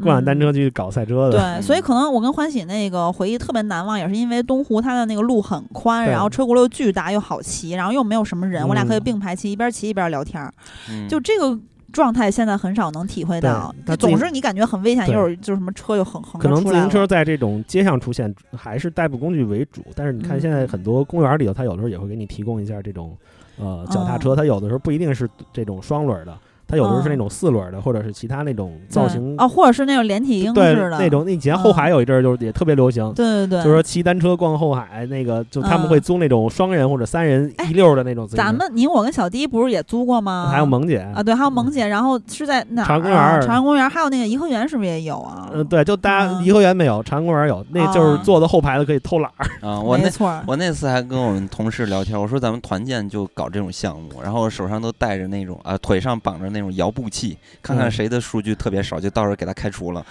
Speaker 3: 共享单车嗯
Speaker 2: 嗯
Speaker 3: 去搞赛车的。
Speaker 2: 对，所以可能我跟欢喜那个回忆特别难忘，也是因为东湖它的那个路很宽，
Speaker 3: 对
Speaker 2: 然后车轱辘又巨大又好骑，然后又没有什么人，我俩可以
Speaker 3: 嗯
Speaker 2: 并排骑，一边骑一边聊天儿。
Speaker 1: 嗯
Speaker 2: 就这个状态，现在很少能体会
Speaker 3: 对
Speaker 2: 到。
Speaker 3: 它自
Speaker 2: 总
Speaker 3: 己
Speaker 2: 是你感觉很危险，
Speaker 3: 对
Speaker 2: 又有就是什么车又横横
Speaker 3: 可
Speaker 2: 着
Speaker 3: 能
Speaker 2: 出
Speaker 3: 自
Speaker 2: 来
Speaker 3: 行
Speaker 2: 了
Speaker 3: 车在这种街上出现，还是代步工具为主。但是你看，
Speaker 2: 嗯
Speaker 3: 现在很多公园里头，它有的时候也会给你提供一下这种，呃，脚踏
Speaker 2: 嗯
Speaker 3: 车。它有的时候不一定是这种双轮的，它有时候是
Speaker 2: 嗯
Speaker 3: 那种四轮的，或者是其他那种造型
Speaker 2: 对，哦，或者是那种连体婴
Speaker 3: 对
Speaker 2: 式的嗯
Speaker 3: 那，种。以前后海有一阵儿就是也特别流行，
Speaker 2: 对对对，
Speaker 3: 就是说骑单车逛后海，那个就他们
Speaker 2: 嗯
Speaker 3: 会租那种双人或者三人一溜儿的那种自行车。
Speaker 2: 哎咱
Speaker 3: 嗯
Speaker 2: 们你我跟小迪不是也租过吗？
Speaker 3: 还有萌姐
Speaker 2: 啊，对，还有萌姐，然后是在哪儿啊？
Speaker 3: 嗯朝阳公园儿
Speaker 2: 朝阳公园儿，还有那个颐和园是不是也有啊？
Speaker 3: 嗯，对，就大家
Speaker 2: 嗯
Speaker 3: 颐和园没有，长安公园有，那就是
Speaker 2: 啊
Speaker 3: 坐在后排的可以偷懒儿。
Speaker 1: 啊，我那
Speaker 2: 没错儿，
Speaker 1: 我那次还跟我们同事聊天，我说咱们团建就搞这种项目，然后手上都带着那种啊，腿上绑着那种摇步器，看看
Speaker 3: 嗯
Speaker 1: 谁的数据特别少，就到时候给他开除了。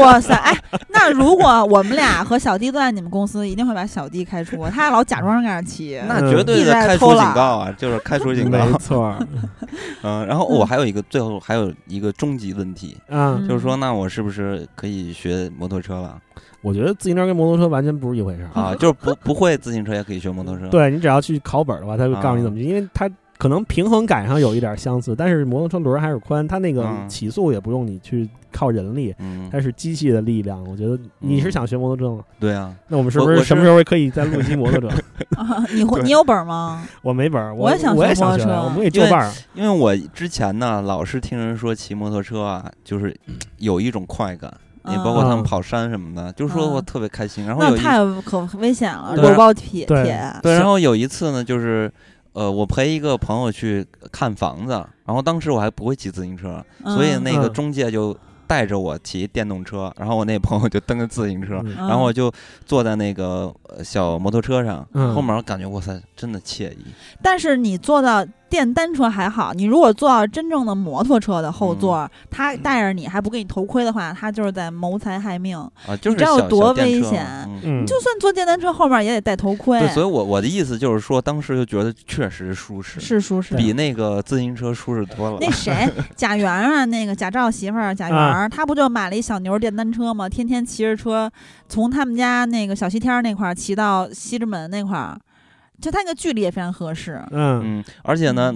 Speaker 2: 哇塞，哎，那如果我们俩和小弟都在你们公司，一定会把小弟开除，他还老假装在那儿骑。
Speaker 1: 那
Speaker 3: 嗯
Speaker 1: 绝对
Speaker 2: 一直
Speaker 1: 的
Speaker 2: 在
Speaker 1: 开除
Speaker 2: 偷
Speaker 1: 警
Speaker 2: 懒
Speaker 1: 告啊，就是开除警告。
Speaker 3: 错，
Speaker 1: 嗯，然后我还有一个最后还有一个终极问题，
Speaker 3: 啊，
Speaker 2: 嗯
Speaker 1: 就是说，那我是不是可以学摩托车了
Speaker 3: 我觉得自行车跟摩托车完全不是一回事儿
Speaker 1: 啊？就是不不会自行车也可以学摩托车。
Speaker 3: 对你只要去考本儿的话，他会告诉你怎么去，
Speaker 1: 啊
Speaker 3: 因为它可能平衡感上有一点儿相似，但是摩托车轮儿还是宽，它那个
Speaker 1: 嗯
Speaker 3: 起速也不用你去靠人力，
Speaker 1: 嗯，
Speaker 3: 它是机器的力量。我觉得你是
Speaker 1: 嗯
Speaker 3: 想学摩托车吗？
Speaker 1: 对啊，
Speaker 3: 那我们是
Speaker 1: 我
Speaker 3: 不是
Speaker 1: 我
Speaker 3: 什么
Speaker 1: 是
Speaker 3: 时候可以再录一期摩托车？
Speaker 2: 啊你会
Speaker 1: 对
Speaker 2: 你有本儿吗？
Speaker 3: 我没本儿，
Speaker 2: 我
Speaker 3: 我
Speaker 2: 也想
Speaker 3: 我
Speaker 2: 学
Speaker 3: 也想
Speaker 2: 摩
Speaker 3: 学啊
Speaker 2: 托车
Speaker 3: 我们给作伴儿。
Speaker 1: 因为我之前呢老是听人说骑摩托车啊，就是有一种快感，也包括他们
Speaker 3: 嗯
Speaker 1: 跑山什么的，就说我
Speaker 2: 嗯
Speaker 1: 特别开心。然后
Speaker 2: 那
Speaker 1: 有一
Speaker 2: 太可危险了，
Speaker 1: 对
Speaker 2: 肉包铁
Speaker 3: 对啊
Speaker 2: 铁。
Speaker 1: 对，然
Speaker 3: 是
Speaker 1: 后有一次呢，就是呃，我陪一个朋友去看房子，然后当时我还不会骑自行车，所以
Speaker 2: 嗯
Speaker 1: 那个
Speaker 3: 嗯
Speaker 1: 中介就带着我骑电动车，然后我那朋友就蹬着自行车，
Speaker 3: 嗯
Speaker 2: 嗯
Speaker 1: 然后我就坐在那个呃小摩托车上，
Speaker 3: 嗯
Speaker 1: 后面我感觉哇塞，真的惬意。
Speaker 2: 但是你坐到电单车还好，你如果坐到真正的摩托车的后
Speaker 1: 嗯
Speaker 2: 座，他带着你还不给你头盔的话，他就是在谋财害命。
Speaker 1: 啊，就是
Speaker 2: 知道
Speaker 1: 小
Speaker 2: 有
Speaker 1: 小
Speaker 2: 多
Speaker 1: 电
Speaker 2: 危
Speaker 1: 车嘛
Speaker 2: 险
Speaker 1: 嗯
Speaker 3: 嗯，
Speaker 2: 就算坐电单车后面也得戴头盔
Speaker 1: 对，，所以我我的意思就是说，当时就觉得确实舒适，
Speaker 2: 是舒适。
Speaker 1: 比那个自行车舒适多了。
Speaker 2: 那谁，贾元啊，那个贾兆媳妇儿贾元儿，
Speaker 1: 啊
Speaker 2: 她不就买了一小牛电单车吗？天天骑着车从他们家那个小西天儿那块儿骑到西直门那块儿，就她那个距离也非常合适。
Speaker 3: 嗯，
Speaker 1: 嗯，而且呢，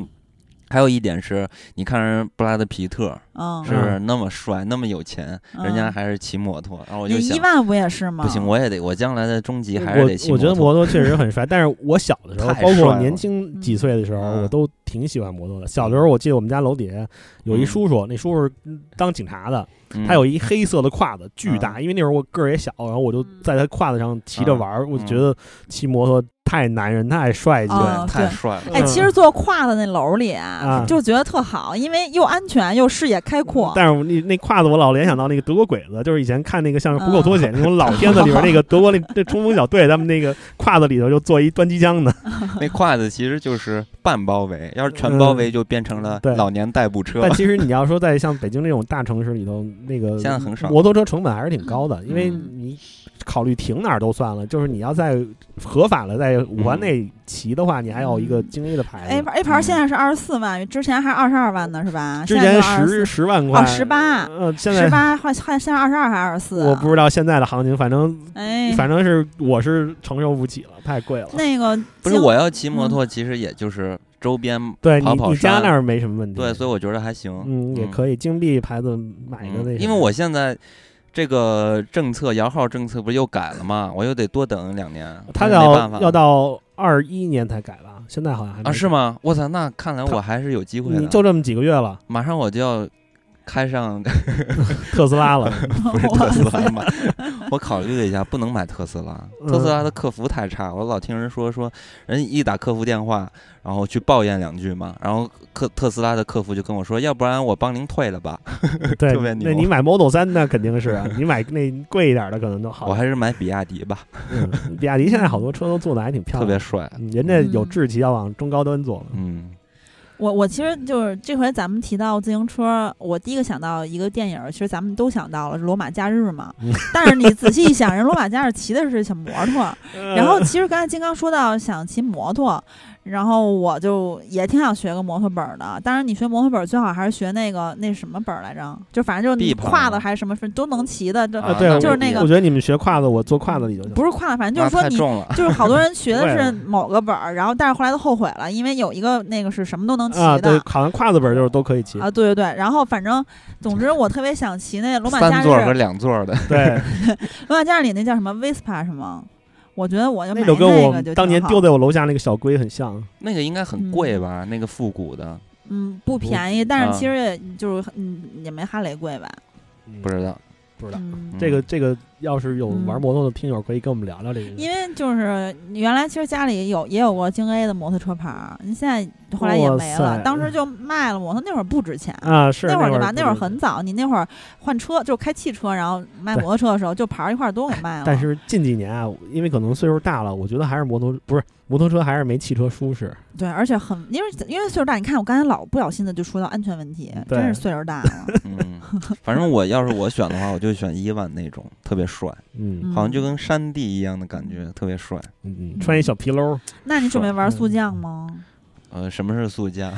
Speaker 1: 还有一点是，你看人布拉德皮特
Speaker 2: 嗯，
Speaker 1: 是那么帅，那么有钱，人家
Speaker 2: 嗯
Speaker 1: 还是骑摩托，然后我
Speaker 2: 你
Speaker 1: 就想
Speaker 2: 伊，万不也是吗？
Speaker 1: 不行，我也得，我将来的终极还是
Speaker 3: 我
Speaker 1: 得骑
Speaker 3: 我觉得
Speaker 1: 摩
Speaker 3: 摩托确实很帅，但是我小的时候，
Speaker 1: 太
Speaker 3: 包
Speaker 1: 帅
Speaker 3: 括
Speaker 1: 了
Speaker 3: 年轻几岁的时候，
Speaker 1: 嗯
Speaker 3: 我都挺喜欢摩托的。小的时候，我记得我们家楼底下有一
Speaker 1: 嗯
Speaker 3: 叔叔，那叔叔嗯当警察的，
Speaker 1: 嗯
Speaker 3: 他有一黑色的胯子，巨大。因为那时候我个儿也小，然后我就
Speaker 2: 嗯
Speaker 3: 在他胯子上
Speaker 1: 嗯
Speaker 3: 骑着玩儿，我就觉得骑摩托太男人太帅气
Speaker 1: 对、
Speaker 3: 了。
Speaker 2: 啊
Speaker 1: 太
Speaker 2: 对
Speaker 1: 帅了。
Speaker 2: 哎，其实坐胯子那篓里啊
Speaker 3: 嗯啊，
Speaker 2: 就觉得特好，因为又安全又视野开阔。
Speaker 3: 但是我那那胯子，我老联想到那个德国鬼子，就是以前看那个像《虎口
Speaker 2: 嗯
Speaker 3: 脱险》那种 老片子里边那个德国那 那冲锋小队，他们那个胯子里头就做一端机枪的，
Speaker 1: 那筷子其实就是半包围，要是全包围就变成了
Speaker 3: 嗯对
Speaker 1: 老年代步车
Speaker 3: 但。其实你要说在像北京这种大城市里头，那个
Speaker 1: 现在很少
Speaker 3: 摩托车成本还是挺高的，因为
Speaker 1: 嗯
Speaker 3: 你考虑停哪儿都算了，就是你要在合法的在五环内骑的话，你还有一个京 A 的牌
Speaker 2: A
Speaker 3: 子。
Speaker 2: 牌哎 A 牌现在是二十四万，之前还二十二万呢，是吧？
Speaker 3: 之
Speaker 2: 现在
Speaker 3: 前
Speaker 2: 就二
Speaker 3: 十十万块，
Speaker 2: 哦18
Speaker 3: 呃，现
Speaker 2: 十
Speaker 3: 在
Speaker 2: 八换换现在二十二还二十四，啊
Speaker 3: 我不知道现在的行情，反正
Speaker 2: 哎，
Speaker 3: 反正是我是承受不起了，太贵了。
Speaker 2: 那个
Speaker 1: 不是
Speaker 2: 经
Speaker 1: 我要骑摩托，其实也就是周边
Speaker 3: 对你
Speaker 1: 跑跑
Speaker 3: 你家
Speaker 1: 山
Speaker 3: 那儿没什么问题，
Speaker 1: 对，所以我觉得还行。
Speaker 3: 嗯也可以京 B 牌子买一个那
Speaker 1: 嗯
Speaker 3: 个，
Speaker 1: 因为我现在这个政策摇号政策不是又改了吗？我又得多等两年。
Speaker 3: 他
Speaker 1: 那没
Speaker 3: 要
Speaker 1: 办法
Speaker 3: 要到二一年才改吧，现在好像还没
Speaker 1: 啊？是吗？我操，那看来
Speaker 3: 他
Speaker 1: 我还是有机会
Speaker 3: 你
Speaker 1: 的。
Speaker 3: 就这么几个月了，
Speaker 1: 马上我就要开上
Speaker 3: 特斯拉 了，
Speaker 1: 不是特斯拉嗯嘛？ 我考虑了一下，不能买特斯拉，特斯拉的客服太差。我老听人说说，人一打客服电话，然后去抱怨两句嘛，然后客特斯拉的客服就跟我说，要不然我帮您退了吧。
Speaker 3: 对，
Speaker 1: 特别牛
Speaker 3: 那你买 Model 三那肯定是啊，你买那贵一点的可能都好。
Speaker 1: 我还是买比亚迪吧，
Speaker 3: 嗯比亚迪现在好多车都做的还挺漂
Speaker 1: 特
Speaker 3: 亮，
Speaker 1: 别帅。
Speaker 3: 嗯人家有志气要往中高端做了。
Speaker 1: 嗯
Speaker 2: 我我其实就是这回咱们提到自行车，我第一个想到一个电影，其实咱们都想到了是《罗马假日》嘛。
Speaker 3: 嗯
Speaker 2: 但是你仔细一想，人《罗马假日》骑的是小摩托，
Speaker 1: 嗯
Speaker 2: 然后其实刚才金刚说到想骑摩托，然后我就也挺想学个摩托本儿的。当然，你学摩托本儿最好还是学那个那什么本儿来着，就反正就是
Speaker 1: B
Speaker 2: 你
Speaker 1: 牌儿
Speaker 2: 胯子
Speaker 1: 吗
Speaker 2: 还是什么都能骑的，这
Speaker 3: 啊，对，
Speaker 2: 就是
Speaker 3: 我
Speaker 2: 那个
Speaker 3: 我觉得你们学胯子，我坐胯子里头就行
Speaker 2: 不是胯子，反正
Speaker 1: 那
Speaker 2: 就是说
Speaker 1: 太
Speaker 2: 你
Speaker 1: 重了。
Speaker 2: 就是好多 人学的
Speaker 3: 对啊
Speaker 2: 是某个本儿，然后但是后来都后悔了，因为有一个那个是什么都能骑
Speaker 3: 啊，对
Speaker 2: 的，。
Speaker 3: 好像胯子本就是都可以骑。
Speaker 2: 啊，对对对，然后反正，总之我特别想骑那罗马
Speaker 1: 三
Speaker 2: 假日，
Speaker 1: 座和
Speaker 2: 罗
Speaker 1: 两座的，
Speaker 3: 对，
Speaker 2: 马假日里那叫什么 Vespa 什么，我觉得我就买
Speaker 3: 那就跟
Speaker 2: 个
Speaker 3: 我
Speaker 2: 就
Speaker 3: 当
Speaker 2: 挺
Speaker 3: 年
Speaker 2: 好
Speaker 3: 丢在我楼下那个小龟很像。
Speaker 1: 那个应该很贵吧？那个复古的，
Speaker 2: 嗯，不便宜，
Speaker 3: 啊
Speaker 2: 但是其实也就是很嗯也没哈雷贵吧。
Speaker 3: 嗯
Speaker 1: 不知道，
Speaker 3: 不知道。
Speaker 2: 嗯，
Speaker 3: 这个这个，要是有玩
Speaker 2: 嗯
Speaker 3: 摩托的听友，可以跟我们聊聊这个。
Speaker 2: 因为就是原来其实家里有也有过京 A 的摩托车牌儿，你现在后来也
Speaker 3: 哇
Speaker 2: 没
Speaker 3: 塞
Speaker 2: 了，当时就卖了摩托，那会儿不值钱。
Speaker 3: 啊，是
Speaker 2: 那会
Speaker 3: 会
Speaker 2: 儿对吧？
Speaker 3: 不
Speaker 2: 那会儿
Speaker 3: 是
Speaker 2: 很早，你那会儿换车就开汽车，然后卖
Speaker 3: 对
Speaker 2: 摩托车的时候，就牌儿一块儿都给卖了。
Speaker 3: 但是近几年啊，因为可能岁数大了，我觉得还是摩托不是摩托车还是没汽车舒适。
Speaker 2: 对，而且很因为因为岁数大，你看我刚才老不小心的就说到安全问题，
Speaker 3: 对
Speaker 2: 真是岁数大了。
Speaker 1: 嗯，反正我要是我选的话，我就选伊万那种，特别帅，
Speaker 3: 嗯
Speaker 2: 嗯
Speaker 1: 好像就跟山地一样的感觉，特别帅。
Speaker 3: 嗯嗯，穿一小皮褛儿，
Speaker 2: 那你准备玩速
Speaker 3: 嗯
Speaker 2: 降吗？
Speaker 1: 呃，什么是速降？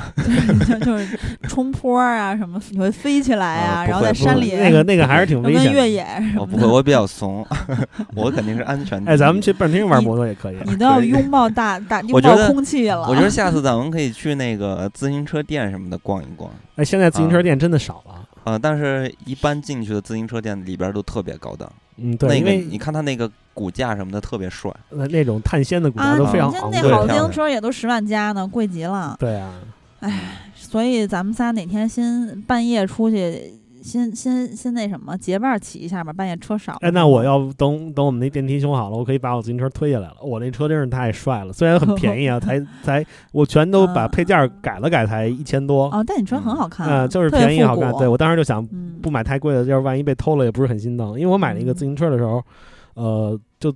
Speaker 2: 就就是冲坡啊，什么你会飞起来
Speaker 1: 啊
Speaker 2: 啊，
Speaker 1: 不
Speaker 2: 然后
Speaker 1: 会
Speaker 2: 在
Speaker 1: 不
Speaker 2: 山
Speaker 1: 会
Speaker 2: 里
Speaker 3: 那个那个还是挺
Speaker 2: 然后
Speaker 3: 危
Speaker 2: 跟
Speaker 3: 险
Speaker 2: 越
Speaker 3: 的。
Speaker 2: 野啊 什
Speaker 1: 我哦不
Speaker 2: 么
Speaker 1: 会，
Speaker 2: 的。
Speaker 1: 我比较怂， 我肯定是安全。
Speaker 3: 哎，咱们去。半厅玩摩托也可以。
Speaker 2: 你都要
Speaker 1: 对
Speaker 2: 拥抱大 大拥
Speaker 1: 我觉
Speaker 2: 抱
Speaker 1: 得
Speaker 2: 空气了。
Speaker 1: 我觉得下次咱们可以去那个自行车店什么的逛一逛，
Speaker 3: 哎，现在自行车店真的少了。
Speaker 1: 啊，但是一般进去的自行车店里边都特别高档，
Speaker 3: 嗯，对，
Speaker 1: 那
Speaker 3: 因
Speaker 1: 个
Speaker 3: 为
Speaker 1: 你看它那个骨架什么的特别帅，
Speaker 3: 那那种碳纤的骨
Speaker 2: 啊，
Speaker 3: 架
Speaker 2: 你
Speaker 3: 都
Speaker 1: 啊
Speaker 3: 非常
Speaker 2: 看
Speaker 3: 昂
Speaker 2: 那
Speaker 3: 贵
Speaker 1: 的
Speaker 2: 好自
Speaker 1: 漂
Speaker 2: 行
Speaker 1: 亮
Speaker 2: 车也都十万加呢，贵极了。
Speaker 3: 对啊，
Speaker 2: 所以咱们仨哪天先半夜出去，先先先那什么，结伴儿骑一下吧。半夜车少，
Speaker 3: 哎，那我要等等我们那电梯修好了，我可以把我自行车推下来了。我那车真是太帅了，虽然很便 宜啊，才才我全都把
Speaker 2: 嗯
Speaker 3: 配件儿改了改，才一千多。
Speaker 2: 哦，但你车很好看，
Speaker 3: 嗯，就是
Speaker 2: 特别
Speaker 3: 便宜
Speaker 2: 复
Speaker 3: 好看。
Speaker 2: 古
Speaker 3: 对，我当时就想
Speaker 2: 嗯，
Speaker 3: 不买太贵的，要是万一被偷了也不是很心疼。因为我买了一个
Speaker 2: 嗯
Speaker 3: 自行车的时候，呃，就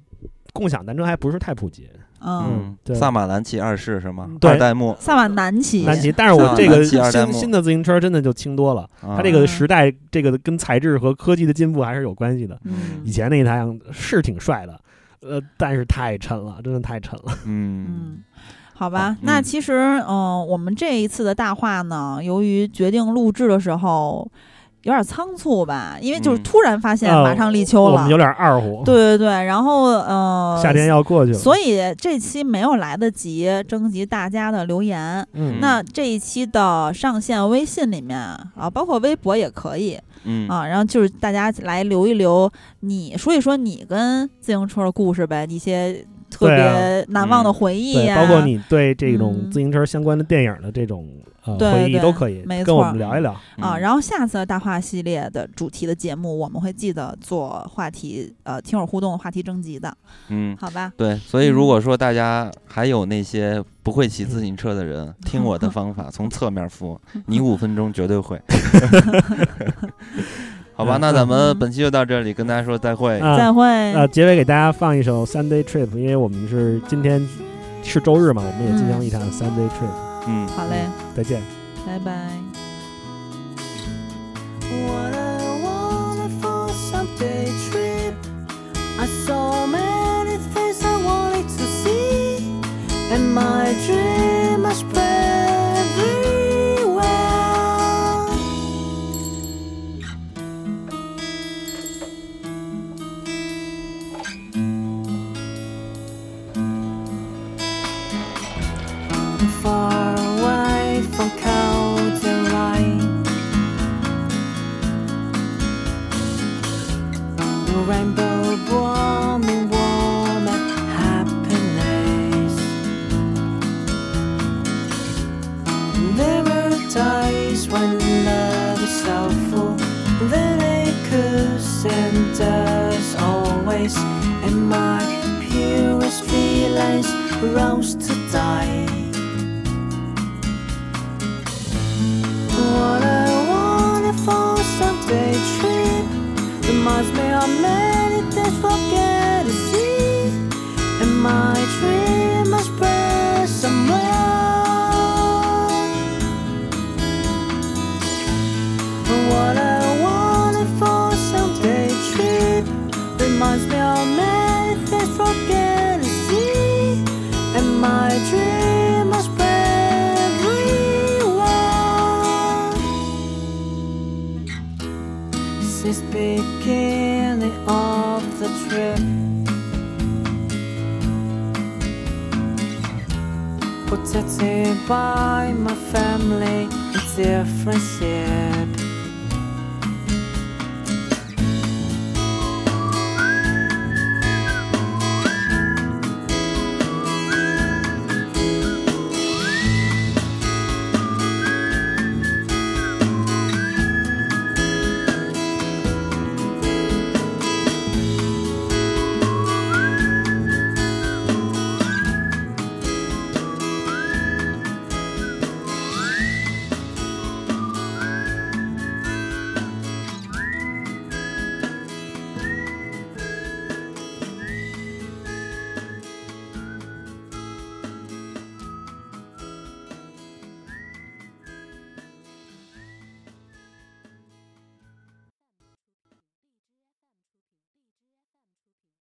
Speaker 3: 共享单车还不是太普及，
Speaker 2: 嗯，
Speaker 1: 嗯，
Speaker 3: 对
Speaker 1: 萨马兰奇二世是吗？
Speaker 3: 对
Speaker 1: 二代目，
Speaker 2: 萨瓦南骑，
Speaker 3: 难骑。但是我
Speaker 1: 上
Speaker 3: 这个
Speaker 1: 南骑二代
Speaker 3: 新
Speaker 1: 目啊
Speaker 3: 新的自行车真的就轻多了，
Speaker 1: 它
Speaker 3: 它这个
Speaker 2: 嗯
Speaker 3: 时代这个跟材质和科技的进步还是有关系的。
Speaker 2: 嗯
Speaker 3: 以前那台是挺帅的，呃，但是太沉了，真的太沉了。
Speaker 1: 嗯，
Speaker 2: 嗯，好吧，
Speaker 1: 好
Speaker 2: 那
Speaker 1: 嗯
Speaker 2: 其实，嗯、我们这一次的大话呢，由于决定录制的时候有点仓促吧，因为就是
Speaker 1: 嗯
Speaker 2: 突然发现
Speaker 3: 呃
Speaker 2: 马上立秋
Speaker 3: 我
Speaker 2: 了，
Speaker 3: 们有点二虎，
Speaker 2: 对对对，然后，呃，
Speaker 3: 夏天要过去了。
Speaker 2: 所以这期没有来得及征集大家的留言。
Speaker 3: 嗯，
Speaker 2: 那这一期的上线微信里面啊，包括微博也可以
Speaker 1: 嗯
Speaker 2: 啊，然后就是大家来留一留你，说一说你跟自行车的故事呗，一些特
Speaker 3: 对啊
Speaker 2: 别难忘的回忆
Speaker 3: 对，
Speaker 2: 呀、
Speaker 3: 包括你对这种
Speaker 2: 嗯
Speaker 3: 自行车相关的电影的这种呃
Speaker 2: 对
Speaker 3: 回忆
Speaker 2: 对
Speaker 3: 都可以
Speaker 2: 没
Speaker 3: 跟我
Speaker 2: 错
Speaker 3: 们聊一聊。
Speaker 1: 嗯
Speaker 2: 啊，然后下次的大话系列的主题的节目，我们会记得做话题呃听友互动话题征集的，
Speaker 1: 嗯，
Speaker 2: 好吧？
Speaker 1: 对，所以如
Speaker 2: 嗯
Speaker 1: 果说大家还有那些不会骑自行车的人，听我的方法，从侧面扶，你五分钟绝对会。好吧，那咱们本期就到这里，跟大家说再会。
Speaker 3: 啊
Speaker 2: 再会。
Speaker 3: 呃，结尾给大家放一首《Sunday Trip》，因为我们是今天是周日嘛，我们也进行一场 Sunday Trip。
Speaker 1: 嗯，
Speaker 2: 好嘞，
Speaker 3: 再见。
Speaker 2: 拜拜。
Speaker 7: What a wonderful Sunday trip. I saw many things I wanted to see. And my dream I spread everywhere. Far away from clouds and light. The rainbow warm and warm and happiness. There were times when love is so full that it could and does always, and my purest feelings rose to die. What a wonderful Sunday trip reminds me of many things forget to see. And my dream must spread somewhere. What a wonderful Sunday trip reminds me of many things forget to see. And my dream must spread everywhere. Since beginning of the trip. Protected by my family and their friendship.